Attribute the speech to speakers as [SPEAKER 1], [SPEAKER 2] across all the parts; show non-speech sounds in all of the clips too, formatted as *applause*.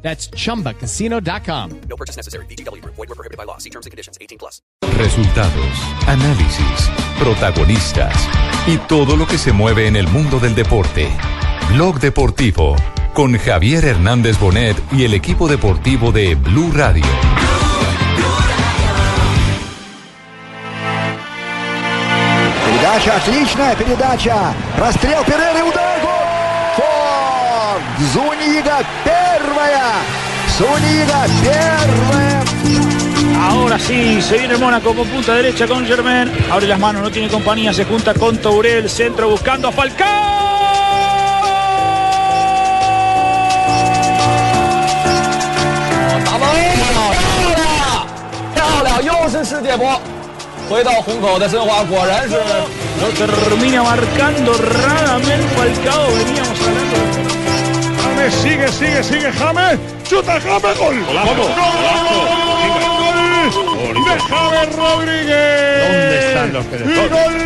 [SPEAKER 1] That's chumbacasino.com.
[SPEAKER 2] No purchase necessary. BGW. Void were prohibited by law. See terms and conditions. 18 plus.
[SPEAKER 3] Resultados, análisis, protagonistas y todo lo que se mueve en el mundo del deporte. Blog Deportivo con Javier Hernández Bonet y el equipo deportivo de Blue Radio.
[SPEAKER 4] Передача отличная, передача. Расстрел Переры, удар, гол! Зунига первая! Зунига первая!
[SPEAKER 5] Ahora sí, se viene Mónaco con punta derecha con Germain. Abre las manos, no tiene compañía, se junta con Tourel, centro buscando a
[SPEAKER 6] Falcao. 漂亮，又是世界波。回到虹口的申花，果然是
[SPEAKER 5] Lo termina marcando Radamel Falcao, veníamos hablando.
[SPEAKER 7] James, sigue, sigue, sigue, James. Chuta, James, gol. ¡Gol, gol, gol, gol, gol, gol! De James Rodríguez. ¿Dónde están los que ¡Y gol!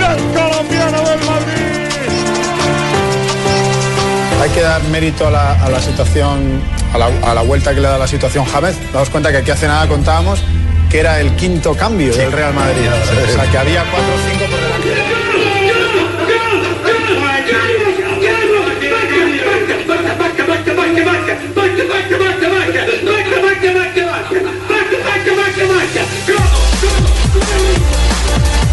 [SPEAKER 7] Del colombiano del Madrid.
[SPEAKER 8] Hay que dar mérito a la, a la situación, a la, a la vuelta que le da la situación James. Daos cuenta que aquí hace nada contábamos que era el quinto cambio del Real Madrid. O sea, que había cuatro o cinco por delante.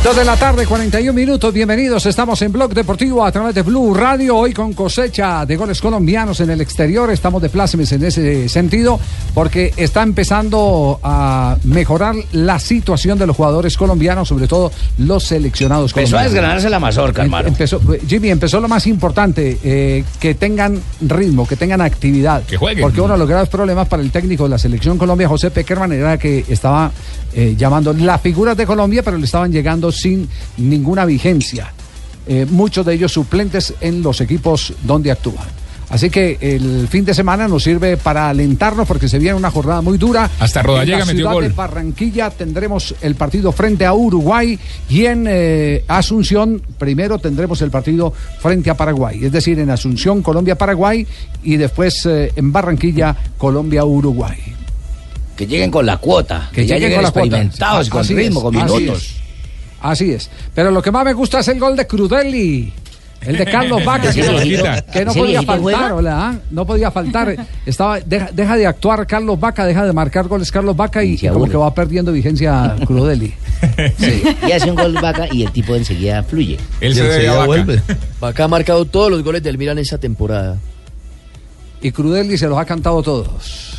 [SPEAKER 9] Dos de la tarde, 41 minutos. Bienvenidos. Estamos en Blog Deportivo a través de Blue Radio. Hoy con cosecha de goles colombianos en el exterior. Estamos de plácemes en ese sentido porque está empezando a mejorar la situación de los jugadores colombianos, sobre todo los seleccionados
[SPEAKER 10] Empezó a
[SPEAKER 9] colombianos.
[SPEAKER 10] desgranarse la mazorca,
[SPEAKER 9] Em-
[SPEAKER 10] hermano.
[SPEAKER 9] Empezó, Jimmy, empezó lo más importante, eh, que tengan ritmo, que tengan actividad. Que jueguen. Porque uno de los graves problemas para el técnico de la selección Colombia, José Peckerman, era que estaba eh, llamando las figuras de Colombia, pero le estaban llegando sin ninguna vigencia. Eh, muchos de ellos suplentes en los equipos donde actúan. Así que el fin de semana nos sirve para alentarnos porque se viene una jornada muy dura.
[SPEAKER 11] Hasta Rodallega
[SPEAKER 9] En la
[SPEAKER 11] metió
[SPEAKER 9] ciudad
[SPEAKER 11] gol.
[SPEAKER 9] de Barranquilla tendremos el partido frente a Uruguay y en eh, Asunción primero tendremos el partido frente a Paraguay. Es decir, en Asunción, Colombia-Paraguay y después eh, en Barranquilla, Colombia-Uruguay.
[SPEAKER 10] Que lleguen con la cuota. Que, ya lleguen,
[SPEAKER 9] con la cuota.
[SPEAKER 10] experimentados,
[SPEAKER 9] Ah,
[SPEAKER 10] con
[SPEAKER 9] así
[SPEAKER 10] ritmo,
[SPEAKER 9] es,
[SPEAKER 10] con
[SPEAKER 9] así
[SPEAKER 10] minutos.
[SPEAKER 9] es, Así es. Pero lo que más me gusta es el gol de Crudelli. El de
[SPEAKER 10] *laughs*
[SPEAKER 9] Carlos Vaca,
[SPEAKER 11] Ese
[SPEAKER 9] que,
[SPEAKER 11] viejito-
[SPEAKER 9] que no
[SPEAKER 10] ese
[SPEAKER 9] podía
[SPEAKER 10] viejito
[SPEAKER 9] faltar,
[SPEAKER 10] juega.
[SPEAKER 9] hola, ¿ah? no podía faltar. Estaba, deja, deja de actuar Carlos Vaca, deja de marcar goles Carlos Vaca y,
[SPEAKER 10] Y se
[SPEAKER 9] y como
[SPEAKER 10] aburre.
[SPEAKER 9] que va perdiendo vigencia Crudelli.
[SPEAKER 10] *laughs* Sí. Y hace un gol vaca y el tipo enseguida fluye.
[SPEAKER 11] Él se debe a Vaca. *laughs*
[SPEAKER 6] Vaca ha marcado todos los goles del Milan esa temporada.
[SPEAKER 9] Y Crudelli se los ha cantado todos.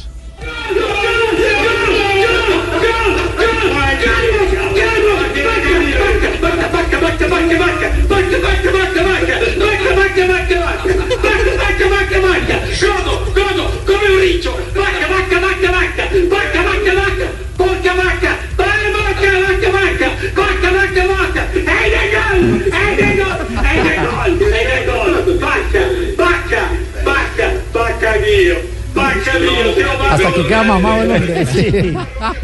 [SPEAKER 9] Hasta que queda mamado el hombre.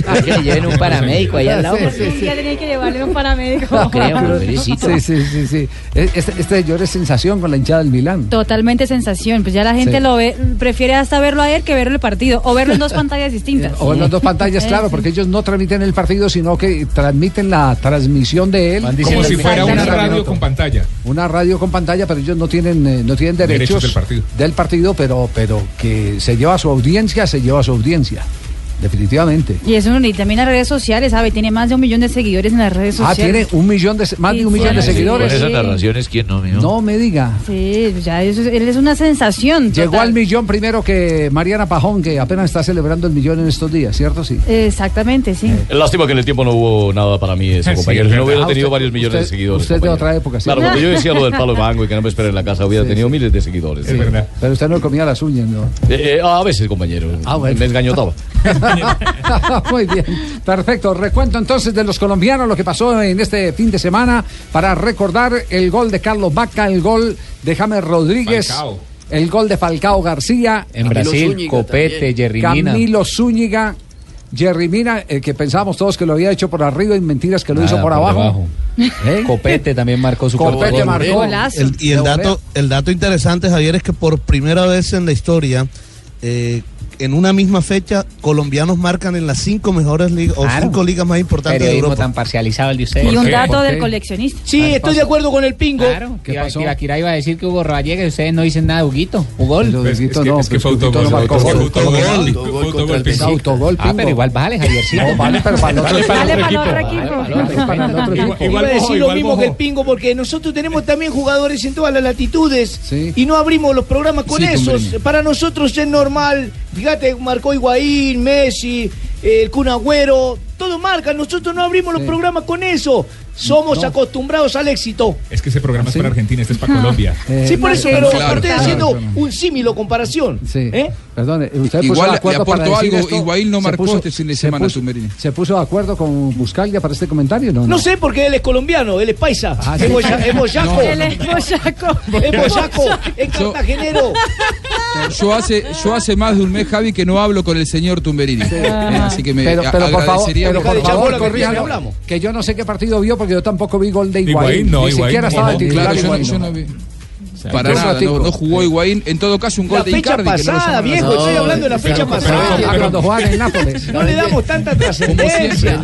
[SPEAKER 10] Hay que le lleven un paramédico ahí al
[SPEAKER 9] Ah,
[SPEAKER 10] lado.
[SPEAKER 9] Sí, sí, sí.
[SPEAKER 12] Ya tenía que llevarle un paramédico.
[SPEAKER 10] No creo, pero felicito.
[SPEAKER 9] Sí, sí, sí, sí. E- Este, este señor es sensación con la hinchada del Milán.
[SPEAKER 12] Totalmente sensación. Pues ya la gente
[SPEAKER 9] Sí.
[SPEAKER 12] lo ve, prefiere hasta verlo a él que verlo el partido. O verlo en dos pantallas distintas.
[SPEAKER 9] O en las dos pantallas,
[SPEAKER 12] Sí,
[SPEAKER 9] claro,
[SPEAKER 12] sí.
[SPEAKER 9] porque ellos no transmiten el partido, sino que transmiten la transmisión de él.
[SPEAKER 11] Como si fuera una
[SPEAKER 9] Exactamente.
[SPEAKER 11] radio con pantalla.
[SPEAKER 9] Una radio con pantalla, pero ellos no tienen, eh, no tienen derechos,
[SPEAKER 11] Derechos del partido.
[SPEAKER 9] del partido, pero, pero que se lleva a su audiencia, se lleva a su audiencia. Definitivamente.
[SPEAKER 12] Y es un y también las redes sociales, ¿sabe? Tiene más de un millón de seguidores en las redes
[SPEAKER 9] Ah, tiene
[SPEAKER 12] sociales.
[SPEAKER 9] un millón de, se- más de un
[SPEAKER 12] Sí,
[SPEAKER 9] millón de
[SPEAKER 12] sí.
[SPEAKER 9] seguidores.
[SPEAKER 12] Con esas
[SPEAKER 10] narraciones, ¿quién no,
[SPEAKER 9] No me diga.
[SPEAKER 12] Sí, pues ya eso es- él es una sensación.
[SPEAKER 9] Llegó
[SPEAKER 12] total.
[SPEAKER 9] al millón primero que Mariana Pajón, que apenas está celebrando el millón en estos días, ¿cierto? Sí.
[SPEAKER 12] Exactamente, sí.
[SPEAKER 6] Lástima que en el tiempo no hubo nada para mí ese
[SPEAKER 11] Sí,
[SPEAKER 6] compañero.
[SPEAKER 11] es
[SPEAKER 6] Si no hubiera
[SPEAKER 9] verdad.
[SPEAKER 6] tenido
[SPEAKER 9] Usted-
[SPEAKER 6] varios millones de
[SPEAKER 9] usted-
[SPEAKER 6] seguidores.
[SPEAKER 9] usted de
[SPEAKER 6] compañero.
[SPEAKER 9] otra época, sí.
[SPEAKER 6] Claro, cuando yo decía lo del
[SPEAKER 12] *laughs*
[SPEAKER 6] palo de mango y que no me esperen en la casa, hubiera
[SPEAKER 9] Sí,
[SPEAKER 6] tenido
[SPEAKER 9] sí.
[SPEAKER 6] miles de seguidores.
[SPEAKER 11] Es verdad.
[SPEAKER 9] Pero usted no le comía las uñas, ¿no?
[SPEAKER 6] Eh, eh, a veces, compañero.
[SPEAKER 9] Ah, bueno.
[SPEAKER 6] Me engañotaba.
[SPEAKER 9] *laughs* Muy bien, perfecto. Recuento entonces de los colombianos lo que pasó en este fin de semana para recordar el gol de Carlos Vaca, el gol de James Rodríguez.
[SPEAKER 13] Falcao.
[SPEAKER 9] El gol de Falcao García.
[SPEAKER 13] En Brasil, Copete, Yerry Mina.
[SPEAKER 9] Camilo Zúñiga. Jerry Mina, el que pensábamos todos que lo había hecho por arriba y mentiras que lo
[SPEAKER 13] Nada,
[SPEAKER 9] hizo por
[SPEAKER 13] Ah, por
[SPEAKER 9] abajo.
[SPEAKER 13] debajo.
[SPEAKER 14] *laughs*
[SPEAKER 13] Copete también marcó su
[SPEAKER 9] Copete
[SPEAKER 13] cuarto gol.
[SPEAKER 9] marcó.
[SPEAKER 14] ¿Eh? El- y el dato, el dato interesante, Javier, es que por primera vez en la historia, eh, en una misma fecha, colombianos marcan en las cinco mejores ligas o cinco ligas más importantes de
[SPEAKER 15] Periodismo
[SPEAKER 14] Europa.
[SPEAKER 15] tan parcializado el de ustedes.
[SPEAKER 12] Y un dato del coleccionista.
[SPEAKER 15] Sí, estoy de acuerdo con el pingo. Claro,
[SPEAKER 12] ¿Qué
[SPEAKER 15] Tira-
[SPEAKER 12] pasó?
[SPEAKER 15] Tibaquirá iba a decir que Hugo Raballe, que ustedes no dicen nada de Huguito. Hugo.
[SPEAKER 9] Pues, es que- no, es que pues, fue Huguito autogol, no marcó es que fue gol. autogol, Autogol, fue autogol autogol contra el contra el Benfica. Benfica. Autogol,
[SPEAKER 15] Ah, pero
[SPEAKER 9] pingo.
[SPEAKER 15] igual vale, Javiercito.
[SPEAKER 9] No, vale, pero para el otro Vale para el equipo. otro equipo. Vale para el otro equipo.
[SPEAKER 10] Iba
[SPEAKER 9] Igual
[SPEAKER 10] a decir
[SPEAKER 9] mojó,
[SPEAKER 10] lo
[SPEAKER 9] igual
[SPEAKER 10] mismo
[SPEAKER 9] mojó.
[SPEAKER 10] que el pingo, porque nosotros tenemos también jugadores en todas las latitudes y no abrimos los programas con
[SPEAKER 9] Sí,
[SPEAKER 10] esos.
[SPEAKER 9] Tumberini.
[SPEAKER 10] Para nosotros es normal. Fíjate, marcó Higuaín, Messi, eh, el Kun Agüero, todo marca. Nosotros no abrimos los programas con eso. Somos acostumbrados al éxito.
[SPEAKER 11] Es que ese programa es para Argentina, este es para Colombia.
[SPEAKER 9] Eh,
[SPEAKER 10] sí, por eso, pero estoy
[SPEAKER 11] Claro,
[SPEAKER 10] haciendo
[SPEAKER 11] claro.
[SPEAKER 10] un símil o comparación. ¿eh?
[SPEAKER 9] Perdón, eh, usted puso
[SPEAKER 16] Igual
[SPEAKER 9] de
[SPEAKER 16] le
[SPEAKER 9] acuerdo
[SPEAKER 16] aporto
[SPEAKER 9] para decir
[SPEAKER 16] algo,
[SPEAKER 9] esto,
[SPEAKER 16] Higuaín no
[SPEAKER 9] se
[SPEAKER 16] marcó
[SPEAKER 9] puso-
[SPEAKER 16] este fin de
[SPEAKER 9] se
[SPEAKER 16] semana,
[SPEAKER 9] puso-
[SPEAKER 16] Tumberini.
[SPEAKER 9] ¿Se puso de acuerdo con Buscalia para este comentario? No,
[SPEAKER 10] No sé, porque él es colombiano, él es paisa.
[SPEAKER 9] Ah,
[SPEAKER 10] es,
[SPEAKER 9] sí.
[SPEAKER 10] boya- es boyaco.
[SPEAKER 9] No. Él
[SPEAKER 12] es boyaco.
[SPEAKER 10] Es boyaco, es cartagenero.
[SPEAKER 16] Yo hace, yo hace más de un mes, Javi, que no hablo con el señor Tumberini. Eh, Así que me
[SPEAKER 9] pero,
[SPEAKER 16] a-
[SPEAKER 9] pero por favor,
[SPEAKER 16] agradecería
[SPEAKER 9] pero
[SPEAKER 16] mucho.
[SPEAKER 9] por favor, corríjalo, que yo no sé qué partido vio porque yo tampoco vi gol de Higuaín,
[SPEAKER 16] Higuaín, no,
[SPEAKER 9] ni
[SPEAKER 16] Higuaín,
[SPEAKER 9] siquiera
[SPEAKER 16] no,
[SPEAKER 9] estaba
[SPEAKER 16] no.
[SPEAKER 9] de titular
[SPEAKER 16] Claro, yo no-
[SPEAKER 9] Higuaín.
[SPEAKER 16] yo no vi. Para
[SPEAKER 9] Un
[SPEAKER 16] nada, no,
[SPEAKER 9] ratico.
[SPEAKER 16] no jugó Higuaín. En todo caso, un gol
[SPEAKER 9] La
[SPEAKER 16] de
[SPEAKER 9] fecha
[SPEAKER 16] Icardi. que no lo
[SPEAKER 9] pasada,
[SPEAKER 16] llamaron.
[SPEAKER 9] viejo, estoy
[SPEAKER 16] No,
[SPEAKER 9] hablando de la
[SPEAKER 16] pero-
[SPEAKER 9] fecha
[SPEAKER 16] pero-
[SPEAKER 9] pasada.
[SPEAKER 16] pero-
[SPEAKER 9] Ah, cuando jugaba en el Nápoles.
[SPEAKER 10] No le damos tanta trascendencia.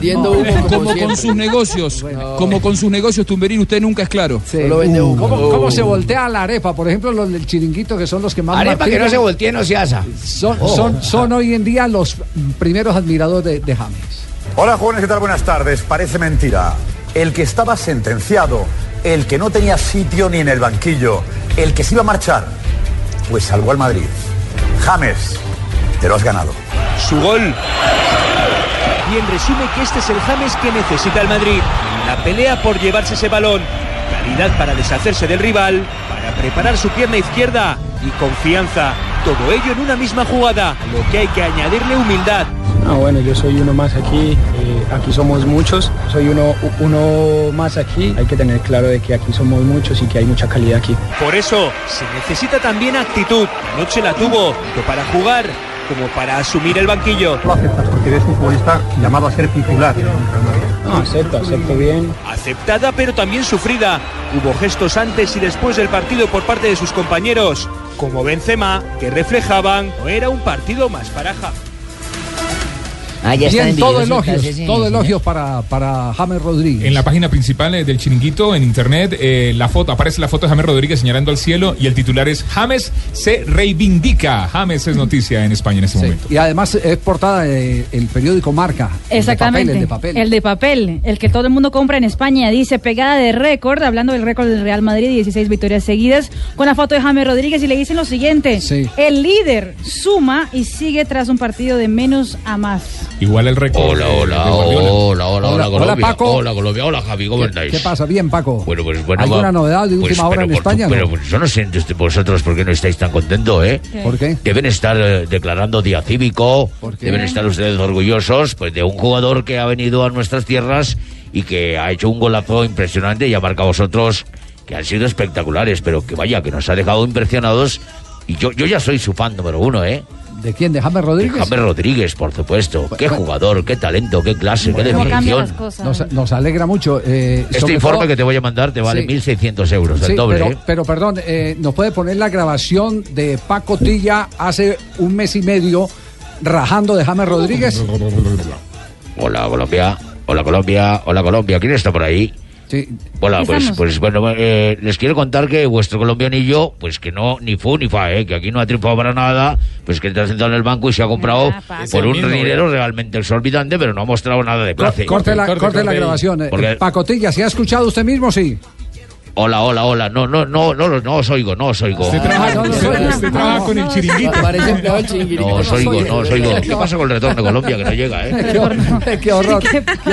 [SPEAKER 16] como con sus negocios, como con sus negocios, Tumberín, usted nunca es claro.
[SPEAKER 9] ¿Cómo, cómo
[SPEAKER 16] Oh.
[SPEAKER 9] se voltea la arepa? Por ejemplo, los del chiringuito, que son los que más.
[SPEAKER 10] Arepa
[SPEAKER 9] martirizan,
[SPEAKER 10] que no se voltee, no se asa. Oh.
[SPEAKER 9] Son,
[SPEAKER 10] Ojo.
[SPEAKER 9] son, son hoy en día los primeros admiradores de, de James.
[SPEAKER 17] Hola jóvenes, ¿qué tal? Buenas tardes. Parece mentira. El que estaba sentenciado, el que no tenía sitio ni en el banquillo, el que se iba a marchar, pues salvó al Madrid. James, te lo has ganado.
[SPEAKER 18] Su gol. Y en resumen que este es el James que necesita el Madrid. La pelea por llevarse ese balón. Calidad para deshacerse del rival, para preparar su pierna izquierda y confianza. Todo ello en una misma jugada. Lo que hay que añadirle humildad.
[SPEAKER 19] Ah, bueno, yo soy uno más aquí, eh, aquí somos muchos, soy uno, uno más aquí, hay que tener claro de que aquí somos muchos y que hay mucha calidad aquí.
[SPEAKER 18] Por eso se necesita también actitud. Anoche la tuvo, tanto para jugar como para asumir el banquillo.
[SPEAKER 17] Porque eres un futbolista llamado a ser titular.
[SPEAKER 19] No, acepto, acepto bien.
[SPEAKER 18] Aceptada pero también sufrida. Hubo gestos antes y después del partido por parte de sus compañeros, como Benzema, que reflejaban no era un partido más paraja.
[SPEAKER 20] Ah, ya
[SPEAKER 9] Bien,
[SPEAKER 20] están
[SPEAKER 9] todo
[SPEAKER 20] envidiosos,
[SPEAKER 9] elogios,
[SPEAKER 20] entonces, sí,
[SPEAKER 9] todo
[SPEAKER 20] señor.
[SPEAKER 9] elogios para, para James Rodríguez.
[SPEAKER 11] En la página principal eh, del chiringuito, en internet, eh, la foto, aparece la foto de James Rodríguez señalando al cielo y el titular es James se reivindica. James es noticia en España en este momento.
[SPEAKER 9] Y además es portada del periódico Marca.
[SPEAKER 12] Exactamente.
[SPEAKER 9] El de papel, el de papel.
[SPEAKER 12] El de papel, el que todo el mundo compra en España. Dice pegada de récord, hablando del récord del Real Madrid, 16 victorias seguidas, con la foto de James Rodríguez y le dicen lo siguiente.
[SPEAKER 11] Sí.
[SPEAKER 12] El líder suma y sigue tras un partido de menos a más.
[SPEAKER 11] Igual el récord.
[SPEAKER 21] Hola, hola, hola, hola, hola,
[SPEAKER 9] Hola,
[SPEAKER 21] Colombia.
[SPEAKER 9] hola, Paco.
[SPEAKER 21] Hola, Colombia. Hola, Javi, ¿cómo estáis?
[SPEAKER 9] ¿Qué pasa? Bien, Paco.
[SPEAKER 21] Bueno, pues bueno.
[SPEAKER 9] ¿Alguna novedad de última hora
[SPEAKER 21] pero
[SPEAKER 9] en
[SPEAKER 21] por tu-
[SPEAKER 9] España, no?
[SPEAKER 21] Pero pues, yo no sé entonces, vosotros por qué no estáis tan contentos, ¿eh?
[SPEAKER 9] ¿Por qué?
[SPEAKER 21] Deben estar eh, declarando día cívico, deben estar ustedes orgullosos pues, de un jugador que ha venido a nuestras tierras y que ha hecho un golazo impresionante y ha marcado a vosotros que han sido espectaculares, pero que vaya, que nos ha dejado impresionados. Y yo, yo ya soy su fan número uno, ¿eh?
[SPEAKER 9] ¿De quién? ¿De James Rodríguez?
[SPEAKER 21] James Rodríguez, por supuesto. Qué jugador, qué talento, qué clase, qué definición.
[SPEAKER 9] Nos, nos alegra mucho. eh,
[SPEAKER 21] Este
[SPEAKER 9] sobre
[SPEAKER 21] informe
[SPEAKER 9] todo-
[SPEAKER 21] que te voy a mandar te vale
[SPEAKER 9] Sí.
[SPEAKER 21] 1.600 euros,
[SPEAKER 9] Sí,
[SPEAKER 21] el doble.
[SPEAKER 9] pero,
[SPEAKER 21] ¿eh?
[SPEAKER 9] pero perdón, eh, nos puede poner la grabación de Paco Tilla hace un mes y medio rajando de James Rodríguez.
[SPEAKER 21] Hola, Colombia. Hola, Colombia. Hola, Colombia. ¿Quién está por ahí? Hola,
[SPEAKER 9] Aquí
[SPEAKER 21] pues,
[SPEAKER 9] estamos.
[SPEAKER 21] pues bueno, eh, les quiero contar que vuestro colombianillo, pues que no, ni fu ni fa, eh, que aquí no ha triunfado para nada, pues que está sentado en el banco y se ha comprado
[SPEAKER 9] Es
[SPEAKER 21] por
[SPEAKER 9] el
[SPEAKER 21] un
[SPEAKER 9] mismo,
[SPEAKER 21] dinero realmente exorbitante, pero no ha mostrado nada de
[SPEAKER 9] Corte,
[SPEAKER 21] clase.
[SPEAKER 9] la, corte, la grabación. eh,
[SPEAKER 21] Porque-
[SPEAKER 9] Paco Tilla, ¿se ha escuchado usted mismo? Sí.
[SPEAKER 21] Hola, hola, hola. No, no, no, no, no os oigo, no os oigo. Ah,
[SPEAKER 11] con el chiringuito.
[SPEAKER 20] Ah,
[SPEAKER 9] Parece empleado
[SPEAKER 20] del chiringuito.
[SPEAKER 21] No os oigo, no os oigo. *laughs* ¿Qué pasa con el retorno de Colombia que no llega, eh?
[SPEAKER 9] qué horror. qué horror, qué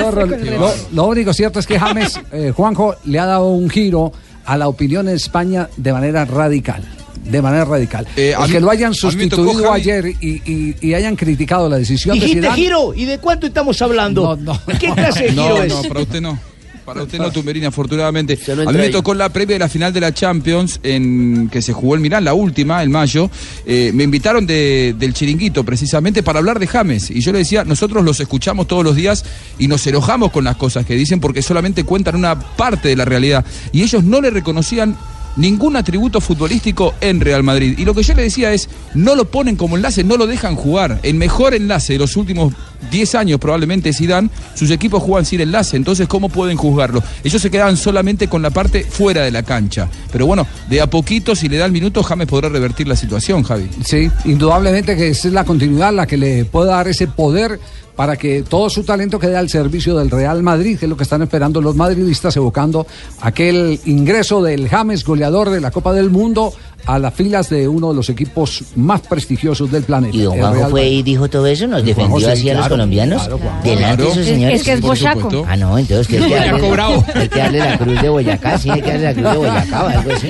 [SPEAKER 22] *laughs*
[SPEAKER 9] horror. Lo, lo único cierto es que James, eh, Juanjo, le ha dado un giro a la opinión en España de manera radical. de manera radical.
[SPEAKER 16] Eh, a
[SPEAKER 9] El
[SPEAKER 16] mí-
[SPEAKER 9] que lo
[SPEAKER 16] a mí
[SPEAKER 9] hayan
[SPEAKER 16] me tocó,
[SPEAKER 9] sustituido
[SPEAKER 16] Javi.
[SPEAKER 9] ayer y, y- y hayan criticado la decisión de
[SPEAKER 22] ¿Dijiste
[SPEAKER 9] Zidane, *laughs*
[SPEAKER 22] giro? ¿Y de cuánto estamos hablando? ¿Qué clase de giro
[SPEAKER 16] No,
[SPEAKER 22] es?
[SPEAKER 16] no, para usted no. Para usted no, Tumberini, afortunadamente. A mí
[SPEAKER 22] entra
[SPEAKER 16] me
[SPEAKER 22] ahí.
[SPEAKER 16] tocó la previa de la final de la Champions, en que se jugó en Milán, la última, en mayo. Eh, me invitaron de- del chiringuito, precisamente, para hablar de James. Y yo le decía, nosotros los escuchamos todos los días y nos enojamos con las cosas que dicen porque solamente cuentan una parte de la realidad. Y ellos no le reconocían ningún atributo futbolístico en Real Madrid. Y lo que yo le decía es, no lo ponen como enlace, no lo dejan jugar. El mejor enlace de los últimos 10 años probablemente Zidane, sus equipos juegan sin enlace, entonces ¿cómo pueden juzgarlo? Ellos se quedaban solamente con la parte fuera de la cancha. Pero bueno, de a poquito, si le da el minuto, James podrá revertir la situación, Javi.
[SPEAKER 9] sí, indudablemente que es la continuidad la que le puede dar ese poder para que todo su talento quede al servicio del Real Madrid, que es lo que están esperando los madridistas, evocando aquel ingreso del James, goleador de la Copa del Mundo, a las filas de uno de los equipos más prestigiosos del planeta.
[SPEAKER 23] Y don
[SPEAKER 9] el
[SPEAKER 23] Juanjo
[SPEAKER 9] Real
[SPEAKER 23] fue y dijo todo eso, nos defendió
[SPEAKER 9] Juanjo, sí,
[SPEAKER 23] así a los
[SPEAKER 9] claro,
[SPEAKER 23] colombianos.
[SPEAKER 9] claro, Juanjo.
[SPEAKER 23] delante de
[SPEAKER 9] Claro.
[SPEAKER 23] esos
[SPEAKER 9] Es-
[SPEAKER 23] señores.
[SPEAKER 9] es que es Por boyaco. supuesto.
[SPEAKER 23] Ah, no, entonces
[SPEAKER 24] *laughs*
[SPEAKER 23] que hay que,
[SPEAKER 9] Boyaco bravo.
[SPEAKER 23] darle, hay que darle la cruz de Boyacá, sí, hay que darle la cruz de Boyacá o algo así.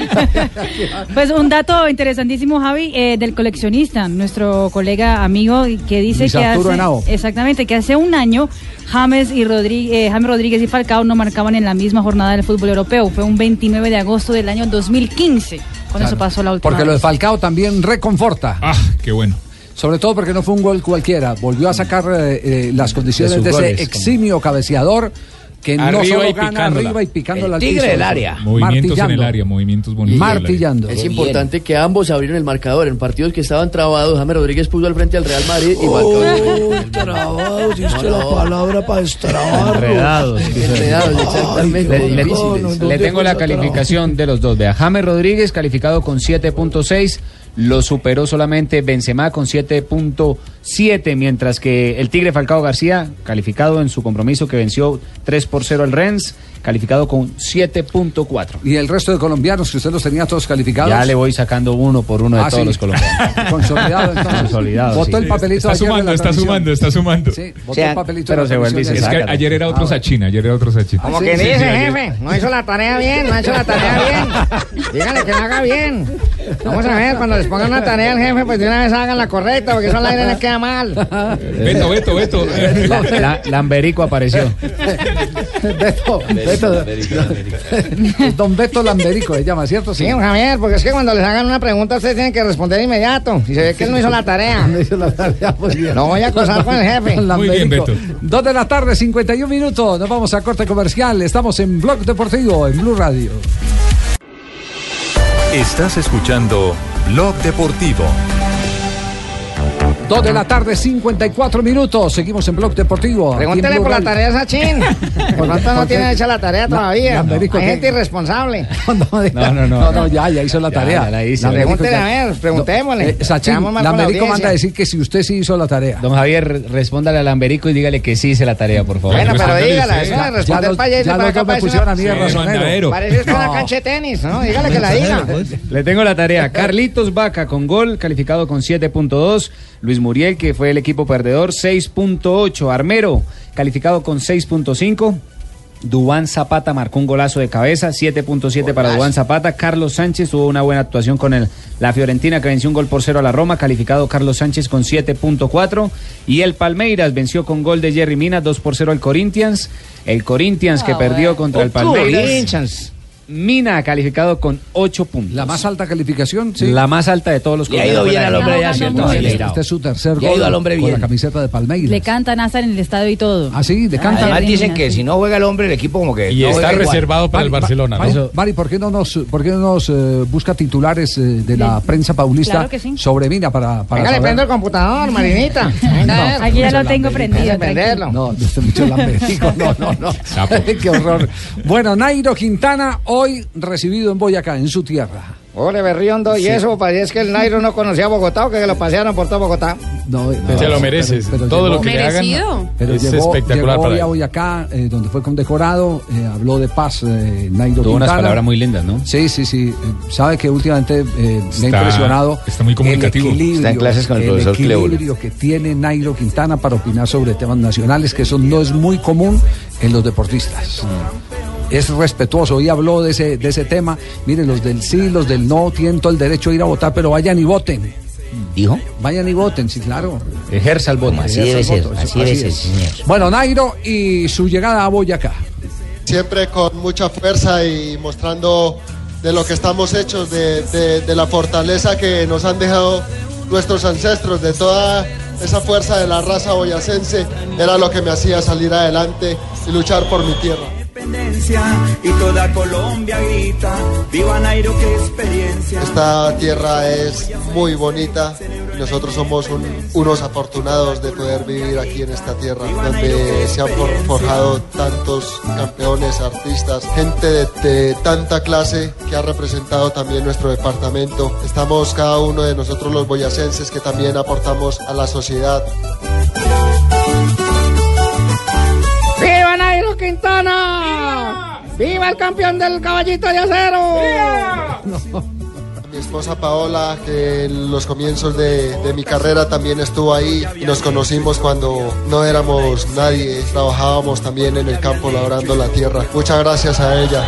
[SPEAKER 12] Pues un dato interesantísimo, Javi, eh, del coleccionista, nuestro colega amigo que dice
[SPEAKER 23] Luis
[SPEAKER 12] que
[SPEAKER 23] Arturo
[SPEAKER 12] hace,
[SPEAKER 23] Henao.
[SPEAKER 12] exactamente que hace un año James y Rodríguez, James Rodríguez y Falcao no marcaban en la misma jornada del fútbol europeo. Fue un 29 de agosto del año 2015 cuando
[SPEAKER 9] Claro.
[SPEAKER 12] eso pasó la última.
[SPEAKER 9] Porque lo de
[SPEAKER 12] vez.
[SPEAKER 9] Falcao también reconforta. Ah,
[SPEAKER 11] qué bueno.
[SPEAKER 9] Sobre todo porque no fue un gol cualquiera. Volvió a sacar eh, eh, las condiciones de,
[SPEAKER 15] sus
[SPEAKER 9] ese
[SPEAKER 15] goles,
[SPEAKER 9] eximio cabeceador que no
[SPEAKER 15] Arriba
[SPEAKER 9] solo
[SPEAKER 15] y
[SPEAKER 9] gana
[SPEAKER 15] picándola.
[SPEAKER 9] arriba y picando
[SPEAKER 16] Eh,
[SPEAKER 15] El
[SPEAKER 9] la
[SPEAKER 15] tigre del área.
[SPEAKER 11] Movimientos en el área, movimientos bonitos. del área.
[SPEAKER 25] Es importante que ambos abrieron el marcador. En partidos que estaban trabados, James Rodríguez puso al frente al Real Madrid y marcó.
[SPEAKER 9] Oh.
[SPEAKER 22] Trabado, usted la palabra para destrabarlo.
[SPEAKER 15] Enredados,
[SPEAKER 25] Enredados, exactamente.
[SPEAKER 15] Le, le- le tengo la calificación de los dos. Vea, James Rodríguez calificado con 7.6, lo superó solamente Benzema con 7.7, mientras que el Tigre Falcao García, calificado en su compromiso que venció 3 por 0 al Rennes, calificado con 7.4.
[SPEAKER 9] Y el resto de colombianos que usted los tenía todos calificados.
[SPEAKER 15] Ya le voy sacando uno por uno de
[SPEAKER 9] Ah,
[SPEAKER 15] todos
[SPEAKER 9] sí.
[SPEAKER 15] los colombianos.
[SPEAKER 9] *laughs*
[SPEAKER 15] *laughs*
[SPEAKER 9] Consolidado, entonces.
[SPEAKER 15] Consolidado,
[SPEAKER 9] Votó
[SPEAKER 15] sí.
[SPEAKER 9] el papelito
[SPEAKER 11] Está
[SPEAKER 9] ayer de
[SPEAKER 11] sumando,
[SPEAKER 9] la
[SPEAKER 11] está
[SPEAKER 9] transmisión.
[SPEAKER 11] sumando, está sumando.
[SPEAKER 9] votó el papelito
[SPEAKER 11] pero
[SPEAKER 9] de la
[SPEAKER 11] se vuelve y se
[SPEAKER 9] transmisión. Ah,
[SPEAKER 11] Es que
[SPEAKER 9] Sácalo.
[SPEAKER 11] ayer era otro Sachina, ayer era otro Sachina.
[SPEAKER 9] Como
[SPEAKER 24] Como que dice, jefe, no hizo la tarea bien, no ha hecho
[SPEAKER 9] *laughs*
[SPEAKER 24] la tarea bien. Dígale que la haga bien. Vamos a ver, cuando les pongan una tarea al jefe, pues de una vez hagan la correcta, porque eso al aire les queda mal.
[SPEAKER 11] Beto, Beto, Beto.
[SPEAKER 15] La- la- Lamberico apareció.
[SPEAKER 9] *laughs* Beto, Beto, *laughs* Don Beto Lamberico se llama, ¿cierto?
[SPEAKER 24] Sí, don Javier, porque es que cuando les hagan una pregunta, ustedes tienen que responder inmediato. Y se ve que él no hizo la
[SPEAKER 9] *laughs*
[SPEAKER 24] tarea.
[SPEAKER 9] No hizo la tarea, muy bien.
[SPEAKER 24] Lo voy a acusar con el jefe.
[SPEAKER 9] Muy bien, Beto. Dos de la tarde, 51 minutos. Nos vamos a corte comercial. Estamos en Blog Deportivo, en Blue Radio.
[SPEAKER 3] Estás escuchando Blog Deportivo.
[SPEAKER 9] Dos de la tarde, 54 minutos. Seguimos en Blog Deportivo. aquí en
[SPEAKER 24] Pregúntele
[SPEAKER 9] Blue
[SPEAKER 24] por la
[SPEAKER 9] Radio.
[SPEAKER 24] tarea a Sachin. Por cuánto no
[SPEAKER 9] ¿Por qué?
[SPEAKER 24] tiene hecha la tarea
[SPEAKER 9] No,
[SPEAKER 24] todavía.
[SPEAKER 9] no,
[SPEAKER 24] Hay
[SPEAKER 9] Américo,
[SPEAKER 24] gente
[SPEAKER 9] ¿qué?
[SPEAKER 24] irresponsable.
[SPEAKER 9] No, no, no. ya, ya hizo la
[SPEAKER 24] Ya,
[SPEAKER 9] tarea.
[SPEAKER 24] ya la hizo.
[SPEAKER 9] Lamberico
[SPEAKER 24] Pregúntele,
[SPEAKER 9] ya-
[SPEAKER 24] a ver, preguntémosle.
[SPEAKER 9] Eh, Sachin,
[SPEAKER 24] Quedamos mal con la
[SPEAKER 9] Lamberico
[SPEAKER 24] audiencia.
[SPEAKER 9] manda a decir que si usted sí hizo la tarea.
[SPEAKER 15] Don Javier, re- respóndale a Lamberico y dígale que sí hice la tarea, por favor.
[SPEAKER 24] Bueno, pero dígala,
[SPEAKER 15] sí.
[SPEAKER 24] eso de responder
[SPEAKER 15] los-
[SPEAKER 24] para allá y
[SPEAKER 15] ya
[SPEAKER 24] para
[SPEAKER 15] los
[SPEAKER 24] acá
[SPEAKER 15] dos me
[SPEAKER 24] parece
[SPEAKER 15] pusieron
[SPEAKER 24] una-
[SPEAKER 15] a mí de Sí, razonero. mandadero.
[SPEAKER 24] Parece es que una
[SPEAKER 15] No.
[SPEAKER 24] cancha de tenis, ¿no? Dígale que la diga.
[SPEAKER 9] pues.
[SPEAKER 15] *laughs* Le tengo la tarea. Carlitos Vaca con gol, calificado con 7.2. Luis Muriel, que fue el equipo perdedor, 6.8. Armero, calificado con 6.5. Dubán Zapata marcó un golazo de cabeza, 7.7 para Dubán Zapata. Carlos Sánchez tuvo una buena actuación con el, la Fiorentina que venció un gol por cero a la Roma, calificado Carlos Sánchez con 7.4. Y el Palmeiras venció con gol de Jerry Mina, 2 por 0 al Corinthians. El Corinthians que
[SPEAKER 24] Ah,
[SPEAKER 15] perdió
[SPEAKER 24] bueno.
[SPEAKER 15] contra el
[SPEAKER 24] Oh,
[SPEAKER 15] Palmeiras.
[SPEAKER 24] Corinthians.
[SPEAKER 15] Mina ha calificado con 8 puntos. La más
[SPEAKER 9] alta calificación, sí.
[SPEAKER 15] La más alta de todos los
[SPEAKER 9] Le ha ido bien al hombre ya, ¿cierto?
[SPEAKER 15] Sí,
[SPEAKER 9] Este es su tercer
[SPEAKER 15] Ya ha
[SPEAKER 9] gol
[SPEAKER 15] ido al hombre
[SPEAKER 9] con la
[SPEAKER 15] bien.
[SPEAKER 9] camiseta de Palmeiras.
[SPEAKER 12] Le cantan hasta en el estadio y todo.
[SPEAKER 9] Ah, sí, le cantan.
[SPEAKER 12] Ayer
[SPEAKER 9] Además dicen
[SPEAKER 12] eliminaron.
[SPEAKER 9] que
[SPEAKER 21] Si no juega el hombre, el equipo como que.
[SPEAKER 9] No,
[SPEAKER 21] juega
[SPEAKER 9] da igual.
[SPEAKER 21] igual.
[SPEAKER 9] Mari, Ma- Mari, Mari, ¿por qué no nos, por qué no nos eh, busca titulares eh, de la
[SPEAKER 24] Le-
[SPEAKER 9] prensa paulista
[SPEAKER 24] claro que sí.
[SPEAKER 9] sobre Mina para, para
[SPEAKER 24] Venga, le
[SPEAKER 9] saber?
[SPEAKER 24] prendo el computador, Marinita. Venga,
[SPEAKER 9] *laughs* No, Aquí ya lo tengo
[SPEAKER 24] Venga, prenderlo.
[SPEAKER 9] No, *laughs* no está mucho lamberico, no, no, no. *laughs* Qué horror. Bueno, Nairo Quintana, hoy recibido en Boyacá, en su tierra.
[SPEAKER 24] Ole, Berriondo, y
[SPEAKER 9] Sí.
[SPEAKER 24] eso, parece que el Nairo no conocía a Bogotá o que lo pasearon por todo Bogotá.
[SPEAKER 9] No,
[SPEAKER 17] Se lo mereces. Todo lo que le hagan
[SPEAKER 24] Merecido.
[SPEAKER 9] pero
[SPEAKER 17] es
[SPEAKER 9] llegó,
[SPEAKER 17] espectacular
[SPEAKER 9] llegó
[SPEAKER 17] para
[SPEAKER 9] hoy
[SPEAKER 17] él.
[SPEAKER 9] a Boyacá, eh, donde fue condecorado, eh, habló de paz eh, Nairo
[SPEAKER 15] Tuvo
[SPEAKER 9] Quintana.
[SPEAKER 15] unas palabras muy lindas, ¿no?
[SPEAKER 9] Sí, sí, sí. Eh, Sabe que últimamente eh, me
[SPEAKER 15] Está-
[SPEAKER 9] ha impresionado.
[SPEAKER 15] está muy comunicativo.
[SPEAKER 9] El equilibrio,
[SPEAKER 15] Está en clases con el profesor Cleul.
[SPEAKER 9] equilibrio que tiene Nairo Quintana para opinar sobre temas nacionales, que eso no es muy común en los deportistas.
[SPEAKER 23] Mm.
[SPEAKER 9] es respetuoso. Hoy habló de ese, de ese tema. Mire, los del sí, los del no tienen todo el derecho a ir a votar, pero vayan y voten.
[SPEAKER 23] ¿Dijo?
[SPEAKER 9] Vayan y voten, sí, claro.
[SPEAKER 23] Ejerza el voto. Así debe
[SPEAKER 9] Ejerza el
[SPEAKER 23] ser,
[SPEAKER 9] voto,
[SPEAKER 23] así
[SPEAKER 9] eso-
[SPEAKER 23] debe
[SPEAKER 9] así
[SPEAKER 23] ser,
[SPEAKER 9] es.
[SPEAKER 23] señor.
[SPEAKER 9] Bueno, Nairo y su llegada a Boyacá.
[SPEAKER 26] siempre con mucha fuerza y mostrando de lo que estamos hechos, de, de- de la fortaleza que nos han dejado nuestros ancestros, de toda esa fuerza de la raza boyacense, era lo que me hacía salir adelante y luchar por mi tierra.
[SPEAKER 8] y toda Colombia grita, viva Nairo, qué experiencia.
[SPEAKER 26] Esta tierra es muy bonita. Nosotros somos un- unos afortunados de poder vivir aquí en esta tierra, donde se han for- forjado tantos campeones, artistas, gente de, de tanta clase que ha representado también nuestro departamento. Estamos cada uno de nosotros los boyacenses que también aportamos a la sociedad.
[SPEAKER 24] ¡Viva Nairo Quintana! ¡Viva, el campeón del caballito de acero!
[SPEAKER 26] Mi esposa Paola, que en los comienzos de, de mi carrera también estuvo ahí. y Nos conocimos cuando no éramos nadie, trabajábamos también en el campo labrando la tierra. Muchas gracias a ella.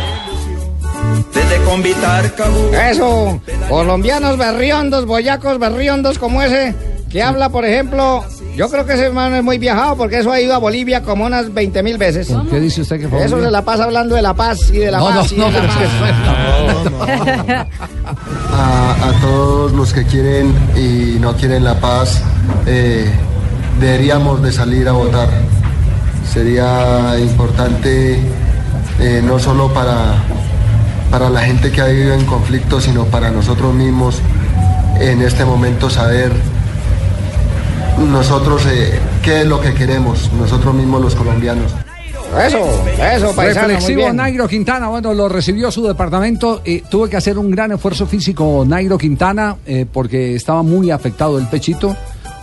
[SPEAKER 8] Desde Convitar, Cagú.
[SPEAKER 24] Eso, colombianos berriondos, boyacos berriondos como ese, que habla, por ejemplo, yo creo que ese hermano es muy viajado porque eso ha ido a Bolivia como unas 20 mil veces.
[SPEAKER 9] ¿Qué dice usted que fue?
[SPEAKER 24] Eso se la pasa hablando de la paz y de la
[SPEAKER 9] No,
[SPEAKER 24] paz
[SPEAKER 9] no,
[SPEAKER 24] y de
[SPEAKER 9] no,
[SPEAKER 24] la
[SPEAKER 9] pero es
[SPEAKER 24] paz.
[SPEAKER 9] *laughs*
[SPEAKER 26] a, a todos los que quieren y no quieren la paz, eh, deberíamos de salir a votar. Sería importante eh, no solo para, para la gente que ha vivido en conflicto, sino para nosotros mismos en este momento saber nosotros eh, qué es lo que queremos, nosotros mismos los colombianos.
[SPEAKER 24] Eso, eso, paisano, muy
[SPEAKER 9] Reflexivo
[SPEAKER 24] bien.
[SPEAKER 9] Nairo Quintana, bueno, lo recibió su departamento. eh, tuvo que hacer un gran esfuerzo físico Nairo Quintana eh, porque estaba muy afectado el pechito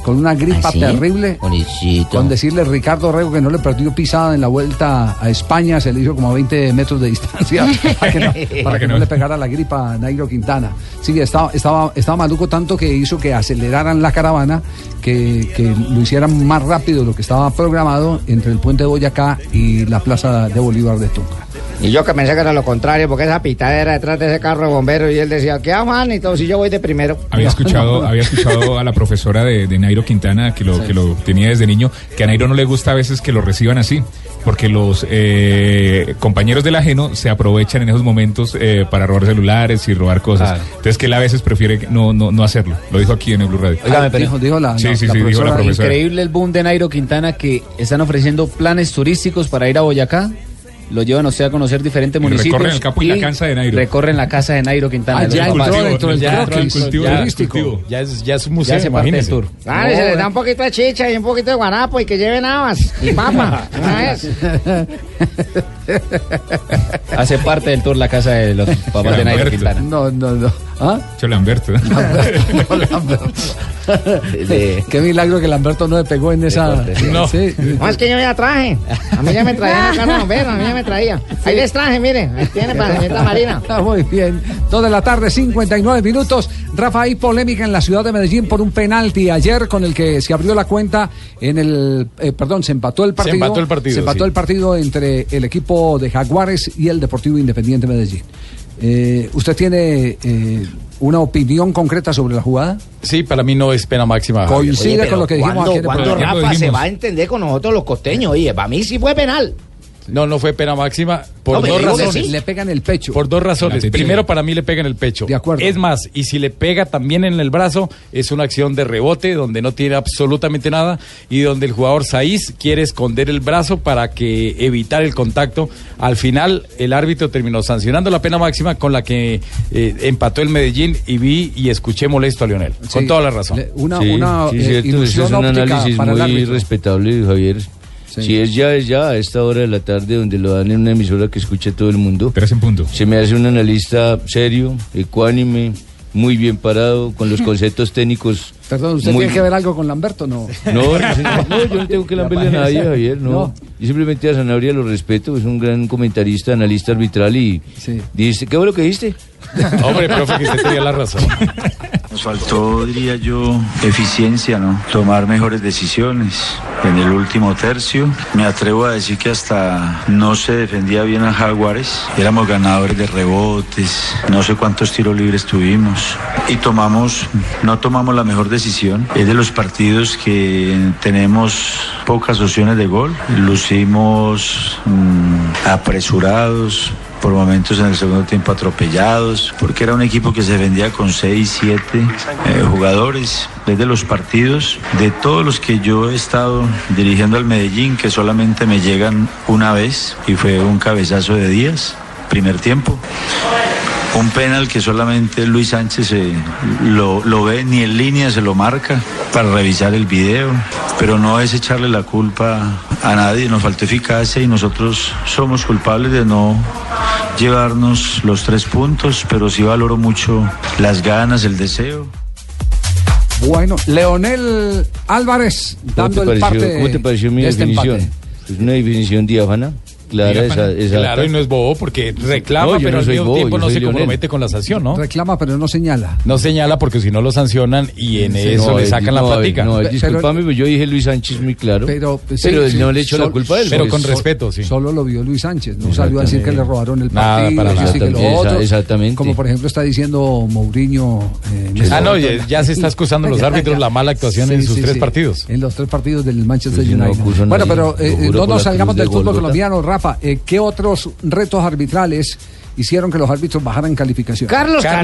[SPEAKER 9] con una gripa
[SPEAKER 23] ¿Ah, sí?
[SPEAKER 9] terrible. Con decirle Ricardo Rego que no le perdió pisada en la vuelta a España, se le hizo como a 20 metros de distancia *laughs* para
[SPEAKER 15] *laughs*
[SPEAKER 9] que no, para
[SPEAKER 23] Para
[SPEAKER 9] que
[SPEAKER 23] que
[SPEAKER 9] no
[SPEAKER 23] no.
[SPEAKER 9] le pegara la gripa a Nairo Quintana. Sí, estaba, estaba, estaba maluco tanto que hizo que aceleraran la caravana, que, que lo hicieran más rápido de lo que estaba programado entre el puente de Boyacá y la plaza de Bolívar de Tunca.
[SPEAKER 24] Y yo que pensé que era lo contrario, porque esa pitadera detrás de ese carro de bomberos y él decía, ¿qué aman? Y todo, si yo voy de primero.
[SPEAKER 11] Había escuchado, había escuchado a la profesora de, de Nairo Quintana, que lo, que lo tenía desde niño, que a Nairo no le gusta a veces que lo reciban así, porque los eh, compañeros del ajeno se aprovechan en esos momentos eh, para robar celulares y robar cosas. Entonces que él a veces prefiere no, no, no hacerlo. Lo dijo aquí en el Blue Radio.
[SPEAKER 9] Ah, dijo, dijo la,
[SPEAKER 11] sí,
[SPEAKER 9] la-
[SPEAKER 11] sí,
[SPEAKER 9] la
[SPEAKER 11] sí, dijo la profesora.
[SPEAKER 15] Increíble el boom de Nairo Quintana que están ofreciendo planes turísticos para ir a Boyacá. Lo llevan usted a conocer diferentes
[SPEAKER 11] Y recorren
[SPEAKER 15] municipios.
[SPEAKER 11] el campo y la casa de Nairo.
[SPEAKER 15] Recorren la casa de Nairo Quintana.
[SPEAKER 11] Ah,
[SPEAKER 15] Los
[SPEAKER 11] ya
[SPEAKER 15] papás.
[SPEAKER 11] entró dentro del
[SPEAKER 15] Ya
[SPEAKER 11] croquis,
[SPEAKER 15] entró
[SPEAKER 11] cultivo
[SPEAKER 15] ya-
[SPEAKER 11] turístico.
[SPEAKER 15] cultivo.
[SPEAKER 11] Ya es, ya es un
[SPEAKER 15] museo,
[SPEAKER 11] se parte del
[SPEAKER 15] imagínese.
[SPEAKER 11] tour.
[SPEAKER 24] Claro, y se les da un poquito de chicha y un poquito de guanapo y que lleven habas
[SPEAKER 17] *laughs*
[SPEAKER 24] y papa, ¿sabes?
[SPEAKER 17] Ah,
[SPEAKER 15] Hace parte del tour la casa de
[SPEAKER 11] *laughs*
[SPEAKER 15] los papás de Nairo
[SPEAKER 11] Lamberto.
[SPEAKER 15] Quintana.
[SPEAKER 9] No, no, no. ¿Ah?
[SPEAKER 11] Cholamberto.
[SPEAKER 9] Qué milagro que Lamberto no le pegó en esa.
[SPEAKER 11] No.
[SPEAKER 9] Sí.
[SPEAKER 24] No, es que yo ya traje. A mí
[SPEAKER 9] *laughs*
[SPEAKER 24] ya me traían acá, no, ven, a mí ya me traía. Ahí les traje, miren. Ahí tiene para la señorita Marina.
[SPEAKER 9] Está Ah, Muy bien. Dos de la tarde, 59 minutos. Rafa, hay polémica en la ciudad de Medellín por un penalti ayer con el que se abrió la cuenta en el. eh, perdón, se empató el partido.
[SPEAKER 17] empató el partido,
[SPEAKER 9] se empató
[SPEAKER 17] sí.
[SPEAKER 9] el partido entre el equipo de Jaguares y el Deportivo Independiente Medellín. Eh, ¿Usted tiene eh, una opinión concreta sobre la jugada?
[SPEAKER 17] Sí, para mí no es pena máxima. Javier.
[SPEAKER 9] Coincide Oye, pero con lo que dijimos
[SPEAKER 17] ¿cuándo-
[SPEAKER 9] aquí en el
[SPEAKER 17] cuándo
[SPEAKER 9] programa.
[SPEAKER 17] Rafa se va a
[SPEAKER 24] entender con nosotros los costeños. Oye, para mí sí fue penal.
[SPEAKER 17] No, no fue pena máxima por
[SPEAKER 9] No, pero
[SPEAKER 17] dos
[SPEAKER 9] digo que
[SPEAKER 17] razones.
[SPEAKER 9] sí. Le pegan el pecho.
[SPEAKER 17] Por dos razones.
[SPEAKER 9] La tetilla.
[SPEAKER 17] Primero, para mí le pega en el pecho. De acuerdo. Es más, y si le pega también en el brazo, es una acción de rebote donde no tiene absolutamente nada y donde el jugador Saiz quiere esconder el brazo para que evitar el contacto. Al final, el árbitro terminó sancionando la pena máxima con la que eh, empató el Medellín y vi y escuché molesto a Lionel. con
[SPEAKER 9] Sí.
[SPEAKER 17] toda la razón.
[SPEAKER 9] Le- una- una, eh,
[SPEAKER 27] cierto,
[SPEAKER 9] ilusión
[SPEAKER 27] ese es un
[SPEAKER 9] óptica
[SPEAKER 27] análisis
[SPEAKER 9] para el
[SPEAKER 27] muy
[SPEAKER 9] árbitro.
[SPEAKER 27] respetable, Javier.
[SPEAKER 9] Sí.
[SPEAKER 27] Si es ya, es ya, a esta hora de la tarde, donde lo dan en una emisora que escucha todo el mundo.
[SPEAKER 11] Tres en punto.
[SPEAKER 27] Se me hace un analista serio, ecuánime, muy bien parado, con
[SPEAKER 9] *laughs*
[SPEAKER 27] los conceptos técnicos.
[SPEAKER 9] Perdón, ¿usted
[SPEAKER 27] muy-
[SPEAKER 9] tiene que ver algo con Lamberto? No.
[SPEAKER 27] *laughs*
[SPEAKER 9] *laughs*
[SPEAKER 27] No, no, no, yo no tengo que lamberle a nadie, Javier, no.
[SPEAKER 9] No.
[SPEAKER 27] Yo simplemente a Zanabria lo respeto, es un gran comentarista, analista arbitral y dice, ¿qué fue lo que dijiste? *laughs*
[SPEAKER 17] Hombre, profe, que usted tenía la razón.
[SPEAKER 5] Nos faltó, diría yo, eficiencia, ¿no? Tomar mejores decisiones. En el último tercio, me atrevo a decir que hasta no se defendía bien a Jaguares. Éramos ganadores de rebotes, no sé cuántos tiros libres tuvimos. Y tomamos, no tomamos la mejor decisión. Es de los partidos que tenemos pocas opciones de gol. Lucimos mm, apresurados, por momentos en el segundo tiempo atropellados, porque era un equipo que se vendía con 6, 7 eh, jugadores desde los partidos. De todos los que yo he estado dirigiendo al Medellín, que solamente me llegan una vez, y fue un cabezazo de Díaz, primer tiempo. Un penal que solamente Luis Sánchez eh, lo, lo ve, ni en línea se lo marca para revisar el video. Pero no es echarle la culpa a nadie, nos faltó eficacia y nosotros somos culpables de no llevarnos los tres puntos, pero sí valoro mucho las ganas, el deseo.
[SPEAKER 9] Bueno, Leonel Álvarez
[SPEAKER 27] ¿Cómo te
[SPEAKER 9] dando el
[SPEAKER 27] pareció,
[SPEAKER 9] parte.
[SPEAKER 27] cómo te pareció mi
[SPEAKER 9] de este
[SPEAKER 27] definición?
[SPEAKER 9] empate.
[SPEAKER 27] Es una definición diáfana, clara, esa,
[SPEAKER 17] Diáfana.
[SPEAKER 27] esa
[SPEAKER 17] claro, y no es bobo porque reclama,
[SPEAKER 27] No, yo
[SPEAKER 17] pero
[SPEAKER 27] no
[SPEAKER 17] al
[SPEAKER 27] soy
[SPEAKER 17] mismo
[SPEAKER 27] bobo,
[SPEAKER 17] tiempo
[SPEAKER 27] yo
[SPEAKER 17] no
[SPEAKER 27] soy
[SPEAKER 17] se
[SPEAKER 27] Leonel.
[SPEAKER 17] compromete con la sanción, ¿no?
[SPEAKER 9] Reclama, pero no señala.
[SPEAKER 17] No señala porque si no lo sancionan y en
[SPEAKER 27] Sí,
[SPEAKER 17] eso
[SPEAKER 27] no,
[SPEAKER 17] le
[SPEAKER 27] eh,
[SPEAKER 17] sacan la
[SPEAKER 27] no, eh,
[SPEAKER 17] platica.
[SPEAKER 27] no, eh, discúlpame, pero yo dije Luis Sánchez muy claro. Pero,
[SPEAKER 9] Pues sí,
[SPEAKER 27] no
[SPEAKER 9] sí,
[SPEAKER 27] le echo la
[SPEAKER 9] sol-
[SPEAKER 27] culpa a él. Pues
[SPEAKER 9] sol- sol- Solo lo vio Luis Sánchez, no salió a decir que le robaron el
[SPEAKER 27] Nada,
[SPEAKER 9] partido.
[SPEAKER 27] para
[SPEAKER 9] que
[SPEAKER 27] nada.
[SPEAKER 9] sí, que lo
[SPEAKER 27] Exactamente,
[SPEAKER 9] otro.
[SPEAKER 27] esa- exactamente.
[SPEAKER 9] Como por ejemplo está diciendo Mourinho. eh, en
[SPEAKER 17] Ah,
[SPEAKER 9] este
[SPEAKER 17] no,
[SPEAKER 9] momento.
[SPEAKER 17] ya- ya se está excusando
[SPEAKER 9] *laughs*
[SPEAKER 17] los árbitros la mala actuación en sus tres partidos.
[SPEAKER 9] En los tres partidos del Manchester
[SPEAKER 17] Pues yo no
[SPEAKER 9] United.
[SPEAKER 17] acuso a
[SPEAKER 9] bueno,
[SPEAKER 17] nadie,
[SPEAKER 9] pero eh,
[SPEAKER 17] lo juro
[SPEAKER 9] no
[SPEAKER 17] por
[SPEAKER 9] nos
[SPEAKER 17] la
[SPEAKER 9] salgamos
[SPEAKER 17] cruz de
[SPEAKER 9] del fútbol
[SPEAKER 17] Gólgota.
[SPEAKER 9] colombiano, Rafa. eh, ¿Qué otros retos arbitrales hicieron que los árbitros bajaran calificación?
[SPEAKER 17] Carlos, Carlos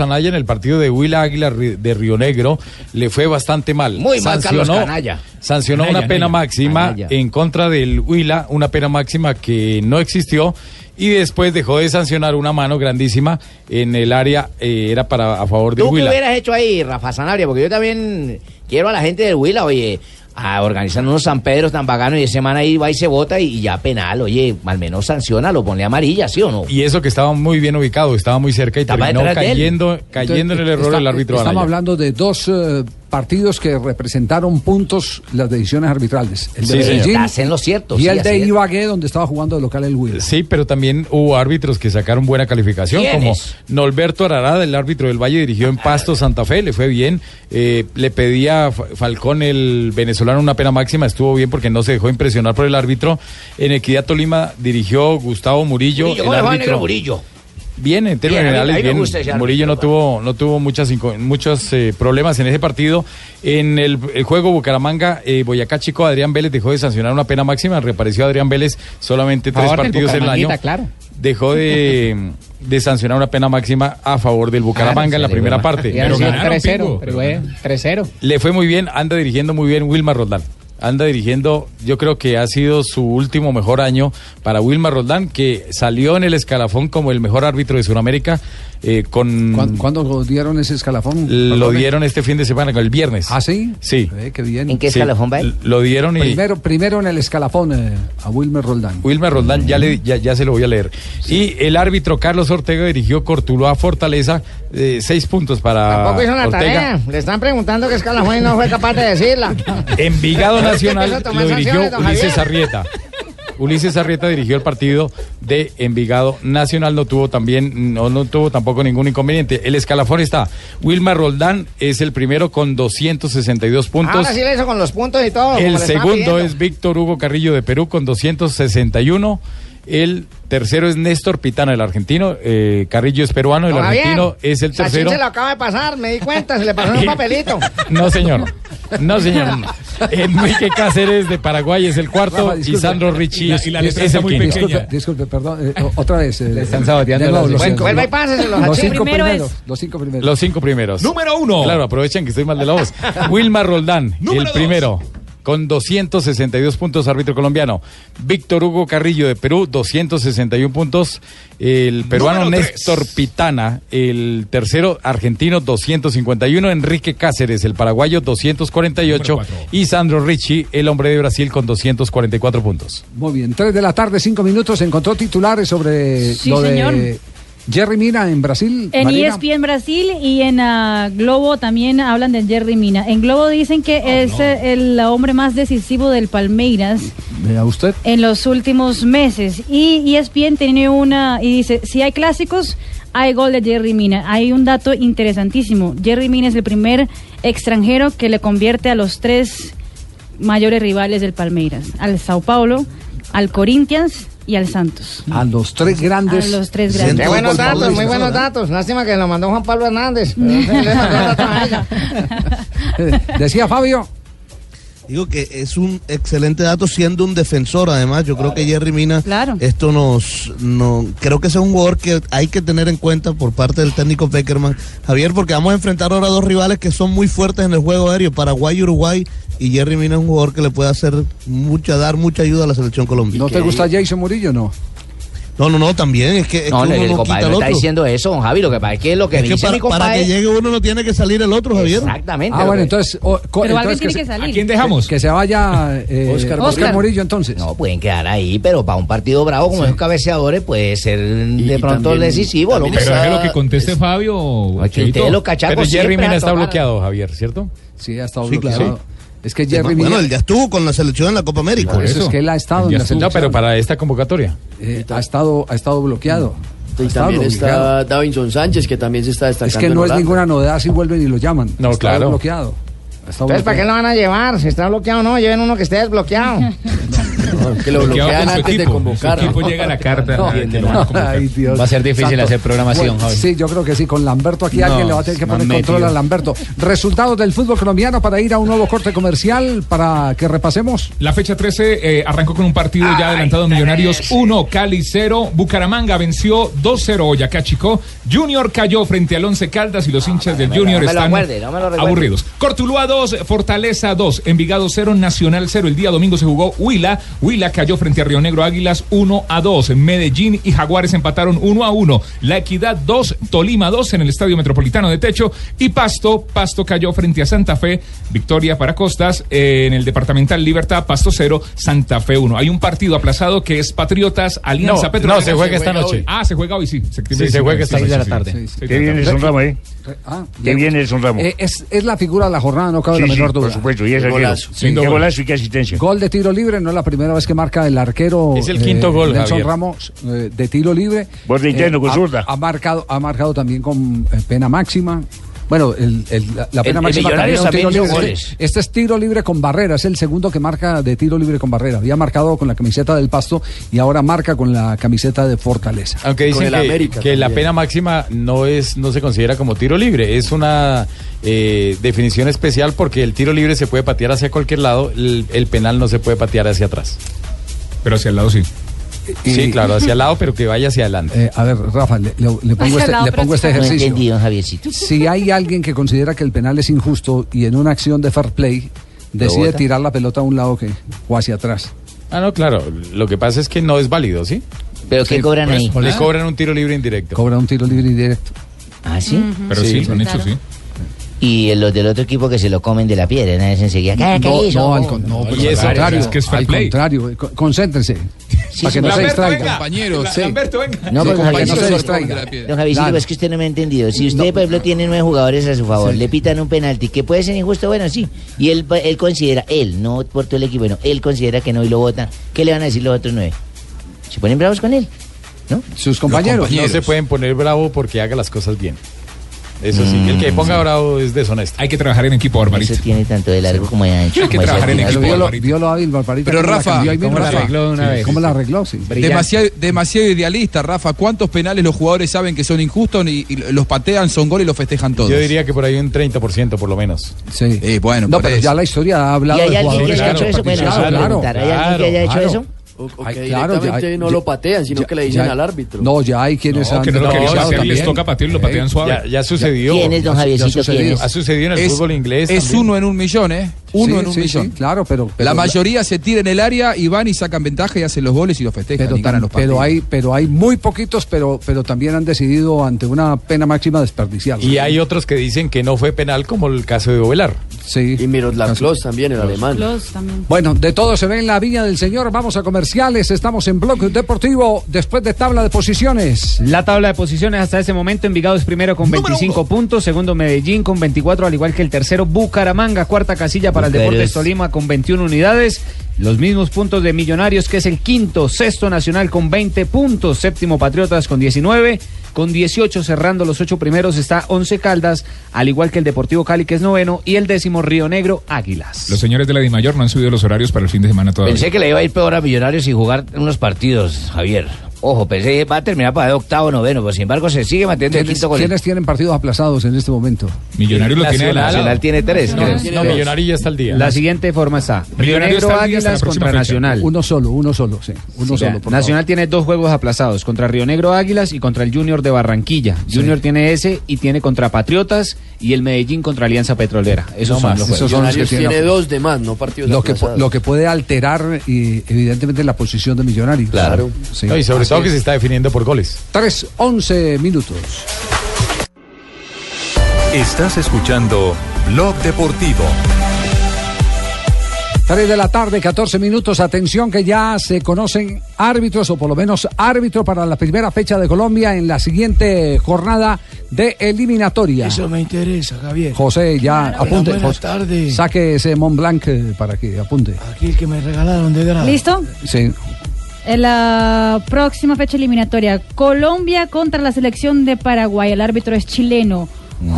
[SPEAKER 17] Anaya en el partido de Huila Águila Ri- de Río Negro le fue bastante mal.
[SPEAKER 25] Muy mal, Carlos Canalla.
[SPEAKER 17] Sancionó
[SPEAKER 25] Canalla,
[SPEAKER 17] una pena
[SPEAKER 25] Anaya.
[SPEAKER 17] máxima
[SPEAKER 25] Anaya.
[SPEAKER 17] en contra del Huila, una pena máxima que no existió. Y después dejó de sancionar una mano grandísima en el área, eh, era para a favor de
[SPEAKER 25] ¿Tú qué
[SPEAKER 17] Huila.
[SPEAKER 25] hubieras hecho ahí, Rafa Sanabria? Porque yo también quiero a la gente del Huila, oye, a organizar unos San Pedro tan vaganos y de semana ahí va y se vota y, y ya penal, oye, al menos sanciona, lo ponle amarilla, ¿sí o no?
[SPEAKER 17] Y eso que estaba muy bien ubicado, estaba muy cerca y
[SPEAKER 25] Estaba
[SPEAKER 17] terminó
[SPEAKER 25] detrás de él.
[SPEAKER 17] cayendo, cayendo en el error
[SPEAKER 9] Está-
[SPEAKER 17] del árbitro
[SPEAKER 9] Estamos
[SPEAKER 17] Anaya.
[SPEAKER 9] hablando de dos eh, partidos que representaron puntos las decisiones arbitrales. El de
[SPEAKER 17] Sí, señor.
[SPEAKER 9] Medellín
[SPEAKER 17] Estás en lo cierto,
[SPEAKER 9] Y
[SPEAKER 17] sí,
[SPEAKER 9] el
[SPEAKER 17] así
[SPEAKER 9] de
[SPEAKER 17] es.
[SPEAKER 9] Ibagué, donde estaba jugando de local el Huila.
[SPEAKER 17] Sí, pero también hubo árbitros que sacaron buena calificación, como
[SPEAKER 9] ¿Quiénes?
[SPEAKER 17] Norberto Ararada, el árbitro del Valle, dirigió en Pasto Santa Fe, le fue bien. Eh, le pedía a Fa- Falcón, el venezolano, una pena máxima, estuvo bien porque no se dejó impresionar por el árbitro. En Equidad Tolima dirigió Gustavo Murillo.
[SPEAKER 25] Murillo,
[SPEAKER 17] el
[SPEAKER 25] ¿cómo le fue al negro
[SPEAKER 17] árbitro.
[SPEAKER 25] Murillo?
[SPEAKER 17] Bien, en términos
[SPEAKER 25] Bien, a mí-
[SPEAKER 17] generales,
[SPEAKER 25] a mí me
[SPEAKER 17] bien.
[SPEAKER 25] gusta ese árbitro,
[SPEAKER 17] Murillo no tuvo, no tuvo muchas inco- muchos eh, problemas en ese partido. En el, el juego Bucaramanga, eh, Boyacá Chico, Adrián Vélez dejó de sancionar una pena máxima, reapareció Adrián Vélez solamente tres
[SPEAKER 14] Favor del
[SPEAKER 17] partidos en el año.
[SPEAKER 14] Bucaramanguita, claro.
[SPEAKER 17] Dejó de, de sancionar una pena máxima a favor del Bucaramanga en la primera parte.
[SPEAKER 14] Iba a decir
[SPEAKER 17] ganaron,
[SPEAKER 14] 3-0,
[SPEAKER 17] Pingo.
[SPEAKER 14] pero eh, 3-0.
[SPEAKER 17] Le fue muy bien, anda dirigiendo muy bien Wilmar Roldán. Anda dirigiendo, yo creo que ha sido su último mejor año para Wilmar Roldán, que salió en el escalafón como el mejor árbitro de Sudamérica. eh, con
[SPEAKER 9] ¿Cuándo, cuándo dieron ese escalafón?
[SPEAKER 17] Lo
[SPEAKER 9] Perdón,
[SPEAKER 17] dieron este fin de semana, el viernes. ¿Ah,
[SPEAKER 9] sí?
[SPEAKER 17] Sí.
[SPEAKER 9] eh, qué bien.
[SPEAKER 17] Sí, l- Lo dieron y
[SPEAKER 9] Primero, primero en el escalafón eh, a Wilmer Roldán.
[SPEAKER 17] Wilmer Roldán, ya, le, ya, ya se lo voy a leer. Y el árbitro Carlos Ortega dirigió Cortuluá Fortaleza, eh, seis puntos para
[SPEAKER 24] Tampoco hizo ¿eh? la
[SPEAKER 17] Ortega.
[SPEAKER 24] tarea. Le están preguntando qué escala fue y no fue capaz de decirla.
[SPEAKER 17] Envigado
[SPEAKER 24] Pero es que
[SPEAKER 17] Nacional
[SPEAKER 24] empezó a tomar
[SPEAKER 17] lo dirigió
[SPEAKER 24] sanciones, don
[SPEAKER 17] Ulises
[SPEAKER 24] Javier.
[SPEAKER 17] Arrieta. Ulises Arrieta dirigió el partido de Envigado Nacional, no tuvo también, no, no tuvo tampoco ningún inconveniente. El escalafón está. Wilmar Roldán es el primero con 262 puntos.
[SPEAKER 24] Ahora sí le hizo con los puntos y todo. como
[SPEAKER 17] El
[SPEAKER 24] le estaban
[SPEAKER 17] segundo
[SPEAKER 24] pidiendo.
[SPEAKER 17] es Víctor Hugo Carrillo de Perú con 261. El tercero es Néstor Pitana, el argentino. Eh, Carrillo es peruano, el
[SPEAKER 24] Don Javier,
[SPEAKER 17] argentino es el
[SPEAKER 24] Sachin
[SPEAKER 17] tercero.
[SPEAKER 24] se lo acaba de pasar, me di cuenta, se
[SPEAKER 17] *laughs*
[SPEAKER 24] le pasó en un papelito.
[SPEAKER 17] No, señor. No, señor. Enrique Cáceres de Paraguay es el cuarto
[SPEAKER 9] Rafa,
[SPEAKER 17] y
[SPEAKER 9] disculpe.
[SPEAKER 17] Sandro Richie es, es el quinto.
[SPEAKER 9] Disculpe, disculpe, perdón, eh, o- otra vez. eh,
[SPEAKER 17] Le están saboteando
[SPEAKER 9] de nuevo,
[SPEAKER 17] las
[SPEAKER 9] los
[SPEAKER 17] defensas.
[SPEAKER 9] cinco-
[SPEAKER 17] Vuelva y
[SPEAKER 24] páseselo,
[SPEAKER 9] Los
[SPEAKER 17] Hachín.
[SPEAKER 9] cinco
[SPEAKER 17] Primero es-
[SPEAKER 9] primeros. Los cinco primeros.
[SPEAKER 17] Los cinco primeros.
[SPEAKER 9] Número uno.
[SPEAKER 17] Claro, aprovechan que estoy mal de la voz. Wilmar Roldán, el primero. Con 262 puntos, árbitro colombiano. Víctor Hugo Carrillo de Perú, 261 puntos. El peruano
[SPEAKER 20] Número tres.
[SPEAKER 17] Néstor Pitana, el tercero argentino, 251. Enrique Cáceres, el paraguayo, 248. Y Sandro Ricci, el hombre de Brasil, con 244 puntos.
[SPEAKER 9] Muy bien, 3 de la tarde, 5 minutos, encontró titulares sobre
[SPEAKER 12] Sí,
[SPEAKER 9] lo
[SPEAKER 12] señor.
[SPEAKER 9] de Jerry Mina en Brasil.
[SPEAKER 12] En E
[SPEAKER 9] Marina.
[SPEAKER 12] ESPN Brasil y en ah, Globo también hablan de Jerry Mina. En Globo dicen que
[SPEAKER 9] Ah,
[SPEAKER 12] es eh, el hombre más decisivo del Palmeiras
[SPEAKER 9] Vea usted.
[SPEAKER 12] E en los últimos meses. Y ESPN tiene una y dice, si hay clásicos, hay gol de Jerry Mina. Hay un dato interesantísimo. Jerry Mina es el primer extranjero que le convierte a los tres mayores rivales del Palmeiras, al Sao Paulo, al Corinthians y al Santos.
[SPEAKER 9] A los tres grandes.
[SPEAKER 12] A los tres
[SPEAKER 9] centros
[SPEAKER 12] grandes.
[SPEAKER 9] del
[SPEAKER 12] Qué buenos
[SPEAKER 9] Palmeiras.
[SPEAKER 24] Datos, muy buenos datos. Lástima que lo mandó Juan Pablo Hernández. pero no se le mandó el dato a ella.
[SPEAKER 9] Decía Fabio.
[SPEAKER 14] Digo que es un excelente dato siendo un defensor, además. Yo creo que Jerry Mina,
[SPEAKER 12] Claro.
[SPEAKER 14] esto nos, no, creo que es un jugador que hay que tener en cuenta por parte del técnico Peckerman, Javier, porque vamos a enfrentar ahora dos rivales que son muy fuertes en el juego aéreo, Paraguay y Uruguay, y Jerry Mina es un jugador que le puede hacer mucha, dar mucha ayuda a la selección colombiana.
[SPEAKER 9] ¿No te gusta Jason Murillo? No.
[SPEAKER 14] No, no, no, también, es que, es
[SPEAKER 25] No,
[SPEAKER 14] que
[SPEAKER 25] no,
[SPEAKER 14] uno
[SPEAKER 25] el
[SPEAKER 14] no
[SPEAKER 25] compadre
[SPEAKER 14] quita al
[SPEAKER 25] no está
[SPEAKER 14] otro.
[SPEAKER 25] diciendo eso, don Javi. Lo que pasa es que lo que
[SPEAKER 14] Es que
[SPEAKER 25] dice
[SPEAKER 14] para-
[SPEAKER 25] mi
[SPEAKER 14] para
[SPEAKER 10] E.
[SPEAKER 25] compadre.
[SPEAKER 14] que llegue uno no tiene que salir el otro, Javier.
[SPEAKER 25] Exactamente. pues.
[SPEAKER 9] Ah,
[SPEAKER 25] lo
[SPEAKER 9] bueno,
[SPEAKER 25] que-
[SPEAKER 9] entonces. o- co-
[SPEAKER 25] Pero alguien
[SPEAKER 9] entonces
[SPEAKER 25] tiene que
[SPEAKER 9] se-
[SPEAKER 25] salir. ¿A quién dejamos?
[SPEAKER 9] Que se vaya eh, Oscar, Murillo.
[SPEAKER 25] entonces. No, pueden quedar ahí, pero para un partido bravo como esos cabeceadores puede ser de pronto
[SPEAKER 17] también-
[SPEAKER 25] decisivo.
[SPEAKER 17] también
[SPEAKER 25] loco.
[SPEAKER 17] está- Pero déjelo que
[SPEAKER 11] conteste Fabio.
[SPEAKER 25] Cheito. ustedes los cachacos
[SPEAKER 17] Pero Jerry
[SPEAKER 25] siempre
[SPEAKER 17] Mina
[SPEAKER 25] a
[SPEAKER 17] está
[SPEAKER 25] tomar-
[SPEAKER 17] bloqueado, Javier, ¿cierto?
[SPEAKER 9] Sí, ha estado
[SPEAKER 14] Sí, claro.
[SPEAKER 17] bloqueado.
[SPEAKER 9] Es que
[SPEAKER 14] Jerry
[SPEAKER 17] Mina-
[SPEAKER 14] Bueno, él ya estuvo con la selección en la Copa América.
[SPEAKER 17] Por eso.
[SPEAKER 14] en
[SPEAKER 17] Ya está- No, pero para esta convocatoria.
[SPEAKER 9] eh, ha, estado, ha estado bloqueado. Ha
[SPEAKER 20] Y
[SPEAKER 9] estado
[SPEAKER 20] también
[SPEAKER 9] bloqueado.
[SPEAKER 20] está Davinson Sánchez, que también se está destacando.
[SPEAKER 9] Es que
[SPEAKER 20] en
[SPEAKER 9] no es
[SPEAKER 20] Holanda.
[SPEAKER 9] ninguna novedad si vuelven y lo llaman. No, está
[SPEAKER 20] claro.
[SPEAKER 9] bloqueado. Está
[SPEAKER 24] Entonces, ¿para qué
[SPEAKER 9] bloqueado.
[SPEAKER 24] lo van a llevar? Si está bloqueado o no, lleven uno que esté
[SPEAKER 17] *laughs*
[SPEAKER 24] desbloqueado.
[SPEAKER 20] Que lo
[SPEAKER 11] Bloqueado
[SPEAKER 20] bloquean
[SPEAKER 11] con su
[SPEAKER 20] antes de
[SPEAKER 11] equipo.
[SPEAKER 20] convocar.
[SPEAKER 11] Su equipo llega la carta,
[SPEAKER 9] No,
[SPEAKER 11] ah, que lo van a convocar.
[SPEAKER 9] ay, Dios.
[SPEAKER 11] Va a ser difícil
[SPEAKER 9] Santo.
[SPEAKER 11] hacer programación,
[SPEAKER 9] Bueno,
[SPEAKER 11] Javi.
[SPEAKER 9] Sí, yo creo que sí. Con Lamberto aquí
[SPEAKER 11] No,
[SPEAKER 9] alguien le va a tener que
[SPEAKER 11] no
[SPEAKER 9] poner
[SPEAKER 11] han
[SPEAKER 9] control
[SPEAKER 11] metido.
[SPEAKER 9] a Lamberto. Resultados del fútbol colombiano para ir a un nuevo corte comercial para que repasemos.
[SPEAKER 11] La fecha 13 eh, arrancó con un partido ya adelantado Millonarios 1, Cali 0, Bucaramanga venció 2-0 Boyacá Chico, Junior cayó frente al 11 Caldas y los hinchas del
[SPEAKER 25] me lo-
[SPEAKER 11] Junior
[SPEAKER 25] no me lo
[SPEAKER 11] están
[SPEAKER 25] acuerde, no me lo recuerde.
[SPEAKER 11] aburridos. Cortuluá 2, Fortaleza 2, Envigado 0, Nacional 0. El día domingo se jugó Huila, Huila cayó frente a Río Negro Águilas 1 a 2, Medellín y Jaguares empataron 1 a 1, La Equidad 2, Tolima 2 en el Estadio Metropolitano de Techo y Pasto, Pasto cayó frente a Santa Fe, victoria para Costas eh, en el Departamental Libertad, Pasto 0, Santa Fe 1. Hay un partido aplazado que es Patriotas Alianza
[SPEAKER 17] No,
[SPEAKER 11] Petrolera.
[SPEAKER 17] no, se juega esta noche.
[SPEAKER 11] Ah, se juega hoy, sí. septiembre
[SPEAKER 17] Sí, se juega
[SPEAKER 11] 19,
[SPEAKER 17] esta
[SPEAKER 11] sí,
[SPEAKER 17] noche, sí,
[SPEAKER 11] sí, sí,
[SPEAKER 17] sí.
[SPEAKER 11] sí, sí.
[SPEAKER 17] Qué bien es un ramo ahí.
[SPEAKER 9] Ah,
[SPEAKER 17] Qué bien es un ramo.
[SPEAKER 9] Eh, es, es la figura de la jornada, no cabe
[SPEAKER 17] Sí,
[SPEAKER 9] la
[SPEAKER 17] sí,
[SPEAKER 9] menor duda.
[SPEAKER 17] por supuesto, y es arquero. Sí, qué golazo y qué asistencia.
[SPEAKER 9] Gol de tiro libre, no es la primera vez que marca el arquero. eh,
[SPEAKER 17] Es el quinto gol,
[SPEAKER 9] Nelson
[SPEAKER 17] Javier.
[SPEAKER 9] Ramos eh, de tiro libre. Eh,
[SPEAKER 17] Borde interno, con
[SPEAKER 9] ha-
[SPEAKER 17] zurda.
[SPEAKER 9] Ha, marcado, ha marcado también con eh, pena máxima. Bueno, el- el- la, la
[SPEAKER 17] El-
[SPEAKER 9] pena
[SPEAKER 17] el
[SPEAKER 9] máxima
[SPEAKER 17] Millonarios
[SPEAKER 9] también es un tiro
[SPEAKER 17] también hizo
[SPEAKER 9] libre.
[SPEAKER 17] goles.
[SPEAKER 9] Este, este es tiro libre con barrera, es el segundo que marca de tiro libre con barrera. Había marcado con la camiseta del Pasto y ahora marca con la camiseta de Fortaleza.
[SPEAKER 17] Aunque dicen que, que la pena máxima no es no se considera como tiro libre, es una eh, definición especial porque el tiro libre se puede patear hacia cualquier lado, el, el penal no se puede patear hacia atrás.
[SPEAKER 11] Pero hacia el lado sí.
[SPEAKER 17] Sí, claro, hacia el lado, pero que vaya hacia
[SPEAKER 9] *laughs*
[SPEAKER 17] adelante.
[SPEAKER 9] Eh, a ver, Rafa, le, le-
[SPEAKER 17] *laughs*
[SPEAKER 9] le pongo, este, le pongo este
[SPEAKER 25] No
[SPEAKER 9] ejercicio.
[SPEAKER 25] entendí, don Javiercito.
[SPEAKER 9] Si hay alguien que considera que el penal es injusto y en una acción de fair
[SPEAKER 17] ¿Lo
[SPEAKER 9] play decide
[SPEAKER 17] bota?
[SPEAKER 9] tirar la pelota a un lado que, o hacia atrás.
[SPEAKER 17] Ah, no, claro, lo que pasa es que no es válido, ¿sí?
[SPEAKER 25] ¿Pero
[SPEAKER 9] qué cobran ahí?
[SPEAKER 17] Le cobran un tiro libre indirecto.
[SPEAKER 9] Cobra un tiro libre directo.
[SPEAKER 25] Ah, sí.
[SPEAKER 17] Pero sí, Sí, lo han hecho, claro. sí.
[SPEAKER 25] Y los del otro equipo que se lo comen de la piedra, ¿no? Es enseguida. ¿Qué, qué
[SPEAKER 9] no,
[SPEAKER 25] hizo?
[SPEAKER 9] no, al, con- no, pero al contrario. al contrario, eh, co- concéntrense. para que no se distraiga. Sí.
[SPEAKER 17] eh,
[SPEAKER 25] No,
[SPEAKER 9] Sí,
[SPEAKER 25] porque
[SPEAKER 9] para que no
[SPEAKER 25] Javiercito,
[SPEAKER 9] se
[SPEAKER 25] no
[SPEAKER 9] distraiga.
[SPEAKER 25] Don Javiercito,
[SPEAKER 9] Claro.
[SPEAKER 25] es que usted no me ha entendido. Si
[SPEAKER 24] pues,
[SPEAKER 25] usted, por ejemplo, tiene nueve jugadores a su favor, le pitan un penalti, que puede ser injusto, bueno, sí. Y él, él considera, él, no por todo el equipo, bueno, él considera que no y lo vota. ¿Qué le van a decir los otros nueve? ¿Se ponen bravos con él?
[SPEAKER 9] Sus
[SPEAKER 17] compañeros. No se pueden poner bravo porque haga las cosas bien. Eso sí, que el que
[SPEAKER 9] Mm.
[SPEAKER 17] ponga bravo es deshonesto.
[SPEAKER 11] Hay que trabajar en equipo, Barbarito.
[SPEAKER 25] Eso tiene tanto de largo como de ancho.
[SPEAKER 16] Pues,
[SPEAKER 17] Hay que
[SPEAKER 25] como de
[SPEAKER 17] trabajar en
[SPEAKER 25] sardina.
[SPEAKER 17] equipo,
[SPEAKER 9] Vio lo- vio lo hábil, Barbarita,
[SPEAKER 17] Pero
[SPEAKER 9] cómo la
[SPEAKER 17] Rafa,
[SPEAKER 9] cambió ahí mismo,
[SPEAKER 17] ¿cómo la
[SPEAKER 9] Rafa?
[SPEAKER 17] arregló de una
[SPEAKER 9] Sí,
[SPEAKER 17] vez?
[SPEAKER 9] ¿Cómo la arregló? Sí.
[SPEAKER 17] Brillante.
[SPEAKER 16] Demasiado, demasiado idealista, Rafa. ¿Cuántos penales los jugadores saben que son injustos y, y los patean, son gol y los festejan todos?
[SPEAKER 17] Yo diría que por ahí un 30% por lo menos.
[SPEAKER 9] Sí.
[SPEAKER 16] bueno,
[SPEAKER 9] No,
[SPEAKER 16] por
[SPEAKER 9] pero
[SPEAKER 16] eso.
[SPEAKER 9] ya la historia ha hablado
[SPEAKER 16] ¿Y hay
[SPEAKER 9] de
[SPEAKER 16] alguien
[SPEAKER 9] jugadores
[SPEAKER 16] que haya hecho
[SPEAKER 9] han
[SPEAKER 16] eso? Bueno,
[SPEAKER 9] participado,
[SPEAKER 16] eso
[SPEAKER 9] claro,
[SPEAKER 16] voy a preguntar. ¿Hay alguien que haya hecho
[SPEAKER 9] claro.
[SPEAKER 16] eso?
[SPEAKER 20] O, o
[SPEAKER 9] Ay,
[SPEAKER 20] que
[SPEAKER 9] claro, ya-
[SPEAKER 20] directamente no
[SPEAKER 9] ya-
[SPEAKER 20] lo patean, sino que le dicen
[SPEAKER 9] ya-
[SPEAKER 20] al árbitro.
[SPEAKER 9] No, ya hay quienes han realizado también. Sí.
[SPEAKER 17] Eh, Ya, ya sucedió. Ya- ya sucedió. Ha sucedido en el
[SPEAKER 16] Es-
[SPEAKER 17] fútbol inglés.
[SPEAKER 16] Es
[SPEAKER 17] también.
[SPEAKER 16] uno en un millón, ¿eh? Uno
[SPEAKER 9] Sí,
[SPEAKER 16] en un
[SPEAKER 9] sí,
[SPEAKER 16] millón.
[SPEAKER 9] sí, claro, pero, pero
[SPEAKER 16] la mayoría se tira en el área y van y sacan ventaja y hacen los goles y los festejan
[SPEAKER 9] pero,
[SPEAKER 16] y ganan
[SPEAKER 9] tam-
[SPEAKER 16] los partidos.
[SPEAKER 9] pero hay pero hay muy poquitos pero pero también han decidido ante una pena máxima desperdiciarla
[SPEAKER 17] Y hay otros que dicen que no fue penal, como el caso de Ovelar.
[SPEAKER 9] Sí.
[SPEAKER 17] Y Miroslav Klos también, el alemán.
[SPEAKER 9] bueno de todo se ve en la viña del señor vamos a comerciales estamos en bloque deportivo después de tabla de posiciones
[SPEAKER 15] La tabla de posiciones hasta ese momento, Envigado es primero con 25 puntos, segundo Medellín con 24, al igual que el tercero Bucaramanga, cuarta casilla para el
[SPEAKER 25] Bucares.
[SPEAKER 15] Deportes Tolima con 21 unidades, Los mismos puntos de Millonarios, que es el quinto, sexto Nacional con 20 puntos, séptimo Patriotas con 19, con 18 cerrando los ocho primeros está Once Caldas, al igual que el Deportivo Cali, que es noveno, y el décimo Río Negro Águilas.
[SPEAKER 11] Los señores de la Dimayor no han subido los horarios para el fin de semana todavía.
[SPEAKER 10] Pensé que le iba a ir peor a Millonarios y jugar unos partidos, Javier. Ojo, pensé que va a terminar para el octavo, noveno, pero sin embargo se sigue manteniendo el
[SPEAKER 9] ¿Quiénes,
[SPEAKER 10] quinto con el
[SPEAKER 9] quiénes tienen partidos aplazados en este momento?
[SPEAKER 11] Millonarios lo tiene
[SPEAKER 10] Nacional, Nacional tiene tres.
[SPEAKER 11] No,
[SPEAKER 10] creo.
[SPEAKER 11] no, Millonarios ya está al día.
[SPEAKER 15] La siguiente forma está Río
[SPEAKER 11] Millonarios
[SPEAKER 15] Negro
[SPEAKER 11] está al día hasta la
[SPEAKER 15] Águilas
[SPEAKER 11] próxima
[SPEAKER 15] contra
[SPEAKER 11] fecha.
[SPEAKER 15] Nacional.
[SPEAKER 9] Uno solo, uno solo, sí. Uno
[SPEAKER 15] O sea,
[SPEAKER 9] solo, por
[SPEAKER 15] Nacional tiene dos juegos aplazados, contra Río Negro Águilas y contra el Junior de Barranquilla. Junior tiene ese y tiene contra Patriotas y el Medellín contra Alianza Petrolera. Esos
[SPEAKER 9] No
[SPEAKER 15] son
[SPEAKER 9] más,
[SPEAKER 15] los juegos.
[SPEAKER 9] esos son los que Millonarios tienen tiene
[SPEAKER 20] dos de más, no partidos
[SPEAKER 9] Lo que, po- lo que puede alterar, eh, evidentemente, la posición de Millonarios.
[SPEAKER 17] Claro.
[SPEAKER 9] Sí.
[SPEAKER 17] No, y sobre
[SPEAKER 9] Así
[SPEAKER 17] todo que
[SPEAKER 9] es.
[SPEAKER 17] se está definiendo por goles.
[SPEAKER 9] 3, 11 minutos.
[SPEAKER 3] Estás escuchando Blog Deportivo.
[SPEAKER 9] 3 de la tarde, 14 minutos. Atención que ya se conocen árbitros, o por lo menos árbitro para la primera fecha de Colombia en la siguiente jornada de eliminatoria.
[SPEAKER 22] Eso me interesa, Javier.
[SPEAKER 9] José, ya
[SPEAKER 22] Claro.
[SPEAKER 9] apunte.
[SPEAKER 22] Buenas
[SPEAKER 9] José,
[SPEAKER 22] tardes.
[SPEAKER 9] Saque ese Mont Blanc eh, para que apunte.
[SPEAKER 22] Aquí el que me regalaron de grado.
[SPEAKER 12] ¿Listo?
[SPEAKER 9] Sí.
[SPEAKER 12] En la próxima fecha eliminatoria, Colombia contra la selección de Paraguay. El árbitro es chileno,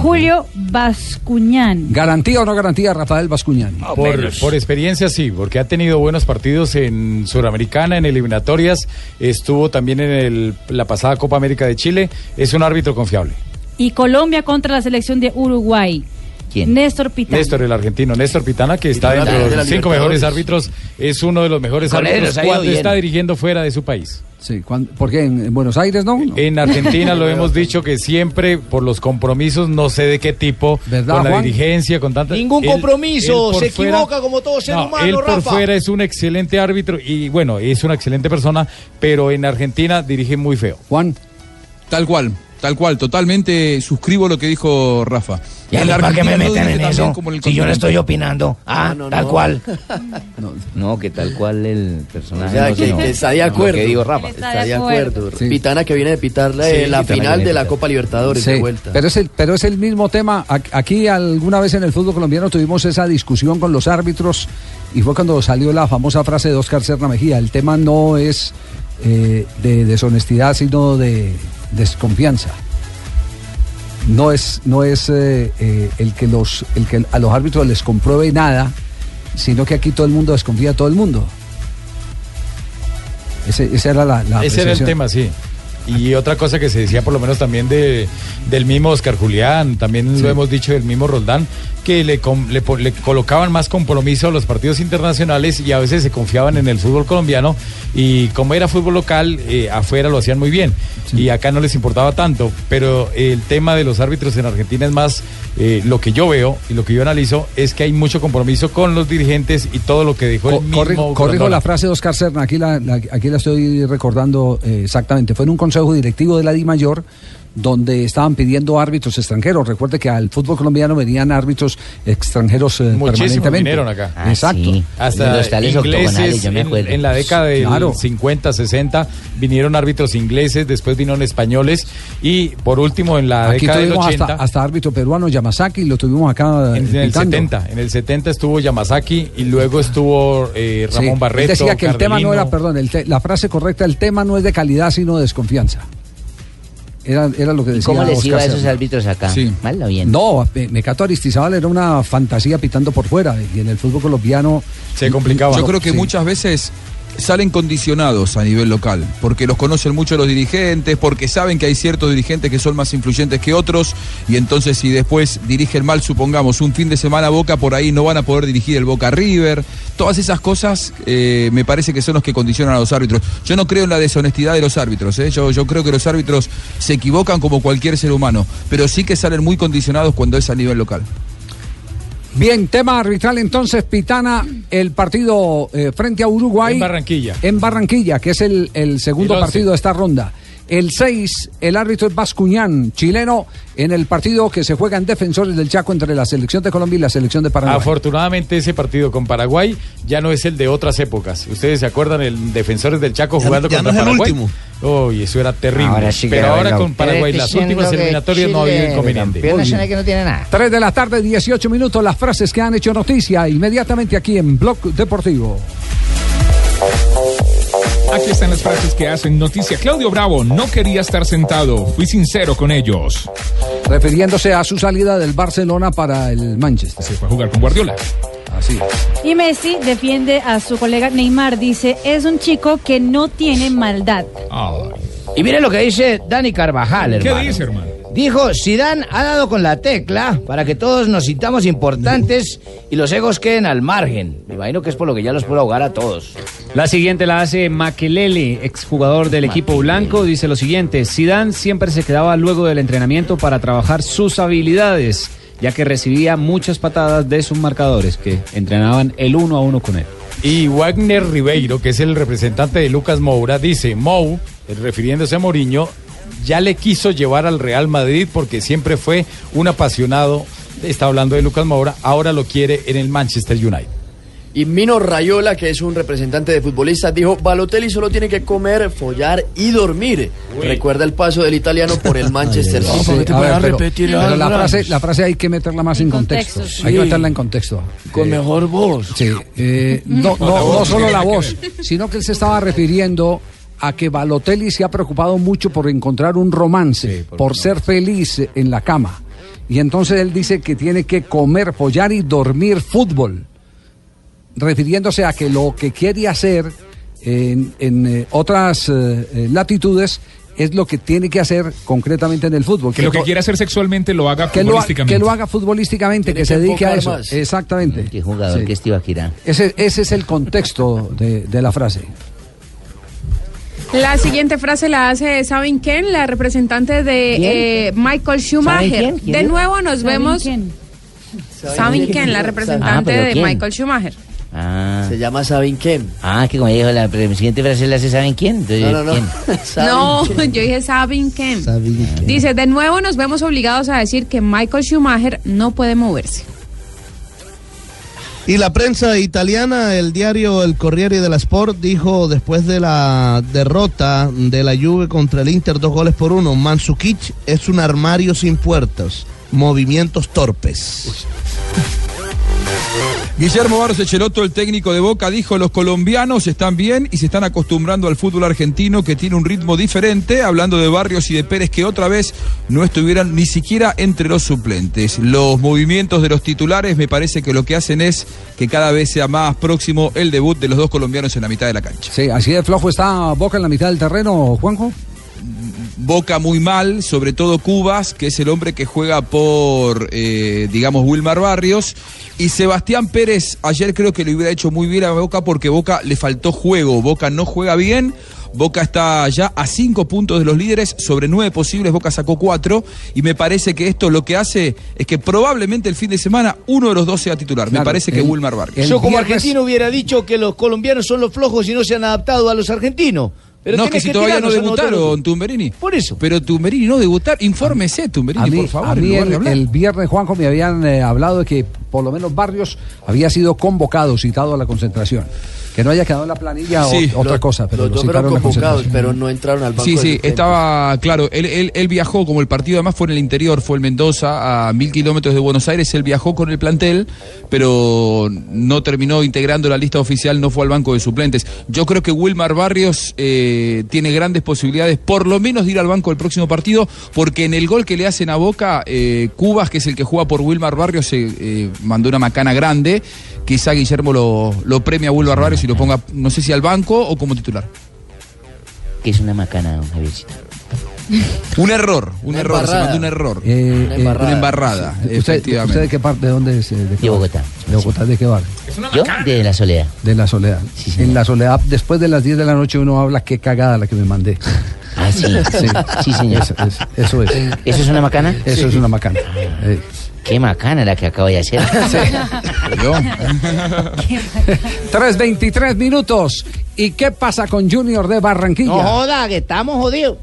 [SPEAKER 12] Julio Bascuñán.
[SPEAKER 9] ¿Garantía o no garantía Rafael Bascuñán?
[SPEAKER 17] Por, por experiencia sí, porque ha tenido buenos partidos en Sudamericana, en eliminatorias, estuvo también en el- la pasada Copa América de Chile, es un árbitro confiable.
[SPEAKER 12] Y Colombia contra la selección de Uruguay. Néstor Pitana.
[SPEAKER 17] Néstor, el argentino, Néstor Pitana, que está
[SPEAKER 11] Titular
[SPEAKER 17] dentro de
[SPEAKER 11] de la
[SPEAKER 17] los cinco
[SPEAKER 11] Libertadores.
[SPEAKER 17] mejores árbitros, es uno de los mejores
[SPEAKER 11] Con él
[SPEAKER 17] árbitros
[SPEAKER 11] nos ha ido
[SPEAKER 17] cuando
[SPEAKER 11] bien.
[SPEAKER 17] está dirigiendo fuera de su país.
[SPEAKER 9] Sí, cuan- ¿por qué? ¿En, en Buenos Aires, no?
[SPEAKER 17] En Argentina
[SPEAKER 9] *laughs*
[SPEAKER 17] lo hemos dicho que siempre por los compromisos, no sé de qué tipo,
[SPEAKER 9] ¿Verdad,
[SPEAKER 17] con la
[SPEAKER 9] Juan?
[SPEAKER 17] dirigencia, con tantas.
[SPEAKER 22] Ningún
[SPEAKER 17] él-
[SPEAKER 22] compromiso,
[SPEAKER 17] él por
[SPEAKER 22] se
[SPEAKER 17] fuera-
[SPEAKER 22] equivoca como todo ser
[SPEAKER 17] No,
[SPEAKER 22] humano,
[SPEAKER 17] él por
[SPEAKER 22] Rafa.
[SPEAKER 17] fuera es un excelente árbitro y bueno, es una excelente persona, pero en Argentina dirige muy feo.
[SPEAKER 9] Juan.
[SPEAKER 17] Tal cual, tal cual, totalmente suscribo lo que dijo Rafa.
[SPEAKER 10] Y a mí, ¿para qué me meten en eso? Si yo no estoy opinando. Ah, tal cual.
[SPEAKER 23] No, que tal cual el
[SPEAKER 20] O
[SPEAKER 23] personaje.
[SPEAKER 20] sea,
[SPEAKER 23] no,
[SPEAKER 20] que,
[SPEAKER 23] sino
[SPEAKER 20] que está de acuerdo.
[SPEAKER 23] lo que digo Rafa.
[SPEAKER 20] Está de acuerdo.
[SPEAKER 9] Sí.
[SPEAKER 20] Pitana que viene de pitar la,
[SPEAKER 9] Sí,
[SPEAKER 20] la
[SPEAKER 9] Pitana
[SPEAKER 20] final
[SPEAKER 9] que
[SPEAKER 20] de la
[SPEAKER 9] pitar.
[SPEAKER 20] Copa Libertadores de
[SPEAKER 9] Sí,
[SPEAKER 20] vuelta.
[SPEAKER 9] Pero es, el, pero es el mismo tema. Ac- Aquí alguna vez en el fútbol colombiano tuvimos esa discusión con los árbitros y fue cuando salió la famosa frase de Oscar Serna Mejía. El tema no es eh, de deshonestidad, sino de desconfianza. No es, no es eh, eh, el que, los, el que a los árbitros les compruebe nada, sino que aquí todo el mundo desconfía a todo el mundo. Ese, esa era Ah, la, la
[SPEAKER 17] Ese era el
[SPEAKER 9] apreciación.
[SPEAKER 17] tema, sí. Y otra cosa que se decía por lo menos también de, del mismo Oscar Julián, también lo hemos dicho del mismo Roldán, que le, com- le, po- le colocaban más compromiso a los partidos internacionales y a veces se confiaban en el fútbol colombiano y como era fútbol local, eh, afuera lo hacían muy bien y acá no les importaba tanto, pero el tema de los árbitros en Argentina es más eh, lo que yo veo y lo que yo analizo es que hay mucho compromiso con los dirigentes y todo lo que dejó el
[SPEAKER 9] Co- corri-
[SPEAKER 17] mismo
[SPEAKER 9] corrijo
[SPEAKER 17] Grondona.
[SPEAKER 9] la frase de Oscar Serna, aquí la, la- aquí la estoy recordando eh, exactamente. Fue en un consejo directivo de la Di Mayor donde estaban pidiendo árbitros extranjeros. Recuerde que al fútbol colombiano venían árbitros extranjeros eh,
[SPEAKER 17] Muchísimos
[SPEAKER 9] permanentemente.
[SPEAKER 17] vinieron acá.
[SPEAKER 9] Ah, Exacto.
[SPEAKER 17] Hasta
[SPEAKER 23] Los tales octogonales,
[SPEAKER 17] ingleses,
[SPEAKER 23] yo me
[SPEAKER 17] en,
[SPEAKER 23] acuerdo.
[SPEAKER 17] en la década de
[SPEAKER 23] Claro.
[SPEAKER 17] 50, 60, vinieron árbitros ingleses, después vinieron españoles y por último en la
[SPEAKER 9] Aquí
[SPEAKER 17] década del
[SPEAKER 9] tuvimos
[SPEAKER 17] 80,
[SPEAKER 9] hasta, hasta árbitro peruano Yamazaki, lo tuvimos acá eh,
[SPEAKER 17] en el
[SPEAKER 9] pitando.
[SPEAKER 17] 70, en el 70 estuvo Yamazaki y luego estuvo eh,
[SPEAKER 9] Sí,
[SPEAKER 17] Ramón
[SPEAKER 9] él
[SPEAKER 17] Barreto.
[SPEAKER 9] decía que el tema no
[SPEAKER 17] Cardelino.
[SPEAKER 9] era, perdón, el te- la frase correcta, el tema no es de calidad, sino de desconfianza. Era, era lo que decía
[SPEAKER 25] cómo les
[SPEAKER 9] Oscar
[SPEAKER 25] iba a esos
[SPEAKER 9] Serna.
[SPEAKER 25] árbitros acá? ¿Mal o bien?
[SPEAKER 9] No, Me- Mecato Aristizábal era una fantasía pitando por fuera y en el fútbol colombiano
[SPEAKER 17] se
[SPEAKER 9] complicaba.
[SPEAKER 16] Yo creo que muchas veces salen condicionados a nivel local, porque los conocen mucho los dirigentes, porque saben que hay ciertos dirigentes que son más influyentes que otros, y entonces si después dirigen mal, supongamos, un fin de semana Boca por ahí no van a poder dirigir el Boca River, todas esas cosas eh, me parece que son los que condicionan a los árbitros. Yo no creo en la deshonestidad de los árbitros, ¿eh? yo, yo creo que los árbitros se equivocan como cualquier ser humano, pero sí que salen muy condicionados cuando es a nivel local.
[SPEAKER 9] Bien, tema arbitral entonces, Pitana, el partido eh, frente a Uruguay.
[SPEAKER 17] En Barranquilla.
[SPEAKER 9] En Barranquilla, que es el, el segundo
[SPEAKER 17] El once.
[SPEAKER 9] partido de esta ronda. El 6, el árbitro es Bascuñán, chileno, en el partido que se juega en Defensores del Chaco entre la selección de Colombia y la selección de Paraguay.
[SPEAKER 17] Afortunadamente ese partido con Paraguay ya no es el de otras épocas. Ustedes se acuerdan el Defensores del Chaco
[SPEAKER 14] Ya-
[SPEAKER 17] jugando
[SPEAKER 14] ya
[SPEAKER 17] contra
[SPEAKER 14] no es el
[SPEAKER 17] Paraguay.
[SPEAKER 14] último.
[SPEAKER 17] Uy, eso era terrible.
[SPEAKER 14] Ahora sí que
[SPEAKER 17] Pero
[SPEAKER 14] era
[SPEAKER 17] ahora
[SPEAKER 14] bailado.
[SPEAKER 17] con Paraguay las últimas eliminatorias no ha habido inconveniente.
[SPEAKER 9] Muy bien.
[SPEAKER 25] que no tiene nada.
[SPEAKER 9] 3 de la tarde, 18 minutos, las frases que han hecho noticia inmediatamente aquí en Blog Deportivo.
[SPEAKER 11] Aquí están las frases que hacen noticia. Claudio Bravo, no quería estar sentado. Fui sincero con ellos.
[SPEAKER 9] refiriéndose a su salida del Barcelona para el Manchester.
[SPEAKER 11] Se fue a jugar con Guardiola.
[SPEAKER 17] Ah,
[SPEAKER 9] Así es.
[SPEAKER 12] Y Messi defiende a su colega Neymar. Dice, es un chico que no tiene maldad.
[SPEAKER 9] Ah.
[SPEAKER 10] Y mire lo que dice Dani Carvajal,
[SPEAKER 12] ¿Qué
[SPEAKER 10] hermano.
[SPEAKER 12] dice,
[SPEAKER 11] hermano?
[SPEAKER 10] Dijo, Zidane ha dado con la tecla para que todos nos sintamos importantes y los egos queden al margen. Me imagino que es por lo que ya los puedo ahogar a todos.
[SPEAKER 15] La siguiente la hace Makelele, exjugador del equipo blanco, dice lo siguiente: Zidane siempre se quedaba luego del entrenamiento para trabajar sus habilidades, ya que recibía muchas patadas de sus marcadores que entrenaban el uno a uno con él.
[SPEAKER 17] Y Wagner Ribeiro, que es el representante de Lucas Moura, dice, Mou, eh, refiriéndose a Mourinho, ya le quiso llevar al Real Madrid porque siempre fue un apasionado, está hablando de Lucas Moura, ahora lo quiere en el Manchester United.
[SPEAKER 20] Y Mino Rayola, que es un representante de futbolistas, dijo, Balotelli solo tiene que comer, follar y dormir. Recuerda el paso del italiano
[SPEAKER 9] *laughs*
[SPEAKER 20] por el Manchester City.
[SPEAKER 9] A ver, pero- pero la, frase, la frase hay que meterla más en, contexto.
[SPEAKER 20] contexto,
[SPEAKER 9] Hay
[SPEAKER 20] sí.
[SPEAKER 9] que meterla en contexto.
[SPEAKER 20] Con mejor voz.
[SPEAKER 9] Sí. eh, no,
[SPEAKER 20] Con la
[SPEAKER 9] no, no
[SPEAKER 20] voz.
[SPEAKER 9] solo la voz, sino que él se estaba refiriendo a que Balotelli se ha preocupado mucho por encontrar un romance, por, ser feliz en la cama. Y entonces él dice que tiene que comer, follar y dormir fútbol, refiriéndose a que lo que quiere hacer en, en, eh, otras eh, eh, latitudes es lo que tiene que hacer concretamente en el fútbol.
[SPEAKER 11] Que lo que
[SPEAKER 9] to-
[SPEAKER 11] quiera hacer sexualmente lo haga
[SPEAKER 9] que lo, ha- que
[SPEAKER 11] futbolísticamente.
[SPEAKER 9] lo haga futbolísticamente, que,
[SPEAKER 11] Tiene
[SPEAKER 9] se
[SPEAKER 11] que
[SPEAKER 9] dedique a eso.
[SPEAKER 11] enfocar más.
[SPEAKER 9] Exactamente.
[SPEAKER 25] Qué jugador
[SPEAKER 9] Sí.
[SPEAKER 25] que es Tibaquirá.
[SPEAKER 9] Ese, ese es el contexto de, de la frase.
[SPEAKER 28] La siguiente frase la hace, ¿saben quién? La representante
[SPEAKER 12] ¿Quién?
[SPEAKER 28] de eh, Michael Schumacher.
[SPEAKER 12] ¿Saben quién? ¿Quién
[SPEAKER 28] de
[SPEAKER 12] es?
[SPEAKER 28] nuevo nos
[SPEAKER 12] ¿Saben
[SPEAKER 28] vemos.
[SPEAKER 12] quién?
[SPEAKER 28] ¿Saben quién? La representante
[SPEAKER 25] Ah, pero
[SPEAKER 28] de
[SPEAKER 25] ¿quién?
[SPEAKER 28] Michael Schumacher.
[SPEAKER 25] Ah,
[SPEAKER 20] Se llama Sabin Ken.
[SPEAKER 25] ah, que como ella dijo, la pre- siguiente frase la hace, ¿saben quién? Entonces,
[SPEAKER 20] No, no, no.
[SPEAKER 25] ¿quién?
[SPEAKER 28] No, yo dije, ¿saben quién? Dice, de nuevo nos vemos obligados a decir que Michael Schumacher no puede moverse.
[SPEAKER 14] Y la prensa italiana, el diario El Corriere della Sport, dijo después de la derrota de la Juve contra el Inter, dos goles por uno, Mansukic es un armario sin puertas, movimientos torpes.
[SPEAKER 16] Guillermo Barros Echeloto, el técnico de Boca, dijo, los colombianos están bien y se están acostumbrando al fútbol argentino que tiene un ritmo diferente, hablando de Barrios y de Pérez que otra vez no estuvieran ni siquiera entre los suplentes. Los movimientos de los titulares me parece que lo que hacen es que cada vez sea más próximo el debut de los dos colombianos en la mitad de la cancha.
[SPEAKER 9] Sí, así de flojo está Boca en la mitad del terreno, Juanjo.
[SPEAKER 16] Boca muy mal, sobre todo Cubas, que es el hombre que juega por, eh, digamos, Wilmar Barrios. Y Sebastián Pérez, ayer creo que le hubiera hecho muy bien a Boca porque Boca le faltó juego. Boca no juega bien. Boca está ya a cinco puntos de los líderes, sobre nueve posibles, Boca sacó cuatro. Y me parece que esto lo que hace es que probablemente el fin de semana uno de los dos sea titular. me
[SPEAKER 20] Claro,
[SPEAKER 16] parece que
[SPEAKER 20] el-
[SPEAKER 16] Wilmar Barrios.
[SPEAKER 20] Yo como argentino hubiera dicho que los colombianos son los flojos y no se han adaptado a los argentinos. Pero
[SPEAKER 16] no, es
[SPEAKER 20] tiene
[SPEAKER 16] que si todavía no
[SPEAKER 20] tirarnos a nosotros.
[SPEAKER 16] debutaron, Tumberini. Por eso. Pero Tumberini no debutar, infórmese, Tumberini,
[SPEAKER 9] A mí,
[SPEAKER 16] por favor.
[SPEAKER 9] a mí
[SPEAKER 16] en lugar de
[SPEAKER 9] el,
[SPEAKER 16] hablar.
[SPEAKER 9] el viernes, Juanjo, me habían eh, hablado de que por lo menos Barrios había sido convocado, citado a la concentración. Que no haya quedado en la planilla o-
[SPEAKER 16] Sí.
[SPEAKER 9] otra
[SPEAKER 16] Los-
[SPEAKER 9] cosa, pero
[SPEAKER 16] los
[SPEAKER 9] lo
[SPEAKER 16] dos fueron
[SPEAKER 9] citaron en la
[SPEAKER 16] convocados,
[SPEAKER 9] concentración.
[SPEAKER 20] Pero no entraron al banco.
[SPEAKER 16] Sí,
[SPEAKER 20] de
[SPEAKER 16] sí,
[SPEAKER 20] suplentes.
[SPEAKER 16] estaba claro. Él, él- él viajó, como el partido además fue en el interior, fue en Mendoza, a mil kilómetros de Buenos Aires. Él viajó con el plantel, pero no terminó integrando la lista oficial, no fue al banco de suplentes. Yo creo que Wilmar Barrios eh, tiene grandes posibilidades, por lo menos de ir al banco el próximo partido, porque en el gol que le hacen a Boca, eh, Cubas, que es el que juega por Wilmar Barrios, se eh, mandó una macana grande. Quizá Guillermo lo, lo premia a Wilmar Barrios y lo ponga, no sé si al banco o como titular.
[SPEAKER 25] Que es una macana, don Javiercito.
[SPEAKER 16] Un error, un
[SPEAKER 25] Una
[SPEAKER 16] error,
[SPEAKER 25] embarrada.
[SPEAKER 16] se mandó un error.
[SPEAKER 9] Eh, eh,
[SPEAKER 16] Una embarrada,
[SPEAKER 9] ¿Usted- ¿Usted,
[SPEAKER 16] efectivamente.
[SPEAKER 9] de qué parte? ¿De dónde es? eh, ¿De, qué
[SPEAKER 25] De
[SPEAKER 9] barrio?
[SPEAKER 25] Bogotá.
[SPEAKER 9] ¿De Bogotá? ¿De qué barrio?
[SPEAKER 25] Yo, de la soledad.
[SPEAKER 9] De la soledad. en la soledad, después de las 10 de la noche uno habla, qué cagada la que me mandé.
[SPEAKER 25] *laughs* Ah, sí.
[SPEAKER 9] Sí,
[SPEAKER 25] Sí, señor.
[SPEAKER 9] Eso, es- eso es.
[SPEAKER 25] ¿Eso es una macana?
[SPEAKER 9] Eso es una macana.
[SPEAKER 25] Qué macana la que acabo de hacer. *laughs*
[SPEAKER 9] 3.23 minutos. ¿Y qué pasa con Junior de Barranquilla?
[SPEAKER 24] No joda, que estamos jodidos.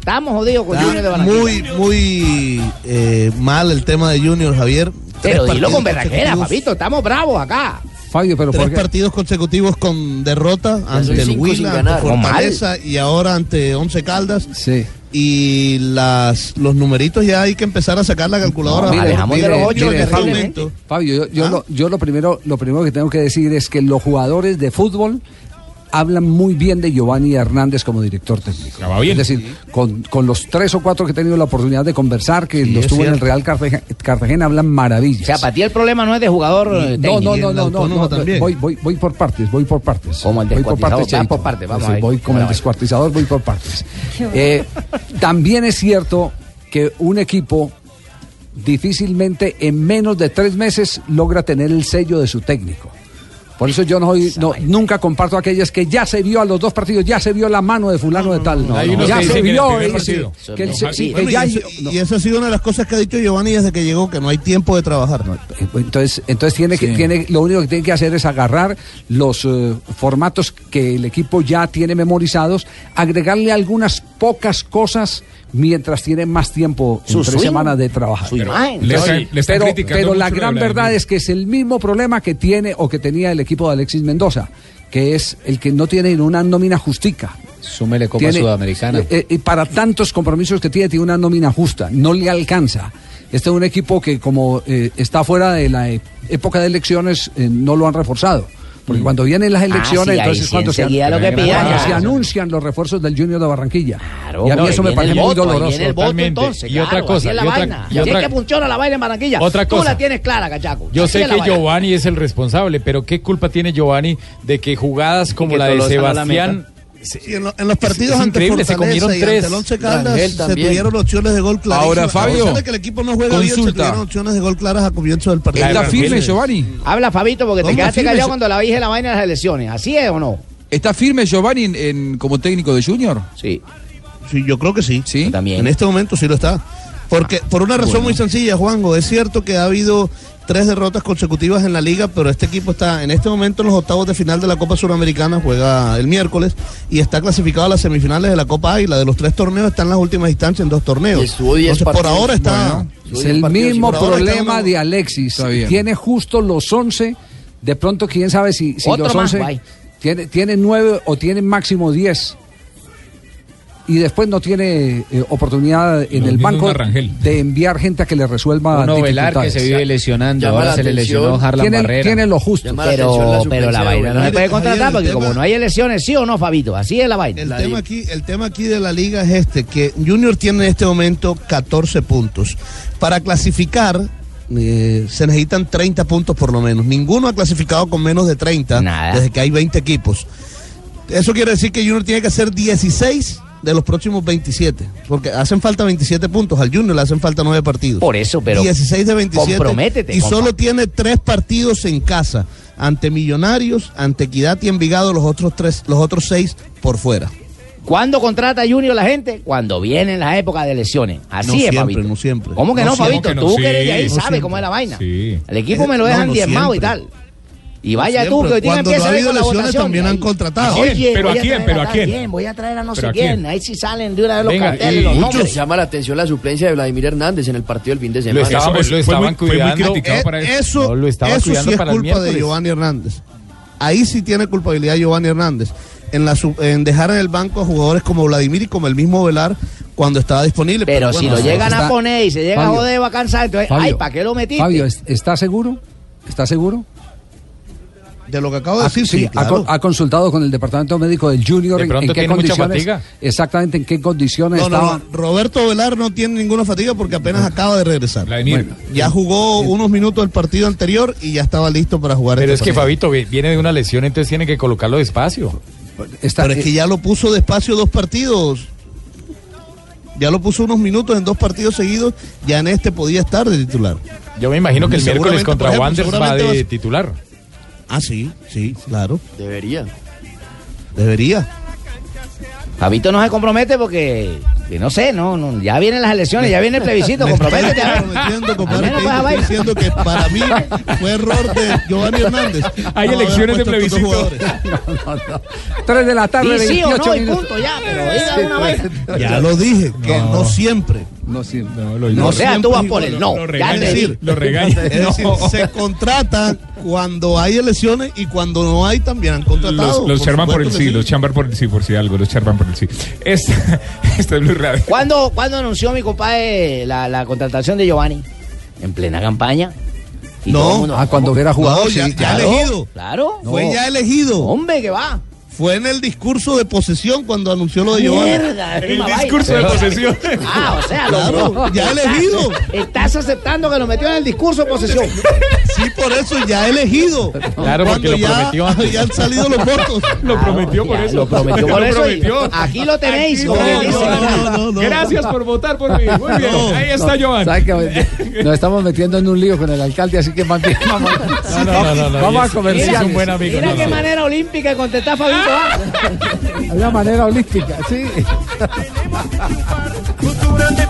[SPEAKER 24] Estamos jodidos con Junior de Barranquilla.
[SPEAKER 14] Muy, muy eh, mal el tema de Junior, Javier.
[SPEAKER 24] Pero
[SPEAKER 14] Tres
[SPEAKER 24] dilo
[SPEAKER 14] partidos
[SPEAKER 24] con berraquera,
[SPEAKER 14] consecutivos-
[SPEAKER 24] papito. Estamos bravos acá.
[SPEAKER 9] Fabio, pero
[SPEAKER 14] Tres
[SPEAKER 9] ¿por qué?
[SPEAKER 14] partidos consecutivos con derrota
[SPEAKER 20] son
[SPEAKER 14] ante el
[SPEAKER 20] cinco sin
[SPEAKER 14] Huila, ante
[SPEAKER 20] ganar. No, mal.
[SPEAKER 14] Fortaleza y ahora ante Once Caldas.
[SPEAKER 9] Sí.
[SPEAKER 14] Y las, los numeritos ya hay que empezar a sacar la calculadora.
[SPEAKER 9] Mire, mire, mire, Fabio,
[SPEAKER 14] Totalmente.
[SPEAKER 9] Fabio, yo, yo lo, yo lo primero lo primero que tengo que decir es que los jugadores de fútbol hablan muy bien de Giovanni Hernández como director técnico.
[SPEAKER 11] La va bien.
[SPEAKER 9] Es decir, con, con los tres o cuatro que he tenido la oportunidad de conversar, que
[SPEAKER 10] Sí,
[SPEAKER 9] los
[SPEAKER 10] es
[SPEAKER 9] tuvo en el
[SPEAKER 10] cierto.
[SPEAKER 9] Real Cartagena, Cartagena, hablan maravillas.
[SPEAKER 10] O sea, para ti el problema no es de jugador. eh,
[SPEAKER 9] No, no,
[SPEAKER 10] técnico.
[SPEAKER 9] no, no, no, no, voy, voy, voy por partes, voy por partes. Como el
[SPEAKER 10] descuartizador, va por partes, vamos ahí.
[SPEAKER 9] Voy como
[SPEAKER 10] Bueno,
[SPEAKER 9] el
[SPEAKER 10] ahí.
[SPEAKER 9] descuartizador, voy por partes. Eh, también es cierto que un equipo difícilmente en menos de tres meses logra tener el sello de su técnico. Por eso yo no, soy- no- nunca comparto aquellas que ya se vio a los dos partidos, ya se vio la mano de fulano de tal.
[SPEAKER 14] Hay unos
[SPEAKER 9] ya
[SPEAKER 14] que
[SPEAKER 9] se
[SPEAKER 14] dicen que en el
[SPEAKER 9] vio.
[SPEAKER 14] primer
[SPEAKER 9] eh,
[SPEAKER 14] partido.
[SPEAKER 9] sí, que el se- sí, que
[SPEAKER 14] Bueno, y,
[SPEAKER 9] ya-
[SPEAKER 14] eso,
[SPEAKER 9] no.
[SPEAKER 14] y eso ha sido una de las cosas que ha dicho Giovanni desde que llegó, que no hay tiempo de trabajar.
[SPEAKER 9] eh, pues, Entonces, entonces tiene que,
[SPEAKER 14] Sí.
[SPEAKER 9] tiene, lo único que tiene que hacer es agarrar los eh, formatos que el equipo ya tiene memorizados, agregarle algunas pocas cosas mientras tiene más tiempo en
[SPEAKER 11] Su
[SPEAKER 9] tres
[SPEAKER 11] swing,
[SPEAKER 9] semanas de trabajo.
[SPEAKER 11] su imagen. le están- le están
[SPEAKER 9] pero,
[SPEAKER 11] criticando
[SPEAKER 9] pero la
[SPEAKER 11] mucho lo de
[SPEAKER 9] gran
[SPEAKER 11] Vladimir.
[SPEAKER 9] verdad es que es el mismo problema que tiene o que tenía el equipo de Alexis Mendoza, que es el que no tiene una nómina justica.
[SPEAKER 15] Súmele Copa
[SPEAKER 9] Tiene-
[SPEAKER 15] Sudamericana.
[SPEAKER 9] eh, eh, para tantos compromisos que tiene, tiene una nómina justa, no le alcanza. Este es un equipo que como eh, está fuera de la e- época de elecciones, eh, no lo han reforzado. Porque cuando vienen las
[SPEAKER 25] Ah, sí,
[SPEAKER 9] elecciones,
[SPEAKER 25] ahí
[SPEAKER 9] entonces
[SPEAKER 25] sí,
[SPEAKER 9] cuando, se,
[SPEAKER 25] enseguida lo que
[SPEAKER 9] cuando
[SPEAKER 25] pidan, ya.
[SPEAKER 9] se anuncian los refuerzos del Junior de Barranquilla.
[SPEAKER 25] Claro,
[SPEAKER 9] y a mí
[SPEAKER 25] no,
[SPEAKER 9] eso
[SPEAKER 25] ahí
[SPEAKER 9] me
[SPEAKER 25] viene
[SPEAKER 9] parece
[SPEAKER 25] el
[SPEAKER 9] muy
[SPEAKER 25] voto, ahí
[SPEAKER 9] doloroso.
[SPEAKER 25] viene el voto, Totalmente. entonces,
[SPEAKER 17] Y otra
[SPEAKER 25] claro,
[SPEAKER 17] cosa,
[SPEAKER 25] así es la
[SPEAKER 17] y otra-
[SPEAKER 25] vaina.
[SPEAKER 17] y
[SPEAKER 25] Así es
[SPEAKER 17] otra-
[SPEAKER 25] que funciona la vaina en Barranquilla.
[SPEAKER 17] Otra
[SPEAKER 25] Tú
[SPEAKER 17] cosa.
[SPEAKER 25] la tienes clara, cachaco.
[SPEAKER 17] Yo
[SPEAKER 25] Así
[SPEAKER 17] sé
[SPEAKER 25] es la
[SPEAKER 17] que
[SPEAKER 25] vaina.
[SPEAKER 17] Giovanni es el responsable, pero ¿qué culpa tiene Giovanni de que jugadas como que la de Tolosa no la Sebastián...
[SPEAKER 14] Sí, en, lo- en los partidos
[SPEAKER 17] es
[SPEAKER 14] ante
[SPEAKER 17] increíble, se
[SPEAKER 14] Fortaleza
[SPEAKER 17] comieron
[SPEAKER 14] y
[SPEAKER 17] tres.
[SPEAKER 14] ante el Once Caldas
[SPEAKER 17] Rangel
[SPEAKER 14] se
[SPEAKER 17] también.
[SPEAKER 14] tuvieron opciones de gol claras.
[SPEAKER 16] Ahora,
[SPEAKER 14] A pesar
[SPEAKER 16] Fabio,
[SPEAKER 14] de que el equipo no juega bien, se
[SPEAKER 16] consulta.
[SPEAKER 14] tuvieron opciones de gol claras a comienzo del partido.
[SPEAKER 16] ¿Está firme, Giovanni?
[SPEAKER 24] Habla, Fabito, porque te
[SPEAKER 16] Hombre,
[SPEAKER 24] quedaste
[SPEAKER 16] firme,
[SPEAKER 24] callado
[SPEAKER 16] se-
[SPEAKER 24] cuando la dije la vaina de las elecciones. ¿Así es o no?
[SPEAKER 16] ¿Está firme Giovanni en- en- como técnico de Junior?
[SPEAKER 24] Sí.
[SPEAKER 14] Sí, yo creo que sí.
[SPEAKER 16] Sí.
[SPEAKER 24] También.
[SPEAKER 14] En este momento sí lo está. Porque, por una razón
[SPEAKER 16] bueno.
[SPEAKER 14] muy sencilla, Juanjo, es cierto que ha habido tres derrotas consecutivas en la liga, pero este equipo está en este momento en los octavos de final de la Copa Suramericana, juega el miércoles y está clasificado a las semifinales de la Copa Águila. De los tres torneos están las últimas instancias en dos torneos.
[SPEAKER 20] Y estuvo diez
[SPEAKER 14] Entonces, por
[SPEAKER 20] partidos.
[SPEAKER 14] ahora está.
[SPEAKER 20] Bueno,
[SPEAKER 9] Es el mismo problema de Alexis.
[SPEAKER 14] bien.
[SPEAKER 9] Tiene justo los 11. De pronto, quién sabe si, si
[SPEAKER 14] Otro
[SPEAKER 9] los
[SPEAKER 14] más,
[SPEAKER 9] 11
[SPEAKER 14] guay.
[SPEAKER 9] tiene, tiene 9 o tiene máximo 10. Y después no tiene eh, oportunidad en
[SPEAKER 17] Lo
[SPEAKER 9] el
[SPEAKER 17] mismo
[SPEAKER 9] banco
[SPEAKER 17] es Rangel.
[SPEAKER 9] de enviar gente a que le resuelva
[SPEAKER 15] Uno Velar que
[SPEAKER 9] dificultades.
[SPEAKER 15] se vive lesionando,
[SPEAKER 9] Llama
[SPEAKER 15] ahora
[SPEAKER 9] la
[SPEAKER 15] se le
[SPEAKER 9] atención.
[SPEAKER 15] lesionó Harlan
[SPEAKER 9] Tiene-
[SPEAKER 15] Barrera.
[SPEAKER 9] tiene lo justo. Llama la atención la
[SPEAKER 24] Pero, pero la
[SPEAKER 9] suplencia,
[SPEAKER 24] vaina no
[SPEAKER 9] güey.
[SPEAKER 24] se puede
[SPEAKER 9] Mire,
[SPEAKER 24] contratar
[SPEAKER 9] Javier,
[SPEAKER 24] porque
[SPEAKER 9] el
[SPEAKER 24] como no hay elecciones, sí o no, Fabito. Así es la vaina.
[SPEAKER 14] El tema, aquí, el tema aquí de la liga es este, que Junior tiene en este momento 14 puntos. Para clasificar eh, se necesitan 30 puntos por lo menos. Ninguno ha clasificado con menos de 30 desde que hay 20 equipos. Eso quiere decir que Junior tiene que hacer 16 de los próximos 27, porque hacen falta 27 puntos, al Junior le hacen falta 9 partidos.
[SPEAKER 24] Por eso, pero
[SPEAKER 14] 16 de 27.
[SPEAKER 24] comprométete,
[SPEAKER 14] y
[SPEAKER 24] compa.
[SPEAKER 14] solo tiene 3 partidos en casa, ante Millonarios, ante Equidad y Envigado, los otros tres, los otros 6 por fuera.
[SPEAKER 10] Eh.
[SPEAKER 24] ¿Cuándo contrata Junior la gente? Cuando vienen las épocas de lesiones. Así
[SPEAKER 14] No
[SPEAKER 24] es,
[SPEAKER 14] siempre,
[SPEAKER 24] Fabito.
[SPEAKER 14] no siempre.
[SPEAKER 24] ¿Cómo que no,
[SPEAKER 14] No siempre.
[SPEAKER 24] Fabito?
[SPEAKER 14] ¿Cómo que
[SPEAKER 24] Tú
[SPEAKER 14] no?
[SPEAKER 24] que eres de
[SPEAKER 14] Sí,
[SPEAKER 24] ahí
[SPEAKER 14] no
[SPEAKER 24] sabes
[SPEAKER 14] siempre.
[SPEAKER 24] cómo es la vaina.
[SPEAKER 11] Sí.
[SPEAKER 24] El equipo me lo
[SPEAKER 14] No,
[SPEAKER 24] dejan
[SPEAKER 14] no
[SPEAKER 24] diezmado y
[SPEAKER 14] siempre.
[SPEAKER 24] tal. Y vaya
[SPEAKER 14] No
[SPEAKER 24] tú, que
[SPEAKER 14] siempre.
[SPEAKER 24] hoy tiene
[SPEAKER 14] Cuando
[SPEAKER 24] empieza
[SPEAKER 14] no ha
[SPEAKER 24] ahí
[SPEAKER 14] habido
[SPEAKER 24] con la
[SPEAKER 14] lesiones,
[SPEAKER 24] votación.
[SPEAKER 14] también han contratado.
[SPEAKER 24] Oye,
[SPEAKER 14] ¿A quién?
[SPEAKER 24] voy
[SPEAKER 14] ¿Pero a
[SPEAKER 24] traer
[SPEAKER 14] quién? ¿Pero a
[SPEAKER 24] tal
[SPEAKER 14] quién?
[SPEAKER 24] quién, Voy a traer a no sé
[SPEAKER 20] ¿Pero a
[SPEAKER 24] quién.
[SPEAKER 20] quién?
[SPEAKER 24] Ahí sí salen de una vez los
[SPEAKER 20] Venga,
[SPEAKER 24] carteles,
[SPEAKER 20] y
[SPEAKER 24] los
[SPEAKER 20] muchos.
[SPEAKER 24] nombres.
[SPEAKER 20] Llama la atención la suplencia de Vladimir Hernández en el partido del fin de semana.
[SPEAKER 17] estaban- Eso es- lo fue estaban muy- fue muy cuidando. criticado
[SPEAKER 14] Eh,
[SPEAKER 17] para eso.
[SPEAKER 14] eso.
[SPEAKER 17] No, lo estaban
[SPEAKER 14] eso
[SPEAKER 17] cuidando
[SPEAKER 14] sí es
[SPEAKER 17] para el
[SPEAKER 14] culpa de
[SPEAKER 17] miércoles.
[SPEAKER 14] Giovanni Hernández. Ahí sí tiene culpabilidad Giovanni Hernández. En, la, su- en dejar en el banco a jugadores como Vladimir y como el mismo Velar cuando estaba disponible.
[SPEAKER 24] Pero si
[SPEAKER 14] bueno,
[SPEAKER 24] lo llegan
[SPEAKER 14] está-
[SPEAKER 24] a poner y se llega
[SPEAKER 14] Fabio,
[SPEAKER 24] a joder, va a cansar. Entonces,
[SPEAKER 9] Fabio,
[SPEAKER 24] ay, ¿para qué lo metiste?
[SPEAKER 9] Fabio, ¿es- ¿está seguro? ¿Está seguro?
[SPEAKER 14] De lo que
[SPEAKER 24] Ah,
[SPEAKER 14] acabo de
[SPEAKER 9] Ha-
[SPEAKER 14] decir, sí,
[SPEAKER 9] Ah, ha
[SPEAKER 14] claro.
[SPEAKER 9] con- Ha, consultado con el departamento médico del Junior
[SPEAKER 14] De
[SPEAKER 9] en- en,
[SPEAKER 14] pronto
[SPEAKER 9] qué
[SPEAKER 14] tiene mucha
[SPEAKER 9] condiciones.
[SPEAKER 14] fatiga.
[SPEAKER 9] Exactamente en qué condiciones
[SPEAKER 14] No, no,
[SPEAKER 9] estaba.
[SPEAKER 14] no, Roberto Velar no tiene ninguna fatiga porque apenas acaba de regresar.
[SPEAKER 17] Vladimir.
[SPEAKER 14] ya jugó unos minutos del partido anterior y ya estaba listo para jugar
[SPEAKER 17] Pero es
[SPEAKER 14] este
[SPEAKER 17] que
[SPEAKER 14] partido.
[SPEAKER 17] Fabito vi- viene de una lesión, entonces tiene que colocarlo despacio.
[SPEAKER 14] Pero es que ya lo puso despacio dos partidos. Ya lo puso unos minutos en dos partidos seguidos. Ya en este podía estar de titular.
[SPEAKER 17] Yo me imagino que el
[SPEAKER 14] Y
[SPEAKER 17] miércoles
[SPEAKER 14] seguramente,
[SPEAKER 17] contra
[SPEAKER 14] por ejemplo,
[SPEAKER 17] Wander va
[SPEAKER 14] seguramente
[SPEAKER 17] de
[SPEAKER 14] vas-
[SPEAKER 17] titular.
[SPEAKER 14] Ah, sí, sí, claro.
[SPEAKER 20] Debería.
[SPEAKER 14] Debería.
[SPEAKER 24] Fabito no se compromete porque, que no sé, no, no, ya vienen las elecciones, ya viene el plebiscito,
[SPEAKER 14] *laughs* Me
[SPEAKER 24] comprométete.
[SPEAKER 14] estoy
[SPEAKER 24] a ver.
[SPEAKER 14] comprometiendo, compadre,
[SPEAKER 24] Al menos pues, a
[SPEAKER 14] te estoy
[SPEAKER 24] vaina.
[SPEAKER 14] diciendo que para mí fue error de Giovanni Hernández.
[SPEAKER 17] Hay
[SPEAKER 14] No
[SPEAKER 17] elecciones de
[SPEAKER 14] haber puesto a estos
[SPEAKER 17] plebiscito.
[SPEAKER 14] jugadores.
[SPEAKER 9] Tres de la tarde,
[SPEAKER 24] Di sí o
[SPEAKER 9] 28
[SPEAKER 24] no, y
[SPEAKER 9] minutos.
[SPEAKER 24] punto, ya, pero diga una vaina.
[SPEAKER 14] pues, *laughs* Ya lo dije, que no, siempre.
[SPEAKER 9] No siempre.
[SPEAKER 14] No
[SPEAKER 24] O sea, tú
[SPEAKER 14] siempre
[SPEAKER 24] vas
[SPEAKER 14] es
[SPEAKER 24] por
[SPEAKER 14] igual.
[SPEAKER 24] el no.
[SPEAKER 14] Lo
[SPEAKER 24] Ya
[SPEAKER 14] regaña.
[SPEAKER 24] te
[SPEAKER 14] Es
[SPEAKER 24] di.
[SPEAKER 14] decir, *laughs*
[SPEAKER 24] *laughs*
[SPEAKER 14] Es decir, se contratan cuando hay elecciones y cuando no hay también han contratado.
[SPEAKER 17] Los, los charman por el
[SPEAKER 14] supuesto que
[SPEAKER 17] sí, los chamban por el sí, por si algo, los charman por el sí.
[SPEAKER 11] *laughs*
[SPEAKER 17] Esta, esta es Blue Radio.
[SPEAKER 24] ¿Cuándo, cuándo anunció mi compadre la, la contratación de Giovanni? ¿En plena campaña? Y todo el
[SPEAKER 9] No,
[SPEAKER 24] mundo-
[SPEAKER 9] ah, cuando hubiera jugado.
[SPEAKER 24] No,
[SPEAKER 9] sí,
[SPEAKER 24] ya- ya
[SPEAKER 9] claro.
[SPEAKER 24] elegido. Claro.
[SPEAKER 9] Fue ya
[SPEAKER 14] elegido.
[SPEAKER 24] Hombre, que va.
[SPEAKER 14] Fue en el discurso de posesión cuando anunció lo de Giovanna.
[SPEAKER 10] Mierda, El prima, discurso vaya. de posesión. Ah, o sea, lo
[SPEAKER 14] Claro,
[SPEAKER 10] bro.
[SPEAKER 14] ya elegido.
[SPEAKER 10] Estás aceptando que lo metió en el discurso de posesión.
[SPEAKER 14] Sí, por eso ya elegido.
[SPEAKER 17] Claro, porque lo
[SPEAKER 14] *laughs* ya
[SPEAKER 17] prometió antes.
[SPEAKER 14] habían salido los votos.
[SPEAKER 17] Lo prometió por eso.
[SPEAKER 10] *laughs* Lo prometió por eso. y Aquí lo tenéis.
[SPEAKER 17] Aquí
[SPEAKER 10] como
[SPEAKER 17] lo
[SPEAKER 10] dice.
[SPEAKER 17] tenemos. Gracias por votar por mí. Muy bien. Ahí está Giovanni.
[SPEAKER 9] ¿Sabe
[SPEAKER 17] *laughs*
[SPEAKER 9] que nos estamos metiendo en un lío con el alcalde, así que más bien vamos,
[SPEAKER 17] No, no, no, no, no,
[SPEAKER 9] vamos
[SPEAKER 17] y
[SPEAKER 9] a
[SPEAKER 17] es-
[SPEAKER 9] comerciales.
[SPEAKER 17] es un buen amigo,
[SPEAKER 10] Mira
[SPEAKER 17] no,
[SPEAKER 10] qué
[SPEAKER 17] no.
[SPEAKER 10] manera olímpica de contestar Fabito. ¿ah?
[SPEAKER 9] De una manera holística, sí.
[SPEAKER 8] de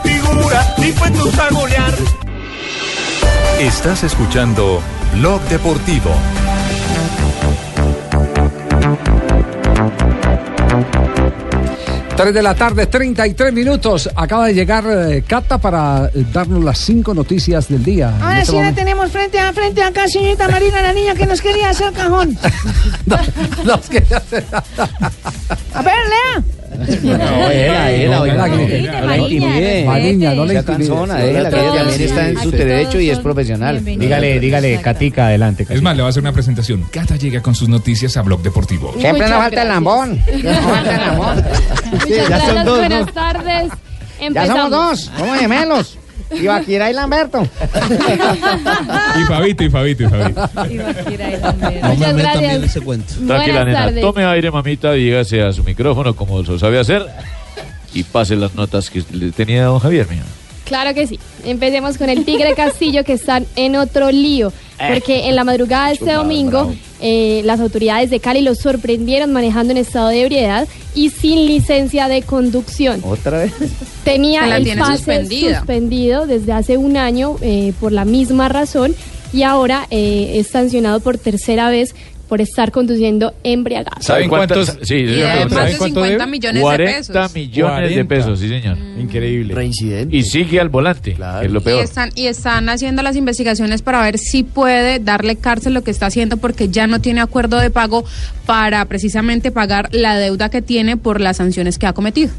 [SPEAKER 8] figura, dispuestos a golear.
[SPEAKER 3] Estás escuchando Blog Deportivo.
[SPEAKER 9] Tres de la tarde, 33 minutos. Acaba de llegar eh, Cata para eh, darnos las cinco noticias del día. En este
[SPEAKER 7] Ahora Ah, sí la
[SPEAKER 9] momento-
[SPEAKER 7] tenemos frente a frente acá, señorita Marina, la niña que nos quería
[SPEAKER 9] *laughs*
[SPEAKER 7] hacer cajón.
[SPEAKER 9] Los que ya se-
[SPEAKER 7] A ver, lea.
[SPEAKER 9] No,
[SPEAKER 7] era,
[SPEAKER 9] era, oiga, no.
[SPEAKER 7] No la intimide.
[SPEAKER 9] Ah, Mariña, no le
[SPEAKER 10] Sea tan zona, déjela, que ella también está en su derecho y es profesional. Dígale, dígale, Katica, adelante.
[SPEAKER 11] Es más, le va a hacer una presentación. Cata llega con sus noticias a Blog Deportivo.
[SPEAKER 24] Siempre nos falta el lambón. Nos falta el lambón.
[SPEAKER 29] Muchas
[SPEAKER 24] ya son
[SPEAKER 29] gracias,
[SPEAKER 24] dos, ¿no?
[SPEAKER 29] buenas tardes.
[SPEAKER 24] Ya somos
[SPEAKER 29] Empezamos.
[SPEAKER 24] dos. Somos gemelos. Ibaquira y Lamberto.
[SPEAKER 11] Y Fabito, y Fabito, y Fabito.
[SPEAKER 29] Muchas gracias.
[SPEAKER 14] ese cuento.
[SPEAKER 29] Buenas
[SPEAKER 6] Tranquila, nena.
[SPEAKER 29] tardes.
[SPEAKER 6] Tome aire, mamita, dígase a su micrófono como lo sabe hacer y pase las notas que le tenía don Javier, mija.
[SPEAKER 29] *laughs* Claro que sí. Empecemos con el Tigre Castillo que están en otro lío.
[SPEAKER 24] Eh,
[SPEAKER 29] Porque en la madrugada de este domingo eh, las autoridades de Cali los sorprendieron manejando en estado de ebriedad y sin licencia de conducción.
[SPEAKER 24] Otra vez.
[SPEAKER 29] Tenía
[SPEAKER 7] Se la
[SPEAKER 29] el
[SPEAKER 7] tiene
[SPEAKER 29] pase
[SPEAKER 7] suspendida.
[SPEAKER 29] suspendido desde hace un año eh, por la misma razón y ahora eh, es sancionado por tercera vez por estar conduciendo embriagado.
[SPEAKER 6] ¿Saben cuántos? Sí,
[SPEAKER 29] Y
[SPEAKER 6] señor,
[SPEAKER 29] además de
[SPEAKER 6] pero ¿saben cuánto
[SPEAKER 29] 50
[SPEAKER 6] debe?
[SPEAKER 29] millones de
[SPEAKER 6] 40
[SPEAKER 29] pesos.
[SPEAKER 6] millones de
[SPEAKER 29] 40.
[SPEAKER 6] pesos, sí, señor. Increíble. Reincidente. Y sigue al volante, que es lo
[SPEAKER 28] Y
[SPEAKER 6] peor.
[SPEAKER 28] están, y están haciendo las investigaciones para ver si puede darle cárcel lo que está haciendo porque ya no tiene acuerdo de pago para precisamente pagar la deuda que tiene por las sanciones que ha cometido.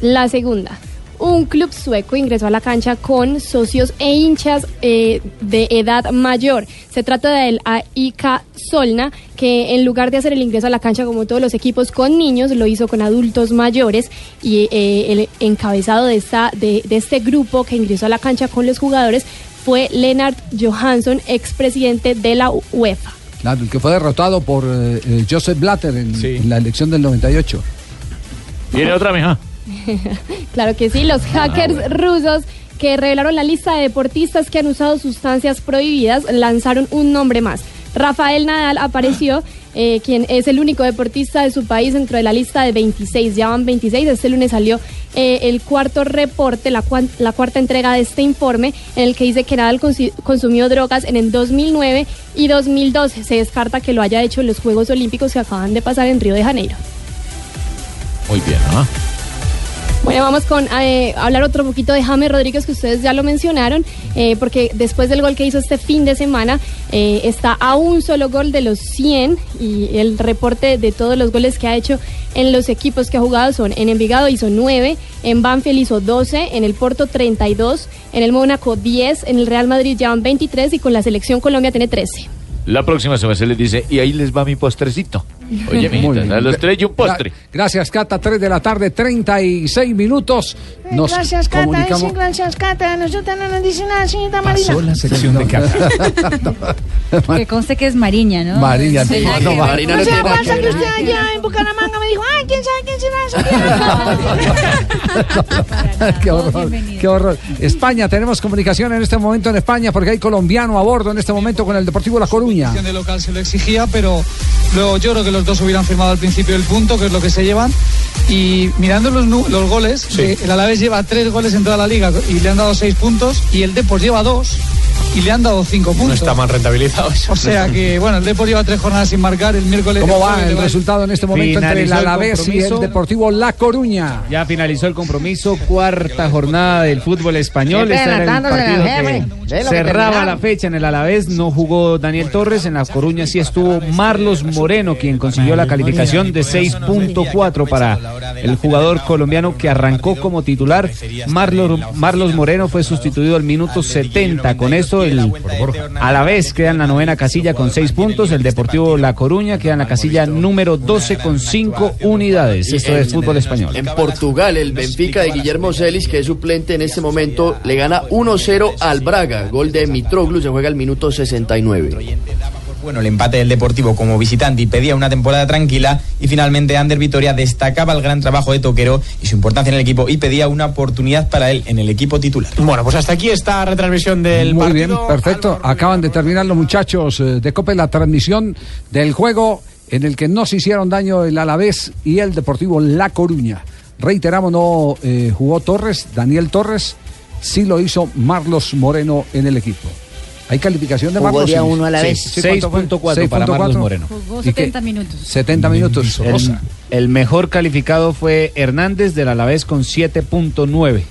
[SPEAKER 29] La segunda. Un club sueco ingresó a la cancha con socios e hinchas eh, de edad mayor. Se trata del AIK Solna, que en lugar de hacer el ingreso a la cancha como todos los equipos con niños, lo hizo con adultos mayores. Y eh, el encabezado de, esta, de, de este grupo que ingresó a la cancha con los jugadores fue Lennart Johansson, expresidente de la UEFA.
[SPEAKER 9] Claro, el que fue derrotado por eh, eh, Joseph Blatter en, en la elección del 98.
[SPEAKER 6] Viene otra, mija.
[SPEAKER 29] *laughs* Claro que sí, los hackers rusos que revelaron la lista de deportistas que han usado sustancias prohibidas lanzaron un nombre más. Rafael Nadal apareció, eh, quien es el único deportista de su país dentro de la lista de 26. Ya van 26, este lunes salió eh, el cuarto reporte, la, cuan- la cuarta entrega de este informe, en el que dice que Nadal consi- consumió drogas en el 2009 y 2012. Se descarta que lo haya hecho en los Juegos Olímpicos que acaban de pasar en Río de Janeiro.
[SPEAKER 6] Muy bien, ¿ah?
[SPEAKER 29] Bueno, vamos con eh, hablar otro poquito de James Rodríguez, que ustedes ya lo mencionaron, eh, porque después del gol que hizo este fin de semana, eh, está a un solo gol de los 100 y el reporte de todos los goles que ha hecho en los equipos que ha jugado son en Envigado hizo 9, en Banfield hizo 12, en el Porto 32, en el Mónaco 10, en el Real Madrid llevan 23 y con la selección Colombia tiene 13.
[SPEAKER 6] La próxima semana se les dice, y ahí les va mi postrecito. Oye, mijita, a los tres y un postre.
[SPEAKER 9] Gracias, Cata. 3 de la tarde, 36 minutos. Nos
[SPEAKER 7] Eh, gracias, Cata. Ay, sí,
[SPEAKER 9] comunicamos.
[SPEAKER 7] gracias, Cata. A Nosotros no nos dice nada, señorita Marina.
[SPEAKER 9] sección de Cata. *laughs*
[SPEAKER 7] Que conste que es Mariña, ¿no?
[SPEAKER 9] Mariña, Sí, no, no, que- Mariña no
[SPEAKER 7] O sea,
[SPEAKER 9] tiene nada
[SPEAKER 7] pasa
[SPEAKER 9] que
[SPEAKER 7] que
[SPEAKER 9] ver.
[SPEAKER 7] usted allá en Bucaramanga me dijo, ay, quién sabe quién será esa
[SPEAKER 9] *laughs* qué horror, qué horror. España, tenemos comunicación en este momento en España porque hay colombiano a bordo en este momento con el Deportivo La Coruña.
[SPEAKER 30] de local se lo exigía, pero luego yo creo que los dos hubieran firmado al principio el punto, que es lo que se llevan. Y mirando los, nu- los goles, eh, el Alavés lleva tres goles en toda la liga y le han dado seis puntos, y el Depor lleva dos y le han dado cinco puntos.
[SPEAKER 31] No está mal rentabilizado eso.
[SPEAKER 30] O sea que, bueno, el Depor lleva tres jornadas sin marcar, el miércoles...
[SPEAKER 9] ¿Cómo
[SPEAKER 30] el
[SPEAKER 9] va
[SPEAKER 30] jueves le
[SPEAKER 9] el resultado en este momento entre el
[SPEAKER 30] Finalizó el
[SPEAKER 9] Alavés y el
[SPEAKER 30] compromiso.
[SPEAKER 9] Deportivo La Coruña?
[SPEAKER 15] Ya finalizó el compromiso, cuarta jornada del fútbol español.
[SPEAKER 24] Siempre
[SPEAKER 15] Este era el
[SPEAKER 24] adelantándose
[SPEAKER 15] partido
[SPEAKER 24] al jefe.
[SPEAKER 15] que
[SPEAKER 24] Ve lo que
[SPEAKER 15] cerraba
[SPEAKER 24] terminaron.
[SPEAKER 15] la fecha en el Alavés, no jugó Daniel Torres, en La Coruña sí estuvo Marlos Moreno, quien consiguió la calificación de 6.4 para El jugador colombiano que arrancó como titular, Marlon, Marlos Moreno, fue sustituido al minuto 70. Con esto, el a la vez queda en la novena casilla con seis puntos. El Deportivo La Coruña queda en la casilla número 12 con cinco unidades. Esto es fútbol español.
[SPEAKER 20] En Portugal, el Benfica de Guillermo Celis, que es suplente en este momento, le gana 1-0 al Braga. Gol de Mitroglou, se juega al minuto 69.
[SPEAKER 26] Bueno, el empate del Deportivo como visitante y pedía una temporada tranquila y finalmente Ander Vitoria destacaba el gran trabajo de Toquero y su importancia en el equipo y pedía una oportunidad para él en el equipo titular.
[SPEAKER 15] Bueno, pues hasta aquí esta retransmisión del
[SPEAKER 9] Muy bien, perfecto. Acaban de terminar los muchachos eh, de Cope la transmisión del juego en el que no se hicieron daño el Alavés y el Deportivo La Coruña. Reiteramos, no eh, jugó Torres, Daniel Torres, sí lo hizo Marlos Moreno en el equipo. Hay calificación de
[SPEAKER 25] Jugó
[SPEAKER 9] Marlos.
[SPEAKER 25] día uno a la vez.
[SPEAKER 15] 6.4 para Marlos Moreno.
[SPEAKER 12] Jugó
[SPEAKER 15] ¿Y qué?
[SPEAKER 12] 70 minutos.
[SPEAKER 9] 70 minutos.
[SPEAKER 15] El, el mejor calificado fue Hernández del Alavés con 7.9.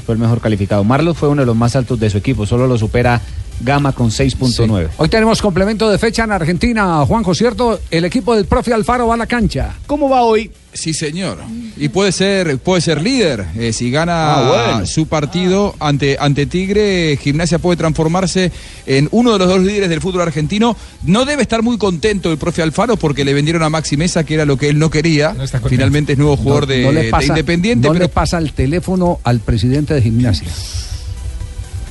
[SPEAKER 15] Fue el mejor calificado. Marlos fue uno de los más altos de su equipo. Solo lo supera Gama con 6.9.
[SPEAKER 9] Hoy tenemos complemento de fecha en Argentina. Juanjo, ¿cierto? El equipo del profe Alfaro va a la cancha.
[SPEAKER 22] ¿Cómo va hoy?
[SPEAKER 16] Sí, señor. Y puede ser, puede ser líder. Eh, si gana
[SPEAKER 17] Ah, bueno.
[SPEAKER 16] su partido ante, ante Tigre, Gimnasia puede transformarse en uno de los dos líderes del fútbol argentino. No debe estar muy contento el profe Alfaro porque le vendieron a Maxi Mesa, que era lo que él no quería. Finalmente es nuevo jugador de,
[SPEAKER 9] le
[SPEAKER 16] de
[SPEAKER 9] pasa-
[SPEAKER 16] Independiente,
[SPEAKER 9] no
[SPEAKER 16] pero
[SPEAKER 9] le pasa el teléfono al presidente de gimnasia.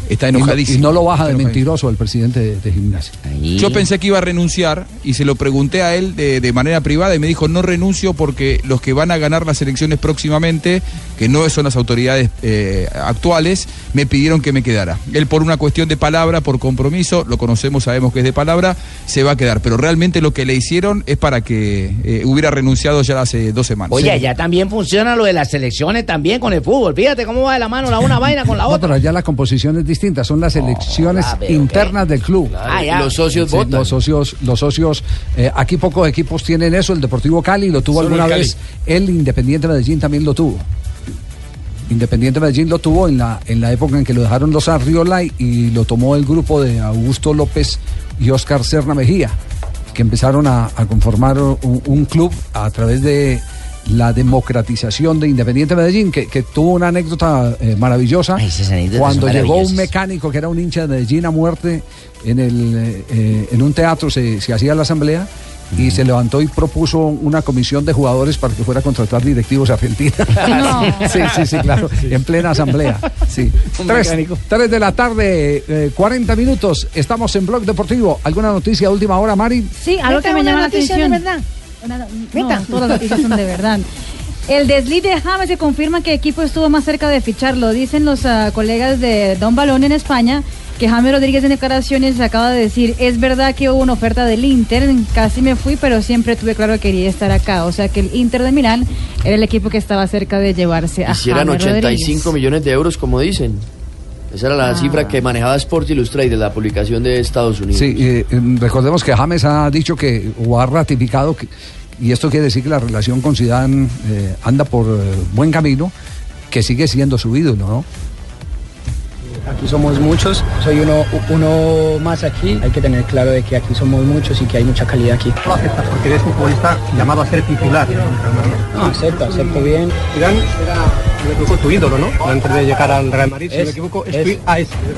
[SPEAKER 16] está
[SPEAKER 9] Y no-
[SPEAKER 16] enojadísimo.
[SPEAKER 9] Y no, lo baja
[SPEAKER 16] Está
[SPEAKER 9] de
[SPEAKER 16] enojadísimo.
[SPEAKER 9] mentiroso el presidente de, de gimnasia.
[SPEAKER 16] Yo pensé que iba a renunciar y se lo pregunté a él de, de manera privada y me dijo no renuncio porque los que van a ganar las elecciones próximamente, que no son las autoridades eh, actuales, me pidieron que me quedara. Él por una cuestión de palabra, por compromiso, lo conocemos, sabemos que es de palabra, se va a quedar. Pero realmente lo que le hicieron es para que eh, hubiera renunciado ya hace dos semanas.
[SPEAKER 10] Oye, ya también funciona lo de las selecciones también con el fútbol. Fíjate cómo va de la mano la una vaina con la
[SPEAKER 9] No,
[SPEAKER 10] otra.
[SPEAKER 9] pero allá la composición es distinta, son las elecciones internas del club.
[SPEAKER 10] Ah, ya. Los socios
[SPEAKER 9] Sí,
[SPEAKER 10] votan.
[SPEAKER 9] Los socios, los socios eh, aquí pocos equipos tienen eso, el Deportivo Cali lo tuvo
[SPEAKER 17] Solo
[SPEAKER 9] alguna
[SPEAKER 17] el Cali.
[SPEAKER 9] vez, el Independiente Medellín también lo tuvo. Independiente Medellín lo tuvo en la, en la época en que lo dejaron los Arriola y, y lo tomó el grupo de Augusto López y Óscar Serna Mejía, que empezaron a, a conformar un, un club a través de la democratización de Independiente Medellín, que, que tuvo una anécdota eh, maravillosa. Cuando
[SPEAKER 25] son
[SPEAKER 9] llegó un
[SPEAKER 25] maravillosas.
[SPEAKER 9] mecánico que era un hincha de Medellín a muerte, en, el, eh, eh, en un teatro se, se hacía la asamblea. Y se levantó y propuso una comisión de jugadores para que fuera a contratar directivos argentinos.
[SPEAKER 27] No.
[SPEAKER 9] *laughs* Sí, sí, sí, claro. En plena asamblea. Sí.
[SPEAKER 27] Un
[SPEAKER 9] Tres,
[SPEAKER 27] mecánico.
[SPEAKER 9] tres de la tarde, eh, 40 minutos. Estamos en Blog Deportivo. ¿Alguna noticia de última hora, Mari?
[SPEAKER 12] Sí, algo que me llama la atención. Una-
[SPEAKER 7] Meta.
[SPEAKER 12] No, todas las noticias son de verdad. El desliz de James se confirma que el equipo estuvo más cerca de ficharlo. Dicen los ah, colegas de Don Balón en España que James Rodríguez en declaraciones acaba de decir, es verdad que hubo una oferta del Inter, casi me fui, pero siempre tuve claro que quería estar acá. O sea que el Inter de Milán era el equipo que estaba cerca de llevarse a
[SPEAKER 20] Hicieran
[SPEAKER 12] James
[SPEAKER 20] 85
[SPEAKER 12] Rodríguez.
[SPEAKER 20] millones de euros, como dicen. Esa era la
[SPEAKER 17] Ah.
[SPEAKER 20] cifra que manejaba Sport Illustrated, la publicación de Estados Unidos.
[SPEAKER 9] Sí, eh, em, recordemos que James ha dicho que, o ha ratificado, que, y esto quiere decir que la relación con Zidane eh, anda por eh, buen camino, que sigue siendo su ídolo, ¿no?
[SPEAKER 5] Aquí somos muchos, soy uno, uno más aquí. Hay que tener claro de que aquí somos muchos y que hay mucha calidad aquí. ¿Lo aceptas porque eres futbolista llamado a ser titular? No, acepto, acepto bien. Irán era, me equivoco, tu ídolo, ¿no? Antes de llegar al Real Madrid,
[SPEAKER 21] si no me
[SPEAKER 5] equivoco, es,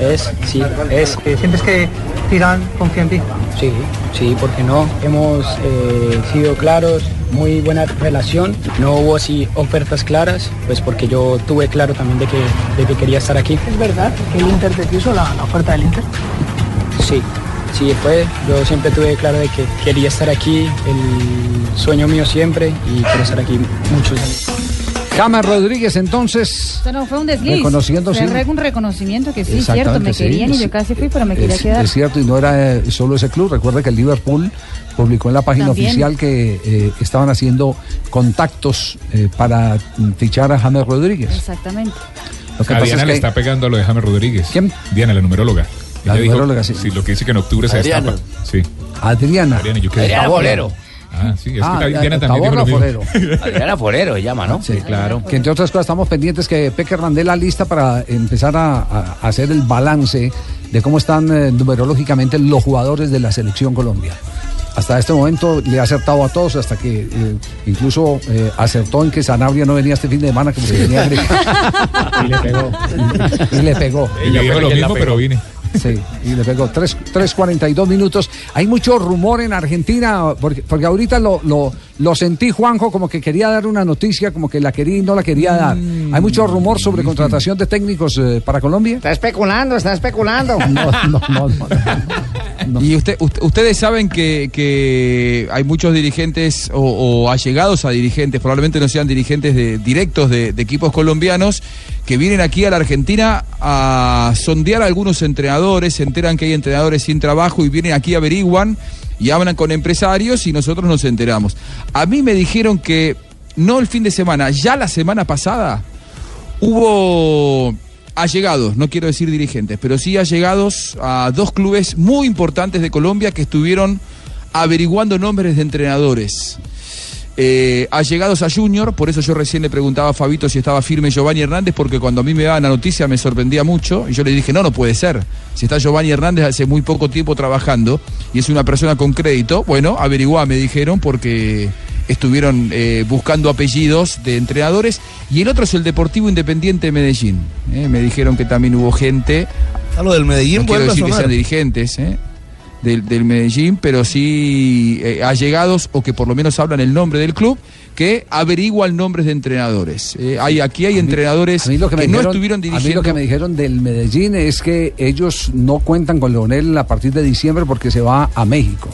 [SPEAKER 5] es, sí, es.
[SPEAKER 21] ¿Sientes que Tirán confía en ti?
[SPEAKER 5] Sí, sí, porque no. Hemos eh, sido claros, muy buena relación. No hubo así ofertas claras, pues porque yo tuve claro también de que, de que quería estar aquí.
[SPEAKER 21] ¿Es verdad que el Inter te quiso la, la oferta del Inter?
[SPEAKER 5] Sí, sí fue. Yo siempre tuve claro de que quería estar aquí, el sueño mío siempre y quiero estar aquí muchos años.
[SPEAKER 9] James Rodríguez, entonces.
[SPEAKER 12] O sea, no fue un desliz.
[SPEAKER 9] Reconociendo,
[SPEAKER 12] Fue
[SPEAKER 9] sí.
[SPEAKER 12] re- un reconocimiento que sí, cierto,
[SPEAKER 9] Exactamente,
[SPEAKER 12] me
[SPEAKER 9] sí,
[SPEAKER 12] querían y
[SPEAKER 9] es-
[SPEAKER 12] yo casi fui, pero me quería
[SPEAKER 9] Es,
[SPEAKER 12] quedar.
[SPEAKER 9] es cierto, y no era eh, solo ese club. Recuerda que el Liverpool publicó en la página
[SPEAKER 12] También.
[SPEAKER 9] oficial que eh, estaban haciendo contactos eh, para mm, fichar a James Rodríguez.
[SPEAKER 12] Exactamente.
[SPEAKER 9] Lo que
[SPEAKER 11] A
[SPEAKER 9] pasa
[SPEAKER 11] Diana
[SPEAKER 9] es que-
[SPEAKER 11] le está pegando a lo de James Rodríguez.
[SPEAKER 9] ¿Quién?
[SPEAKER 11] Diana, la numeróloga.
[SPEAKER 9] La
[SPEAKER 11] Ella dijo-
[SPEAKER 9] numeróloga, sí.
[SPEAKER 11] lo que dice que en octubre se
[SPEAKER 9] Adriana.
[SPEAKER 11] destapa. Sí.
[SPEAKER 9] Adriana.
[SPEAKER 11] Adriana, yo quedé-
[SPEAKER 9] Adriana Forero.
[SPEAKER 11] Ah, sí, es que
[SPEAKER 9] Ah,
[SPEAKER 11] Adriana
[SPEAKER 9] Adriana
[SPEAKER 11] también dijo lo mismo.
[SPEAKER 9] Forero.
[SPEAKER 11] *laughs*
[SPEAKER 10] Adriana Forero se llama, ¿no?
[SPEAKER 9] Sí, claro. Que entre otras cosas estamos pendientes que Pecker mandé la lista para empezar a, a- a hacer el balance de cómo están eh, numerológicamente los jugadores de la selección Colombia. Hasta este momento le ha acertado a todos, hasta que eh, incluso eh, acertó en que Sanabria no venía este fin de semana, que porque tenía *laughs* gripe. y le pegó. Y, le pegó.
[SPEAKER 11] Y yo digo lo mismo, pero vine.
[SPEAKER 9] Sí, y le pegó Tres- 3.42 minutos. Hay mucho rumor en Argentina, porque, porque ahorita lo, lo, lo sentí, Juanjo, como que quería dar una noticia, como que la quería y no la quería dar. Hay mucho rumor sobre contratación de técnicos eh, para Colombia.
[SPEAKER 24] Está especulando,
[SPEAKER 9] *laughs*
[SPEAKER 24] está especulando.
[SPEAKER 16] Y usted, ust- ustedes saben que, que hay muchos dirigentes o, o allegados a dirigentes, probablemente no sean dirigentes de, directos de, de equipos colombianos, que vienen aquí a la Argentina a sondear a algunos entrenadores, se enteran que hay entrenadores sin trabajo y vienen aquí, averiguan y hablan con empresarios y nosotros nos enteramos. A mí me dijeron que no el fin de semana, ya la semana pasada hubo allegados, no quiero decir dirigentes, pero sí allegados a dos clubes muy importantes de Colombia que estuvieron averiguando nombres de entrenadores. Eh, allegados a Junior, por eso yo recién le preguntaba a Fabito si estaba firme Giovanni Hernández, porque cuando a mí me daban la noticia me sorprendía mucho, y yo le dije, no, no puede ser, si está Giovanni Hernández hace muy poco tiempo trabajando, y es una persona con crédito, bueno, averiguá, me dijeron, porque estuvieron eh, buscando apellidos de entrenadores, y el otro es el Deportivo Independiente de Medellín, eh, me dijeron que también hubo gente...
[SPEAKER 14] A lo del Medellín
[SPEAKER 16] no quiero
[SPEAKER 14] vuelve a
[SPEAKER 16] decir que
[SPEAKER 14] sonar.
[SPEAKER 16] sean dirigentes, eh, del, del Medellín, pero sí eh, allegados o que por lo menos hablan el nombre del club, que averiguan nombres de entrenadores. Eh, hay, aquí hay entrenadores
[SPEAKER 9] mí lo
[SPEAKER 16] que,
[SPEAKER 9] me
[SPEAKER 16] no
[SPEAKER 9] dijeron-
[SPEAKER 16] estuvieron
[SPEAKER 9] A mí lo
[SPEAKER 16] dirigiendo.
[SPEAKER 9] que me dijeron del Medellín es que ellos no cuentan con Leonel a partir de diciembre porque se va a México.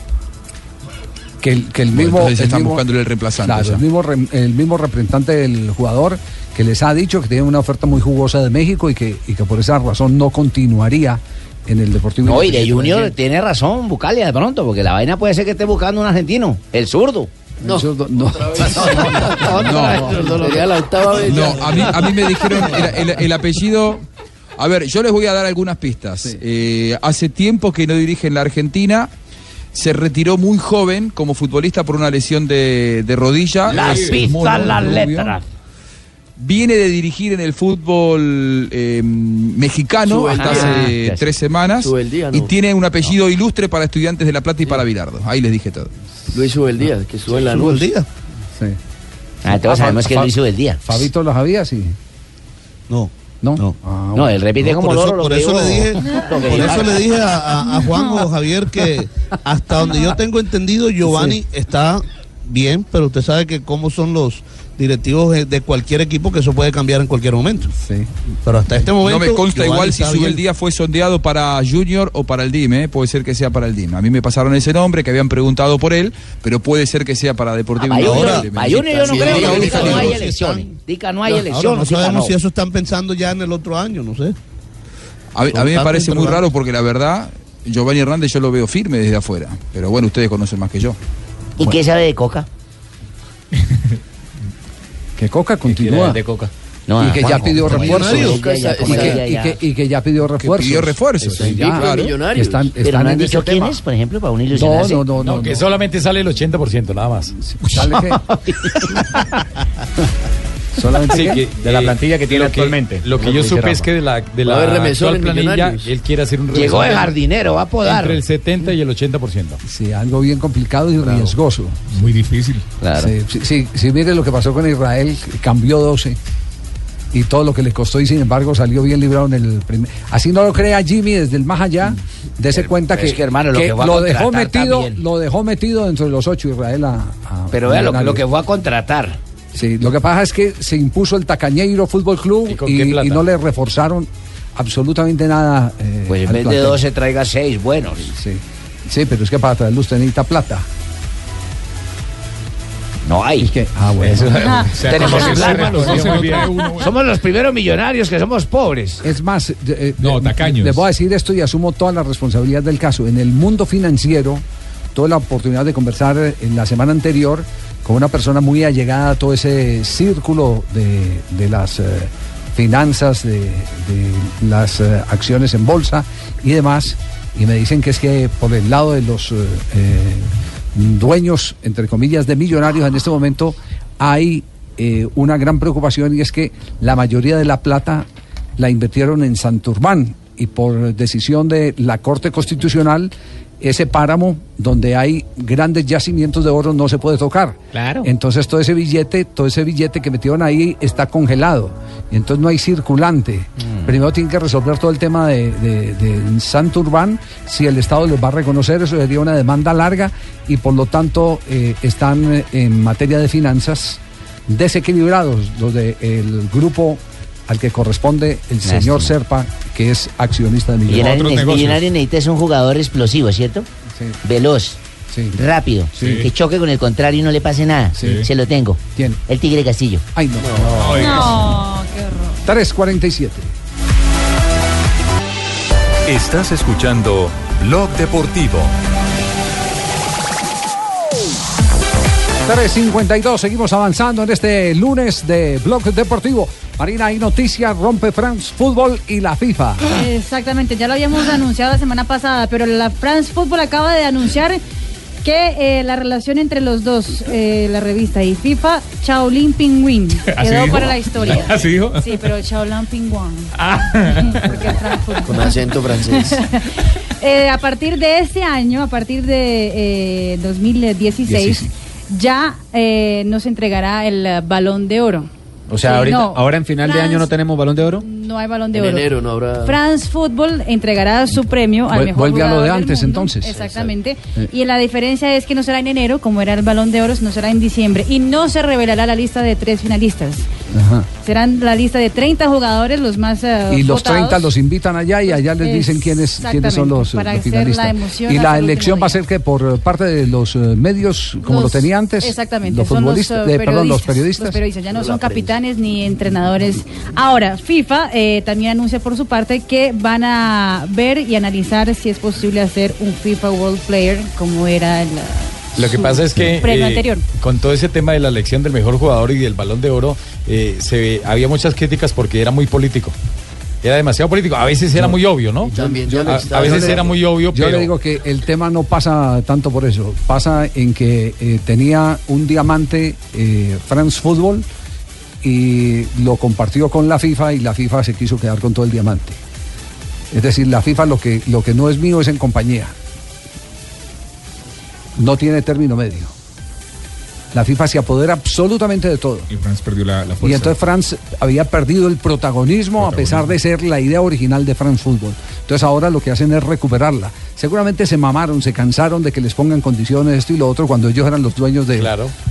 [SPEAKER 9] Que el, que el
[SPEAKER 16] Bueno,
[SPEAKER 9] mismo.
[SPEAKER 16] entonces
[SPEAKER 9] el
[SPEAKER 16] están
[SPEAKER 9] mismo-
[SPEAKER 16] buscándole el reemplazante
[SPEAKER 9] Claro,
[SPEAKER 16] ya.
[SPEAKER 9] el mismo, rem- el mismo representante del jugador que les ha dicho que tiene una oferta muy jugosa de México y que, y que por esa razón no continuaría en el Deportivo
[SPEAKER 10] No, y de
[SPEAKER 9] Independiente
[SPEAKER 10] Junior
[SPEAKER 9] Medellín.
[SPEAKER 10] tiene razón, Bucalia, de pronto, porque la vaina puede ser que esté buscando un argentino, el zurdo.
[SPEAKER 9] No, *laughs* no.
[SPEAKER 20] *laughs* Sería la octava vez.
[SPEAKER 16] No, a mí, a mí me dijeron el, el- el apellido. A ver, yo les voy a dar algunas pistas. Eh, hace tiempo que no dirige en la Argentina. Se retiró muy joven como futbolista por una lesión de, de rodilla.
[SPEAKER 10] Las
[SPEAKER 16] Es
[SPEAKER 10] pistas,
[SPEAKER 16] mono,
[SPEAKER 10] las
[SPEAKER 16] rubio.
[SPEAKER 10] letras.
[SPEAKER 16] Viene de dirigir en el fúlbol eh, mexicano
[SPEAKER 20] Subeldía.
[SPEAKER 16] hasta hace
[SPEAKER 20] Ah,
[SPEAKER 16] tres semanas.
[SPEAKER 20] Subeldía, no.
[SPEAKER 16] Y tiene un apellido ilustre para estudiantes de La Plata y para Virardo. Ahí les dije todo.
[SPEAKER 20] Luis Subeldía, que sube la
[SPEAKER 16] Subeldía.
[SPEAKER 20] luz.
[SPEAKER 10] Ah, todos sabemos que lo hizo el día.
[SPEAKER 9] Fabito lo sabía, sí.
[SPEAKER 14] No.
[SPEAKER 9] No. Ah,
[SPEAKER 10] No, él repite
[SPEAKER 14] No,
[SPEAKER 10] como
[SPEAKER 14] por eso,
[SPEAKER 10] loro lo
[SPEAKER 14] por
[SPEAKER 10] que
[SPEAKER 14] eso
[SPEAKER 10] dijo-
[SPEAKER 14] le dije,
[SPEAKER 10] *laughs* lo que
[SPEAKER 14] por
[SPEAKER 10] dijo.
[SPEAKER 14] eso le dije a, a- a Juan o Javier que hasta donde yo tengo entendido Giovanni está bien, pero usted sabe que cómo son los directivos de- de cualquier equipo que eso puede cambiar en cualquier momento. Pero hasta este momento
[SPEAKER 16] No me consta
[SPEAKER 14] Giovanni
[SPEAKER 16] igual si
[SPEAKER 14] está
[SPEAKER 16] sube el
[SPEAKER 14] bien.
[SPEAKER 16] día fue sondeado para Junior o para el DIME, ¿eh? puede ser que sea para el DIME. A mí me pasaron ese nombre, que habían preguntado por él, pero puede ser que sea para Deportivo
[SPEAKER 10] Ah, para
[SPEAKER 16] Independiente.
[SPEAKER 10] Junior,
[SPEAKER 16] Me
[SPEAKER 10] para Junior yo no
[SPEAKER 16] Sí,
[SPEAKER 10] creo,
[SPEAKER 16] la
[SPEAKER 10] porque
[SPEAKER 16] única
[SPEAKER 10] no hay
[SPEAKER 16] que-
[SPEAKER 10] elecciones. Dica, no hay
[SPEAKER 14] Ahora,
[SPEAKER 10] elecciones.
[SPEAKER 14] no
[SPEAKER 10] dica,
[SPEAKER 14] sabemos
[SPEAKER 10] no.
[SPEAKER 14] si eso están pensando ya en el otro año, no sé.
[SPEAKER 16] A, mí- a mí me parece muy raro porque la verdad, Giovanni Hernández yo lo veo firme desde afuera, pero bueno, ustedes conocen más que yo.
[SPEAKER 10] ¿Y qué sabe de Coca?
[SPEAKER 9] Que Coca continúa.
[SPEAKER 16] de Coca.
[SPEAKER 9] y que ya pidió refuerzos.
[SPEAKER 16] refuerzos.
[SPEAKER 9] Y que, y que- y que ya pidió refuerzos.
[SPEAKER 16] pidió refuerzos.
[SPEAKER 9] Sí,
[SPEAKER 16] Sí,
[SPEAKER 9] ya.
[SPEAKER 16] claro.
[SPEAKER 9] Millonarios. Están-
[SPEAKER 10] Pero
[SPEAKER 9] están
[SPEAKER 10] no han
[SPEAKER 9] en
[SPEAKER 10] dicho
[SPEAKER 9] ese
[SPEAKER 10] quién
[SPEAKER 9] tema.
[SPEAKER 10] es, por ejemplo, para un
[SPEAKER 9] No,
[SPEAKER 10] ilusionarse.
[SPEAKER 9] no, no, no.
[SPEAKER 17] que
[SPEAKER 9] no.
[SPEAKER 17] solamente sale el 80%, nada más.
[SPEAKER 9] ¿Sale
[SPEAKER 17] *laughs*
[SPEAKER 9] qué? Solamente
[SPEAKER 17] Sí, que,
[SPEAKER 9] qué?
[SPEAKER 6] De la
[SPEAKER 17] eh,
[SPEAKER 6] plantilla que tiene
[SPEAKER 17] lo
[SPEAKER 6] actualmente.
[SPEAKER 17] Lo que yo
[SPEAKER 6] Lo que dice
[SPEAKER 17] supe
[SPEAKER 6] Rafa.
[SPEAKER 17] es que de la, de
[SPEAKER 6] Va
[SPEAKER 17] la
[SPEAKER 6] a haber
[SPEAKER 17] actual
[SPEAKER 6] remesón en
[SPEAKER 17] planilla,
[SPEAKER 6] Millonarios.
[SPEAKER 17] él quiere hacer un
[SPEAKER 10] Llegó
[SPEAKER 17] remesón
[SPEAKER 10] de jardinero, va a podar.
[SPEAKER 17] Entre el 70 y el 80%.
[SPEAKER 9] Sí, algo bien complicado y riesgoso.
[SPEAKER 11] Muy difícil.
[SPEAKER 9] Claro. Sí, sí, sí, sí, mire lo que pasó con Israel, cambió 12 y todo lo que le costó y sin embargo salió bien librado en el primer. Así no lo crea Jimmy desde el más allá, dése cuenta
[SPEAKER 10] Mm. pero
[SPEAKER 9] que,
[SPEAKER 10] es que, hermano, lo que va a
[SPEAKER 9] dejó
[SPEAKER 10] contratar
[SPEAKER 9] metido,
[SPEAKER 10] también.
[SPEAKER 9] lo dejó metido dentro de los ocho Israel a, a-
[SPEAKER 10] Pero vea lo, que- lo
[SPEAKER 9] Millonarios.
[SPEAKER 10] que fue a contratar.
[SPEAKER 9] Sí, lo que pasa es que se impuso el Tacañeiro Fútbol Club
[SPEAKER 10] con
[SPEAKER 9] y,
[SPEAKER 10] qué plata?
[SPEAKER 9] y no le reforzaron absolutamente nada. eh,
[SPEAKER 10] Pues en
[SPEAKER 9] al
[SPEAKER 10] vez de
[SPEAKER 9] plantel.
[SPEAKER 10] 12 traiga 6 buenos.
[SPEAKER 9] Sí. Sí, pero es que para traerlo usted necesita plata.
[SPEAKER 10] No hay.
[SPEAKER 9] Ah, bueno.
[SPEAKER 10] Eso-
[SPEAKER 9] Ah.
[SPEAKER 10] o sea, Tenemos como que plata, se- nos se- vamos a se- traer uno, bueno. Somos los primeros millonarios que somos pobres.
[SPEAKER 9] Es más, de- eh,
[SPEAKER 11] No,
[SPEAKER 9] de-
[SPEAKER 11] tacaños.
[SPEAKER 9] Les voy a decir esto y asumo toda la responsabilidad del caso. En el mundo financiero, tuve la oportunidad de conversar eh, en la semana anterior con una persona muy allegada a todo ese círculo de, de las eh, finanzas, de, de las eh, acciones en bolsa y demás, y me dicen que es que por el lado de los eh, eh, dueños, entre comillas, de millonarios en este momento, hay eh, una gran preocupación y es que la mayoría de la plata la invirtieron en Santurbán y por decisión de la Corte Constitucional ese páramo donde hay grandes yacimientos de oro no se puede tocar. Claro. Entonces todo ese billete, todo ese billete que metieron ahí está congelado. Y entonces no hay circulante. Primero tienen que resolver todo el tema de, de, de Santurbán. Si el Estado les va a reconocer, eso sería una demanda larga y por lo tanto eh, están eh, en materia de finanzas desequilibrados los del grupo al que corresponde el
[SPEAKER 25] Lástima.
[SPEAKER 9] señor Serpa, que es accionista de
[SPEAKER 25] Millonario, ne- Millonario
[SPEAKER 9] Millonarios.
[SPEAKER 25] necesita es un jugador explosivo, ¿cierto?
[SPEAKER 9] Sí.
[SPEAKER 25] Veloz, rápido,
[SPEAKER 9] Sí.
[SPEAKER 25] que choque con el contrario y no le pase nada.
[SPEAKER 9] Sí.
[SPEAKER 25] Se lo tengo. El Tigre Castillo.
[SPEAKER 9] Ay, no. 347.
[SPEAKER 8] Estás escuchando Blog Deportivo.
[SPEAKER 9] 352, seguimos avanzando en este lunes de Blog Deportivo. Marina, hay noticias, rompe France Fútbol y la FIFA.
[SPEAKER 12] Exactamente, ya lo habíamos anunciado la semana pasada, pero la France Football acaba de anunciar que eh, la relación entre los dos, eh, la revista y FIFA,
[SPEAKER 15] *laughs*
[SPEAKER 12] Shaolin Penguin,
[SPEAKER 11] ¿Así
[SPEAKER 12] quedó
[SPEAKER 11] dijo?
[SPEAKER 12] para la *laughs* historia.
[SPEAKER 11] ¿Así dijo?
[SPEAKER 12] Sí, pero Shaolin Penguin.
[SPEAKER 20] Con acento
[SPEAKER 12] *laughs*
[SPEAKER 20] francés.
[SPEAKER 12] Eh, a partir de este año, a partir de eh, 2016,
[SPEAKER 15] Dieciséis.
[SPEAKER 12] ya eh, nos entregará el eh, balón de oro.
[SPEAKER 15] O sea,
[SPEAKER 12] Sí,
[SPEAKER 15] ahorita,
[SPEAKER 12] no.
[SPEAKER 15] ahora en final de
[SPEAKER 12] France-
[SPEAKER 15] año no tenemos balón de oro.
[SPEAKER 12] No hay balón de
[SPEAKER 15] En
[SPEAKER 12] oro.
[SPEAKER 15] enero no habrá-
[SPEAKER 12] France Football entregará su premio al
[SPEAKER 15] Vuel-
[SPEAKER 12] mejor
[SPEAKER 15] vuelve a lo
[SPEAKER 12] jugador
[SPEAKER 15] de
[SPEAKER 12] del
[SPEAKER 15] antes,
[SPEAKER 12] mundo.
[SPEAKER 15] entonces.
[SPEAKER 12] Exactamente.
[SPEAKER 9] Eh.
[SPEAKER 15] Exacto.
[SPEAKER 12] Y la diferencia es que no será en enero, como era el balón de oro, no será en diciembre. Y no se revelará la lista de tres finalistas. Serán la lista de 30 jugadores los más eh,
[SPEAKER 9] Y los
[SPEAKER 12] votados.
[SPEAKER 9] 30 los invitan allá y allá les dicen quiénes, quiénes son los, eh,
[SPEAKER 12] Exactamente, para
[SPEAKER 9] los
[SPEAKER 12] hacer la
[SPEAKER 9] finalistas.
[SPEAKER 12] emoción
[SPEAKER 9] Y
[SPEAKER 12] hasta
[SPEAKER 9] la
[SPEAKER 12] el último
[SPEAKER 9] elección va a ser que por eh, parte de los eh, medios, como
[SPEAKER 12] Los-
[SPEAKER 9] lo tenía antes.
[SPEAKER 12] Exactamente,
[SPEAKER 9] Los
[SPEAKER 12] son
[SPEAKER 9] futbolistas,
[SPEAKER 12] eh,
[SPEAKER 9] eh, perdón, los periodistas.
[SPEAKER 12] los periodistas, ya no son capitanes ni entrenadores. Ahora, FIFA eh, también anuncia por su parte que van a ver y analizar si es posible hacer un FIFA World Player como era el... eh,
[SPEAKER 17] Lo que
[SPEAKER 12] su
[SPEAKER 17] pasa es que
[SPEAKER 12] premio
[SPEAKER 17] eh,
[SPEAKER 12] anterior.
[SPEAKER 17] con todo ese tema de la elección del mejor jugador y del balón de oro, eh, se ve- había muchas críticas porque era muy político. Era demasiado político. A veces era muy obvio, ¿no? a, a veces era muy obvio,
[SPEAKER 9] Yo
[SPEAKER 17] pero
[SPEAKER 9] le digo que el tema no pasa tanto por eso. Pasa en que eh, tenía un diamante eh, France Football y lo compartió con la FIFA y la FIFA se quiso quedar con todo el diamante. Es decir, la FIFA lo que, lo que no es mío es en compañía. No tiene término medio. La FIFA se apodera absolutamente de todo.
[SPEAKER 11] Y France perdió la, la
[SPEAKER 9] Y
[SPEAKER 11] fuerza.
[SPEAKER 9] entonces France había perdido el protagonismo, a pesar de ser la idea original de France Football. Entonces ahora lo que hacen es recuperarla. Seguramente se mamaron, se cansaron de que les pongan condiciones esto y lo otro cuando ellos eran los dueños de,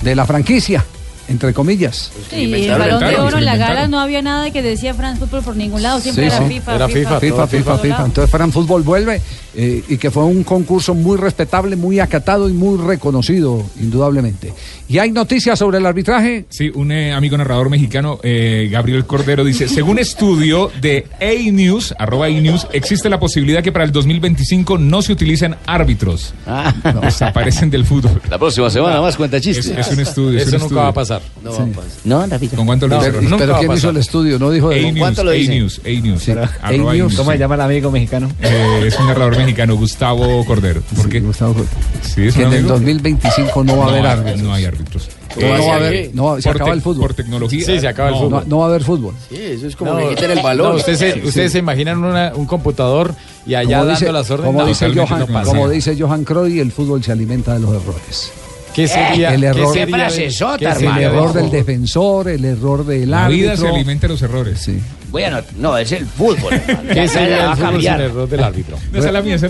[SPEAKER 9] de la franquicia, entre comillas.
[SPEAKER 12] Sí, el
[SPEAKER 9] inventaron,
[SPEAKER 12] balón de
[SPEAKER 9] inventaron,
[SPEAKER 12] oro en la
[SPEAKER 9] inventaron.
[SPEAKER 12] gala no había nada que decía France Football por ningún lado, siempre
[SPEAKER 9] Sí,
[SPEAKER 12] era,
[SPEAKER 9] sí.
[SPEAKER 12] FIFA,
[SPEAKER 9] FIFA, FIFA, FIFA,
[SPEAKER 12] por todo lado.
[SPEAKER 9] Entonces Fran Fútbol vuelve eh, y que fue un concurso muy respetable, muy acatado y muy reconocido, indudablemente. ¿Y hay noticias sobre el arbitraje?
[SPEAKER 11] Sí, un eh, amigo narrador mexicano, eh, Gabriel Cordero, dice, según estudio de A-News, arroba A-News, existe la posibilidad que para el 2025 no se utilicen árbitros.
[SPEAKER 9] Ah.
[SPEAKER 11] Desaparecen del fútbol.
[SPEAKER 6] La próxima semana más cuenta chistes.
[SPEAKER 11] Es, es un estudio. es
[SPEAKER 6] Eso
[SPEAKER 11] un
[SPEAKER 6] nunca
[SPEAKER 11] estudio.
[SPEAKER 6] va a pasar.
[SPEAKER 20] No
[SPEAKER 6] va a
[SPEAKER 20] pasar.
[SPEAKER 25] No, Rafita.
[SPEAKER 11] ¿Con cuánto lo
[SPEAKER 9] Pero,
[SPEAKER 11] hicieron? Nunca
[SPEAKER 9] pero
[SPEAKER 11] va a
[SPEAKER 9] ¿quién hizo
[SPEAKER 11] pasar.
[SPEAKER 9] el estudio? No dijo de
[SPEAKER 11] A-News, A-News, A-News, arroba A-News,
[SPEAKER 15] ¿Cómo
[SPEAKER 11] sí.
[SPEAKER 15] se llama el amigo mexicano?
[SPEAKER 11] Eh, es un narrador mexicano, Gustavo Cordero. ¿Por qué?
[SPEAKER 9] Gustavo Cordero.
[SPEAKER 11] Sí, es
[SPEAKER 9] Que
[SPEAKER 11] un
[SPEAKER 9] en el
[SPEAKER 11] amigo.
[SPEAKER 9] 2025 no va a haber
[SPEAKER 11] hay-
[SPEAKER 9] árbitros.
[SPEAKER 11] No hay árbitros.
[SPEAKER 9] No
[SPEAKER 11] Eh,
[SPEAKER 9] va a haber, no, se
[SPEAKER 11] por
[SPEAKER 9] acaba
[SPEAKER 11] te-
[SPEAKER 9] el fútbol.
[SPEAKER 11] Por tecnología.
[SPEAKER 9] No, No, no va a haber fútbol.
[SPEAKER 20] Sí, eso es como
[SPEAKER 17] No,
[SPEAKER 20] que quiten el balón.
[SPEAKER 17] no, ustedes se,
[SPEAKER 20] Sí.
[SPEAKER 17] ustedes se imaginan una- un computador y allá
[SPEAKER 9] Como
[SPEAKER 17] dando
[SPEAKER 9] dice-
[SPEAKER 17] las órdenes.
[SPEAKER 9] Como
[SPEAKER 17] No,
[SPEAKER 9] dice,
[SPEAKER 17] totalmente
[SPEAKER 9] Johan,
[SPEAKER 17] no pasa.
[SPEAKER 9] como dice Johan Croy, el fútbol se alimenta de los errores. Eh,
[SPEAKER 17] ¿Qué sería-
[SPEAKER 9] el
[SPEAKER 17] qué
[SPEAKER 9] error,
[SPEAKER 17] sería de-
[SPEAKER 10] frasezota,
[SPEAKER 9] el
[SPEAKER 10] hermano?
[SPEAKER 9] error del defensor, el error del
[SPEAKER 11] La
[SPEAKER 9] árbitro.
[SPEAKER 11] vida se alimenta de los errores.
[SPEAKER 9] Sí.
[SPEAKER 10] Bueno, no, es el
[SPEAKER 9] *laughs*
[SPEAKER 10] fútbol. hermano.
[SPEAKER 11] ¿Qué
[SPEAKER 10] Ya
[SPEAKER 11] sería
[SPEAKER 10] la
[SPEAKER 11] el
[SPEAKER 10] va a
[SPEAKER 11] fútbol sin
[SPEAKER 10] cambiar.
[SPEAKER 11] error del árbitro?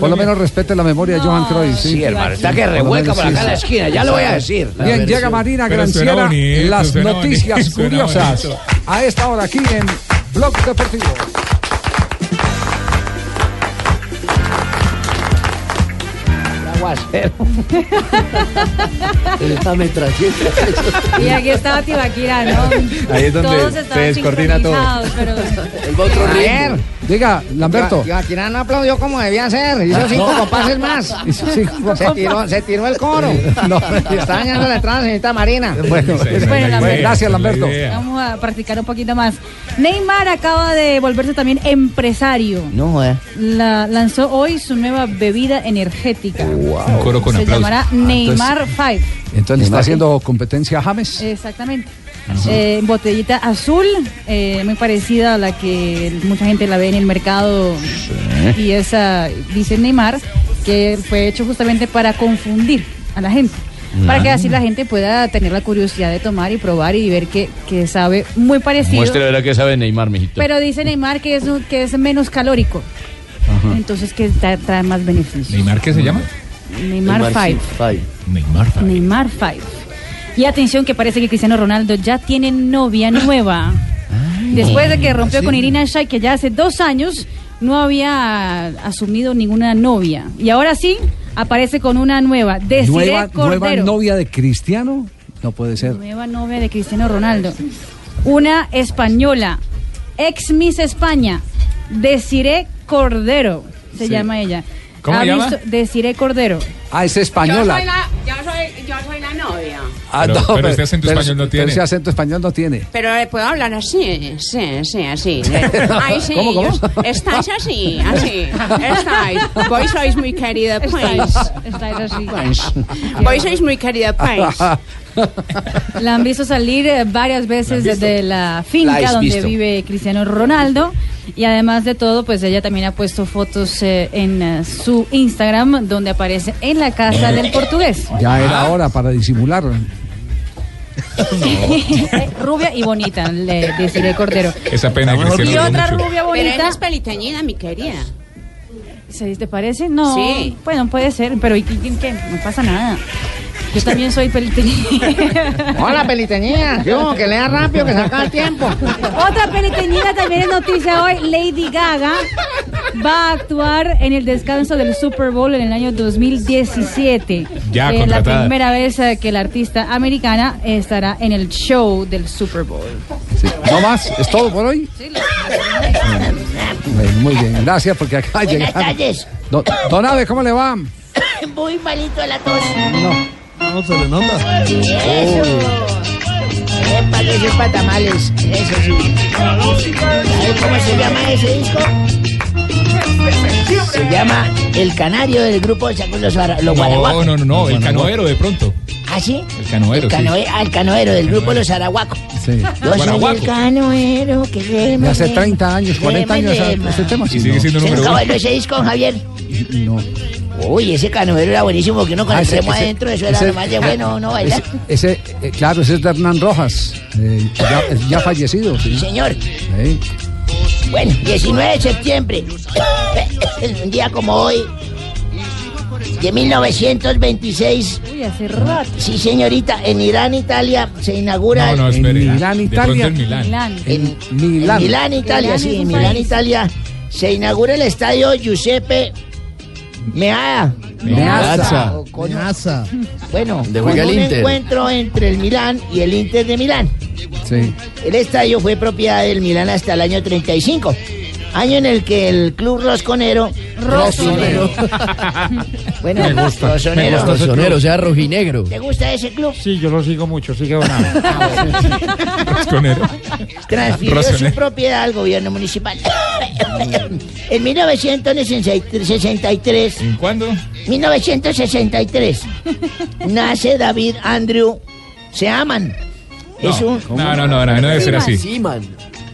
[SPEAKER 9] Por lo menos respete la memoria de Johan Croy. Sí,
[SPEAKER 10] Sí, hermano, está que revuelca por acá la esquina, ya lo voy a decir. La
[SPEAKER 9] Bien,
[SPEAKER 10] versión.
[SPEAKER 9] llega Marina
[SPEAKER 10] Pero suena
[SPEAKER 9] Granciera,
[SPEAKER 10] bonito,
[SPEAKER 9] las
[SPEAKER 10] suena
[SPEAKER 9] noticias
[SPEAKER 10] bonito, suena
[SPEAKER 9] curiosas.
[SPEAKER 10] bonito.
[SPEAKER 9] A esta hora aquí en Blog Deportivo.
[SPEAKER 10] Aguacero.
[SPEAKER 12] Y aquí estaba Tibaquira, ¿no?
[SPEAKER 9] Ahí es
[SPEAKER 12] *laughs*
[SPEAKER 9] donde
[SPEAKER 12] Todos
[SPEAKER 9] se
[SPEAKER 12] estaban
[SPEAKER 9] descoordina todo.
[SPEAKER 12] sincronizados, Pero...
[SPEAKER 20] otro
[SPEAKER 10] A
[SPEAKER 20] ritmo.
[SPEAKER 10] ver,
[SPEAKER 9] Diga, Lamberto.
[SPEAKER 10] Yo aquí no aplaudió como debía ser. Hizo
[SPEAKER 9] Ah,
[SPEAKER 10] cinco
[SPEAKER 9] no.
[SPEAKER 10] compases más.
[SPEAKER 9] Hizo cinco
[SPEAKER 10] se,
[SPEAKER 9] compases.
[SPEAKER 10] tiró, se tiró el coro.
[SPEAKER 9] No.
[SPEAKER 10] Está dañando la entrada, señorita Marina.
[SPEAKER 9] Bueno, gracias, Lamberto.
[SPEAKER 12] Vamos a practicar un poquito más. Neymar acaba de volverse también empresario.
[SPEAKER 25] No joda.
[SPEAKER 12] La- lanzó hoy su nueva bebida energética.
[SPEAKER 11] Un coro con
[SPEAKER 12] Se
[SPEAKER 11] aplausos.
[SPEAKER 9] Ah,
[SPEAKER 12] llamará Neymar Five.
[SPEAKER 9] *laughs* Entonces le está haciendo competencia a James.
[SPEAKER 12] Exactamente. Eh, botellita azul, eh, muy parecida a la que mucha gente la ve en el mercado y esa dice Neymar. que fue hecho justamente para confundir a la gente. Para que así la gente pueda tener la curiosidad de tomar y probar y ver que, que sabe muy parecido.
[SPEAKER 6] Muestra la que sabe Neymar, mijito.
[SPEAKER 12] Pero dice Neymar que es, un- que es menos calórico.
[SPEAKER 6] Ajá.
[SPEAKER 12] Entonces que tra- trae más beneficios.
[SPEAKER 11] ¿Neymar qué se llama?
[SPEAKER 12] Neymar Five.
[SPEAKER 11] Neymar Five.
[SPEAKER 12] Neymar Five. Y atención que parece que Cristiano Ronaldo ya tiene novia nueva. Después de que rompió con Irina Shayk, que ya hace dos años no había asumido ninguna novia. Y ahora sí aparece con una nueva, Desiree
[SPEAKER 9] Nueva, nueva
[SPEAKER 12] Cordero.
[SPEAKER 9] novia de Cristiano. No puede ser.
[SPEAKER 12] Nueva novia de Cristiano Ronaldo. Una española, ex Miss España, Desiree Cordero, se
[SPEAKER 9] Sí.
[SPEAKER 12] llama ella.
[SPEAKER 9] ¿Cómo
[SPEAKER 12] ¿Ha
[SPEAKER 9] se llama?
[SPEAKER 12] visto? Desiree Cordero.
[SPEAKER 9] Ah, es española.
[SPEAKER 3] yo, soy, yo soy la novia.
[SPEAKER 9] Ah,
[SPEAKER 11] Pero- pero este acento
[SPEAKER 9] pero-
[SPEAKER 11] español no
[SPEAKER 9] pero
[SPEAKER 11] tiene.
[SPEAKER 9] ese acento español no tiene.
[SPEAKER 3] Pero le puedo hablar así, sí, sí, así. Ay, sí,
[SPEAKER 9] ¿Cómo, cómo?
[SPEAKER 3] yo- estáis así, así. Estáis. Vos sois muy querida, pues. Pues. Vos sois muy querida, pues.
[SPEAKER 12] La han visto salir eh, varias veces desde la finca
[SPEAKER 3] La has
[SPEAKER 12] donde
[SPEAKER 3] visto.
[SPEAKER 12] vive Cristiano Ronaldo. Y además de todo, pues ella también ha puesto fotos eh, en eh, su Instagram donde aparece en la casa del portugués. Ah,
[SPEAKER 9] Ya
[SPEAKER 11] Ah.
[SPEAKER 9] era hora para disimular.
[SPEAKER 12] *laughs* Eh, rubia y bonita, le deciré Cordero.
[SPEAKER 11] Esa pena que
[SPEAKER 12] Y
[SPEAKER 11] Cristiano duró
[SPEAKER 12] otra
[SPEAKER 11] mucho.
[SPEAKER 12] rubia
[SPEAKER 3] Pero
[SPEAKER 12] bonita.
[SPEAKER 3] eres peliteñida, mi querida.
[SPEAKER 12] ¿Se- ¿Te parece? No.
[SPEAKER 3] Sí.
[SPEAKER 12] Bueno, puede ser, pero ¿y qué? qué- qué? No pasa nada. Yo también soy peliteñida.
[SPEAKER 24] *laughs* Hola, peliteñía. Yo, que lea rápido, que se acaba el tiempo.
[SPEAKER 12] Otra peliteñida también es noticia hoy. Lady Gaga va a actuar en el descanso del Super Bowl en el año 2017.
[SPEAKER 11] Ya,
[SPEAKER 12] es Eh, la
[SPEAKER 11] contratada.
[SPEAKER 12] primera vez eh, que la artista americana estará en el show del Super Bowl.
[SPEAKER 9] No más, es todo por hoy. Eh, Muy bien, gracias porque acá
[SPEAKER 24] Buenas
[SPEAKER 9] llegaron.
[SPEAKER 24] tardes.
[SPEAKER 9] Don, don Abe, ¿cómo le va?
[SPEAKER 24] *coughs* Muy malito de la tos.
[SPEAKER 14] No se le nota.
[SPEAKER 24] Eso. Epa, que sepa tamales. Eso sí. ¿Sabes cómo se llama ese disco? Se llama El Canario del grupo Sacón los, Guara- los
[SPEAKER 11] No,
[SPEAKER 24] Guaraguacos.
[SPEAKER 11] no, no, no, el canoero de pronto.
[SPEAKER 24] ¿Ah, sí?
[SPEAKER 11] El canoero,
[SPEAKER 24] El canoe-
[SPEAKER 11] sí.
[SPEAKER 24] ah, el canoero del grupo Los Arahuacos.
[SPEAKER 9] Sí.
[SPEAKER 24] Yo soy el
[SPEAKER 11] Guaraguaco.
[SPEAKER 24] canoero que rema.
[SPEAKER 9] hace 30 años, 40 años
[SPEAKER 24] Rema,
[SPEAKER 9] a-
[SPEAKER 24] rema.
[SPEAKER 9] este tema.
[SPEAKER 11] Y sigue siendo
[SPEAKER 24] ¿Se
[SPEAKER 11] número
[SPEAKER 24] nunca
[SPEAKER 11] uno.
[SPEAKER 24] bailó ese disco, Javier? Ah, No. Uy, ese canoero era buenísimo, porque uno con
[SPEAKER 9] Ah,
[SPEAKER 24] el
[SPEAKER 9] ese-
[SPEAKER 24] remo
[SPEAKER 9] ese-
[SPEAKER 24] adentro, eso era
[SPEAKER 9] ese- ah,
[SPEAKER 24] nomás de bueno, no bailar.
[SPEAKER 9] Ese, eh, claro, ese es de Hernán Rojas, eh, ya, ya fallecido. Sí,
[SPEAKER 24] señor.
[SPEAKER 9] Sí.
[SPEAKER 24] Bueno, 19 de septiembre, *coughs* un día como hoy, de 1926.
[SPEAKER 12] Uy, hace rato.
[SPEAKER 24] Sí, señorita, en Irán, Italia, se inaugura...
[SPEAKER 11] No, no, espere.
[SPEAKER 9] En Milán,
[SPEAKER 11] De pronto
[SPEAKER 9] Italia.
[SPEAKER 11] en Milán.
[SPEAKER 9] En
[SPEAKER 24] En
[SPEAKER 9] Milán.
[SPEAKER 24] Milán, Italia,
[SPEAKER 9] Milán
[SPEAKER 24] sí,
[SPEAKER 9] es un
[SPEAKER 24] en Milán,
[SPEAKER 9] país.
[SPEAKER 24] Italia, se inaugura el estadio Giuseppe Meada.
[SPEAKER 14] Meazza.
[SPEAKER 24] O con- Bueno,
[SPEAKER 20] Donde
[SPEAKER 24] con
[SPEAKER 20] juega el
[SPEAKER 24] un
[SPEAKER 20] Inter.
[SPEAKER 24] encuentro entre el Milán y el Inter de Milán.
[SPEAKER 9] Sí.
[SPEAKER 24] El estadio fue propiedad del Milán hasta el año 35, año en el que el club rosconero...
[SPEAKER 20] Rosonero.
[SPEAKER 24] *laughs* bueno,
[SPEAKER 20] Me gusta, me
[SPEAKER 24] rosonero.
[SPEAKER 20] gusta ese Rosonero, club. o sea, rojinegro.
[SPEAKER 24] ¿Te gusta ese club?
[SPEAKER 27] Sí, yo lo sigo mucho, sigue
[SPEAKER 24] *laughs*
[SPEAKER 27] una.
[SPEAKER 24] transfirió
[SPEAKER 27] Razoné.
[SPEAKER 24] su propiedad al gobierno municipal. *laughs* en 1963. ¿En
[SPEAKER 11] cuándo?
[SPEAKER 24] 1963. nace David Andrew Seaman. Es
[SPEAKER 11] No,
[SPEAKER 24] un.
[SPEAKER 11] no, no, no, no, no debe ser así.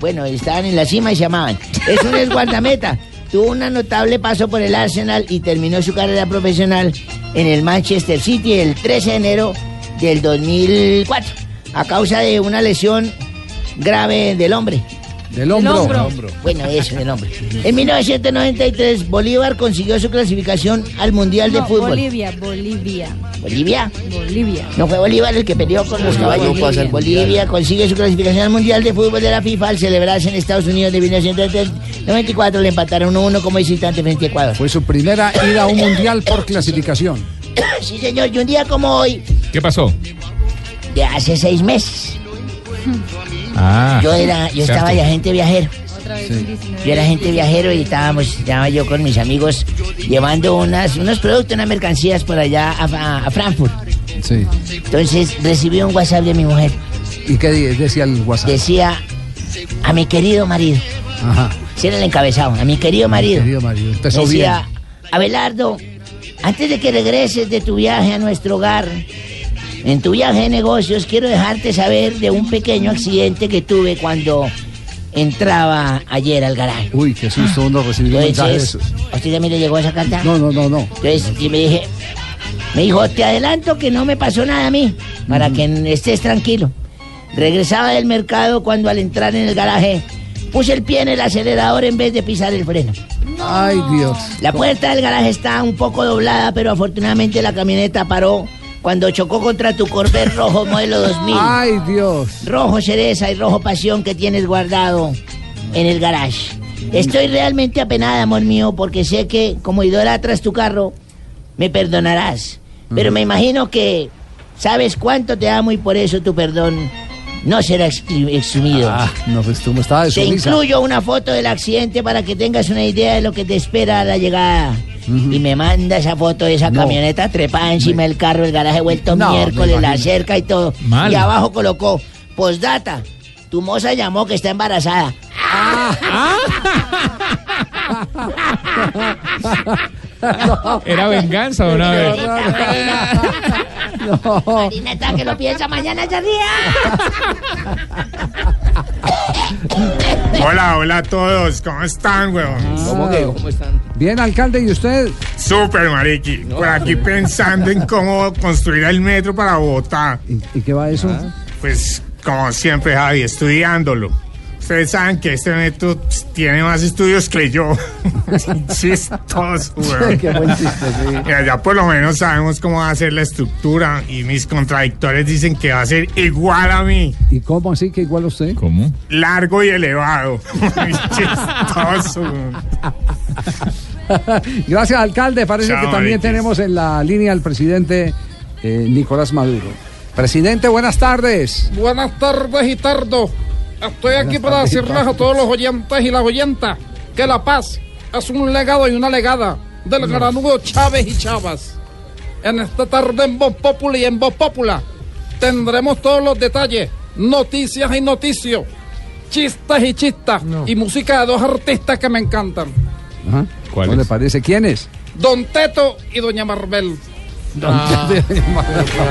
[SPEAKER 24] Bueno, estaban en la cima y se amaban. Es un guardameta. *laughs* Tuvo un notable paso por el Arsenal y terminó su carrera profesional en el Manchester City el 13 de enero del 2004 a causa de una lesión grave del hombre.
[SPEAKER 9] Del hombro. Del hombro.
[SPEAKER 24] Bueno, eso,
[SPEAKER 9] *laughs*
[SPEAKER 24] del hombro. En 1993, Bolívar consiguió su clasificación al Mundial de
[SPEAKER 12] No,
[SPEAKER 24] Fútbol.
[SPEAKER 12] Bolivia, Bolivia.
[SPEAKER 24] ¿Bolivia?
[SPEAKER 12] Bolivia.
[SPEAKER 24] No fue Bolívar el que peleó con los
[SPEAKER 12] No,
[SPEAKER 24] caballos.
[SPEAKER 12] no pasa el
[SPEAKER 24] Bolivia
[SPEAKER 12] Mundial.
[SPEAKER 24] consigue su clasificación al Mundial de Fútbol de la FIFA al celebrarse en Estados Unidos de 1994. Le empataron 1-1 como visitante frente a Ecuador. *coughs*
[SPEAKER 9] Fue su primera ida a un mundial por clasificación.
[SPEAKER 24] Sí, señor, y un día como hoy,
[SPEAKER 11] ¿Qué pasó?
[SPEAKER 24] de hace seis meses,
[SPEAKER 11] Ah.
[SPEAKER 24] yo era, yo estaba de agente viajero. Yo era agente viajero y estábamos, estaba yo con mis amigos llevando unas, unos productos, unas mercancías por allá a, a- a Frankfurt.
[SPEAKER 9] Sí.
[SPEAKER 24] Entonces recibí un WhatsApp de mi mujer.
[SPEAKER 9] ¿Y qué di- decía el WhatsApp?
[SPEAKER 24] Decía, a mi querido marido.
[SPEAKER 9] Ajá.
[SPEAKER 24] Si era el encabezado, a mi querido marido.
[SPEAKER 9] Querido marido. Empezó
[SPEAKER 24] decía,
[SPEAKER 9] bien.
[SPEAKER 24] Abelardo, antes de que regreses de tu viaje a nuestro hogar, en tu viaje de negocios, quiero dejarte saber de un pequeño accidente que tuve cuando entraba ayer al garaje.
[SPEAKER 9] Uy, qué susto uno recibir un mensaje de
[SPEAKER 24] Entonces,
[SPEAKER 9] esos.
[SPEAKER 24] ¿a usted también le llegó esa carta?
[SPEAKER 9] No, no, no, no.
[SPEAKER 24] Entonces, y me dije, me dijo, te adelanto que no me pasó nada a mí, para que estés tranquilo. Regresaba del mercado cuando al entrar en el garaje puse el pie en el acelerador en vez de pisar el freno.
[SPEAKER 9] Ay, Dios.
[SPEAKER 24] La puerta del garaje está un poco doblada, pero afortunadamente la camioneta paró cuando chocó contra tu Corvette rojo modelo 2000.
[SPEAKER 9] Ay, Dios.
[SPEAKER 24] Rojo cereza y rojo pasión que tienes guardado en el garage. Estoy realmente apenada, amor mío, porque sé que como idolatras tu carro, me perdonarás. Pero me imagino que sabes cuánto te amo y por eso tu perdón no será exhi- exhumido.
[SPEAKER 9] Ah, no, pues tú me estabas de
[SPEAKER 24] Te
[SPEAKER 9] sumisa.
[SPEAKER 24] incluyo una foto del accidente para que tengas una idea de lo que te espera a la llegada. Y me manda esa foto de esa
[SPEAKER 9] No.
[SPEAKER 24] camioneta trepada encima del carro, el garaje vuelto
[SPEAKER 9] No, me
[SPEAKER 24] miércoles, la
[SPEAKER 9] imagino.
[SPEAKER 24] cerca y todo.
[SPEAKER 9] Mal.
[SPEAKER 24] Y abajo colocó, postdata, tu moza llamó que
[SPEAKER 9] *laughs*
[SPEAKER 24] está embarazada.
[SPEAKER 7] Era venganza, don
[SPEAKER 24] *laughs*
[SPEAKER 7] Abel.
[SPEAKER 24] Marina está que lo piensa mañana ese día.
[SPEAKER 23] Hola, hola a todos. ¿Cómo están, huevón?
[SPEAKER 14] Ah,
[SPEAKER 9] ¿Cómo que? ¿Cómo están? Bien, alcalde, ¿y usted?
[SPEAKER 23] Súper, mariqui. Por aquí pensando en cómo construir el metro para Bogotá.
[SPEAKER 9] ¿Y qué va eso?
[SPEAKER 14] Ah.
[SPEAKER 23] Pues, como siempre, Javi, estudiándolo. Ustedes saben que este metro pues, tiene más estudios que yo. *laughs* Chistoso,
[SPEAKER 9] *laughs*
[SPEAKER 23] huevón.
[SPEAKER 9] Qué buen chiste, sí.
[SPEAKER 23] Mira, ya por lo menos sabemos cómo va a ser la estructura y mis contradictores dicen que va a ser igual a mí.
[SPEAKER 9] ¿Y cómo así que igual a usted? ¿Cómo?
[SPEAKER 23] Largo y elevado. *laughs* Chistoso. huevón.
[SPEAKER 9] *laughs* Gracias, alcalde. Parece
[SPEAKER 23] Chao,
[SPEAKER 9] que también
[SPEAKER 23] Mariquis.
[SPEAKER 9] tenemos en la línea al presidente eh, Nicolás Maduro. Presidente, buenas tardes.
[SPEAKER 30] Buenas tardes, Gitardo. Estoy aquí para
[SPEAKER 9] tardes,
[SPEAKER 30] decirles a
[SPEAKER 9] Gitardo.
[SPEAKER 30] todos los oyentes y las oyentas que la paz es un legado y una legada del granudo Chávez y Chávez. En esta tarde en Voz Populi y en Voz Popula tendremos todos los detalles, noticias y noticios, chistes y chistas y música de dos artistas que me encantan,
[SPEAKER 9] Ajá. ¿Cómo le parece? ¿Quién es?
[SPEAKER 30] Don Teto y Doña Marbel. Ah.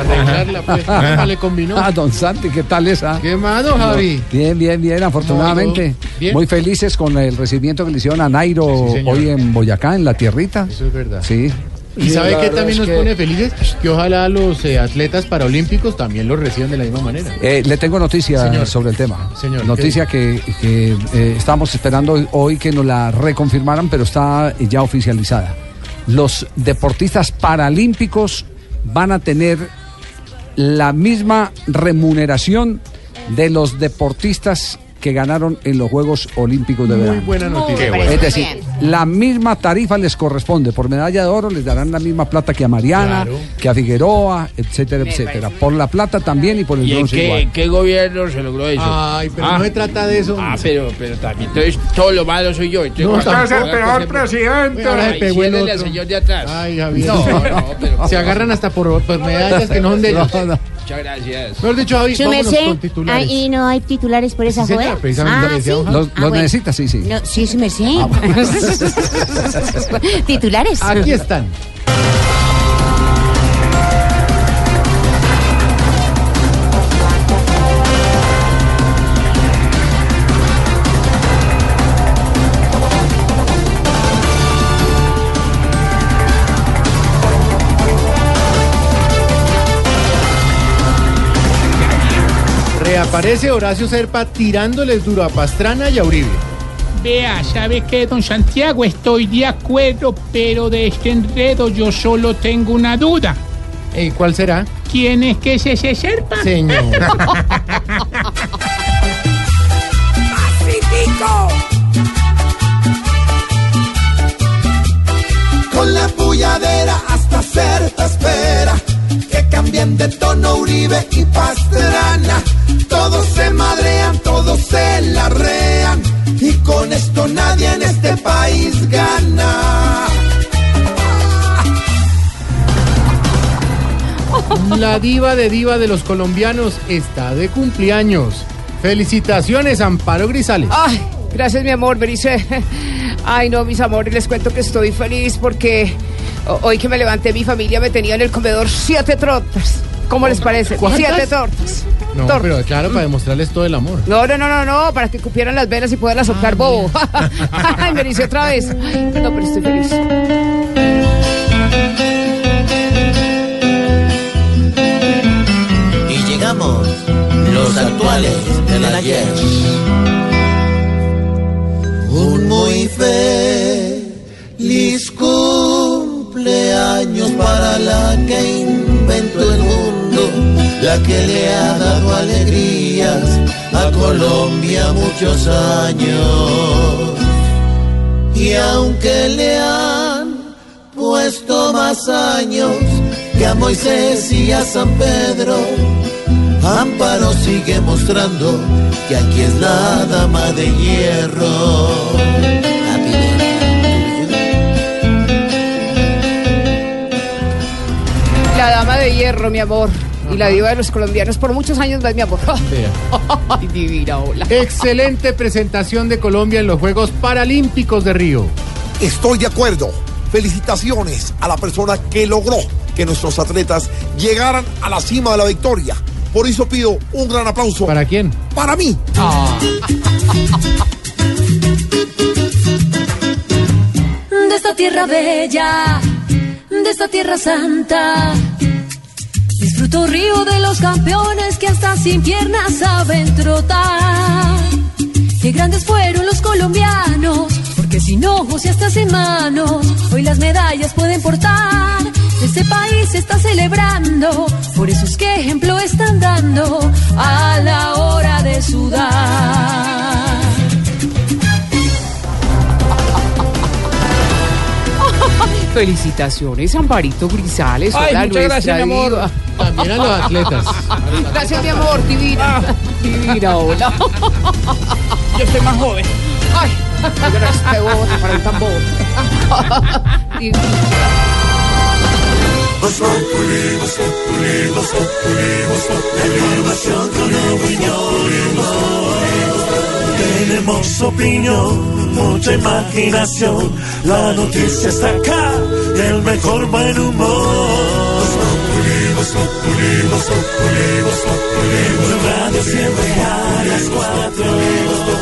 [SPEAKER 30] arreglarla, pues, ¿cómo le combinó?
[SPEAKER 9] Ah, don Santi, ¿qué tal esa? ¿Qué
[SPEAKER 8] Ah,
[SPEAKER 9] mano,
[SPEAKER 30] Javi?
[SPEAKER 9] Bien, bien, bien, afortunadamente.
[SPEAKER 30] No, yo- bien.
[SPEAKER 9] Muy felices con el recibimiento que le hicieron a Nairo
[SPEAKER 8] Sí, señor.
[SPEAKER 9] hoy en Boyacá, en la tierrita.
[SPEAKER 8] Eso es verdad.
[SPEAKER 9] Sí.
[SPEAKER 8] ¿Y sabe qué también nos
[SPEAKER 9] que-
[SPEAKER 8] pone felices? Que ojalá los eh, atletas paralímpicos también los reciban de la misma manera.
[SPEAKER 9] Eh, le tengo noticia
[SPEAKER 8] Señor.
[SPEAKER 9] sobre el tema.
[SPEAKER 8] Señor,
[SPEAKER 9] noticia que, que, eh, estamos esperando hoy que nos la reconfirmaran, pero está ya oficializada. Los deportistas paralímpicos van a tener la misma remuneración de los deportistas que ganaron en los Juegos Olímpicos de
[SPEAKER 8] Muy
[SPEAKER 9] Verano.
[SPEAKER 8] buena Muy noticia. buena.
[SPEAKER 9] Es decir, la misma tarifa les corresponde. Por medalla de oro les darán la misma plata que a Mariana,
[SPEAKER 20] Claro.
[SPEAKER 9] que a Figueroa, etcétera, etcétera. Por la plata también y por el
[SPEAKER 20] ¿Y en
[SPEAKER 9] bronce
[SPEAKER 20] qué,
[SPEAKER 9] igual.
[SPEAKER 20] en qué gobierno se logró eso?
[SPEAKER 8] Ay, pero no se trata de eso.
[SPEAKER 20] Ah, pero, pero también. Entonces, todo lo malo soy yo. Entonces, pues,
[SPEAKER 8] No,
[SPEAKER 20] cuando-
[SPEAKER 8] tampoco. Usted es el peor
[SPEAKER 20] Siempre-
[SPEAKER 8] presidente.
[SPEAKER 20] Ahora se
[SPEAKER 8] Ay,
[SPEAKER 20] pegó el
[SPEAKER 8] ciérrele
[SPEAKER 20] otro.
[SPEAKER 8] al
[SPEAKER 20] señor de atrás.
[SPEAKER 8] Ay, Javier.
[SPEAKER 20] No,
[SPEAKER 8] Se agarran hasta por, por medallas que no son de ellos.
[SPEAKER 9] No, no.
[SPEAKER 20] Muchas gracias.
[SPEAKER 8] Mejor dicho, Javi,
[SPEAKER 28] Su
[SPEAKER 8] vámonos
[SPEAKER 28] merced,
[SPEAKER 8] con titulares.
[SPEAKER 28] ahí no hay titulares por esa
[SPEAKER 8] Sí, señora,
[SPEAKER 28] joda.
[SPEAKER 8] precisamente lo
[SPEAKER 28] ah,
[SPEAKER 8] que Ah,
[SPEAKER 28] sí.
[SPEAKER 8] decía Juan.
[SPEAKER 9] Los,
[SPEAKER 28] Ah,
[SPEAKER 9] los
[SPEAKER 28] bueno.
[SPEAKER 9] necesita, sí, sí.
[SPEAKER 28] No, sí, su merced. *laughs* titulares.
[SPEAKER 8] Aquí están. Reaparece Horacio Serpa tirándoles duro a Pastrana y a Uribe.
[SPEAKER 28] Vea, ¿sabe qué, don Santiago? Estoy de acuerdo, pero de este enredo yo solo tengo una duda.
[SPEAKER 8] ¿Y Eh, cuál será?
[SPEAKER 28] ¿Quién es que es ese serpa? *laughs*
[SPEAKER 8] Señor.
[SPEAKER 32] Con la bulladera hasta Serpa espera que cambien de tono Uribe y Pastrana. Todos se madrean, todos se larrean y con esto nadie en este país gana.
[SPEAKER 8] La diva de diva de los colombianos está de cumpleaños. Felicitaciones, Amparo Grisales.
[SPEAKER 33] Ay, gracias, mi amor, Berice. *laughs* Ay, no, mis amores, les cuento que estoy feliz porque ho- hoy que me levanté, mi familia me tenía en el comedor siete tortas. ¿Cómo les parece? ¿Cuántas? Siete tortas.
[SPEAKER 34] No,
[SPEAKER 33] Tor-
[SPEAKER 34] pero claro, para demostrarles todo el amor.
[SPEAKER 33] No, no, no, no, no, para que cupieran las velas y poderlas soplar bobo. *laughs* Ay, me dice otra vez. Ay, no, pero estoy feliz.
[SPEAKER 32] Y llegamos los actuales del ayer. Un muy feliz cumpleaños para la que inventó el mundo, la que le ha dado alegrías a Colombia muchos años. Y aunque le han puesto más años que a Moisés y a San Pedro, Amparo sigue mostrando que aquí es la dama de hierro.
[SPEAKER 33] La dama de hierro, mi amor. Y la diva de los colombianos por muchos años más, mi amor. Ay, divina ola.
[SPEAKER 34] Excelente presentación de Colombia en los Juegos Paralímpicos de Río.
[SPEAKER 8] Estoy de acuerdo. Felicitaciones a la persona que logró que nuestros atletas llegaran a la cima de la victoria. Por eso pido un gran aplauso. ¿Para
[SPEAKER 34] quién? Ah.
[SPEAKER 8] Para mí.
[SPEAKER 35] de esta tierra bella, de esta tierra santa. Disfruto río de los campeones que hasta sin piernas saben trotar. Qué grandes fueron los colombianos, porque sin ojos y hasta sin manos, hoy las medallas pueden portar. Este país se está celebrando, por eso es que ejemplo están dando a la hora de sudar.
[SPEAKER 33] *laughs* Felicitaciones, Amparito Grisales.
[SPEAKER 32] Ay,
[SPEAKER 33] hola,
[SPEAKER 32] muchas
[SPEAKER 33] nuestra
[SPEAKER 32] gracias, mi amor.
[SPEAKER 33] diva.
[SPEAKER 32] También a los atletas.
[SPEAKER 33] Gracias, mi amor, divina. Divina, hola. *laughs* Yo estoy más joven. Ay, este bobo, para el tambor. Divina.
[SPEAKER 35] Tenemos opinión, mucha imaginación. La noticia está acá y el mejor buen humor. Los populimos, populimos, populimos, populimos. Radio siempre a las cuatro.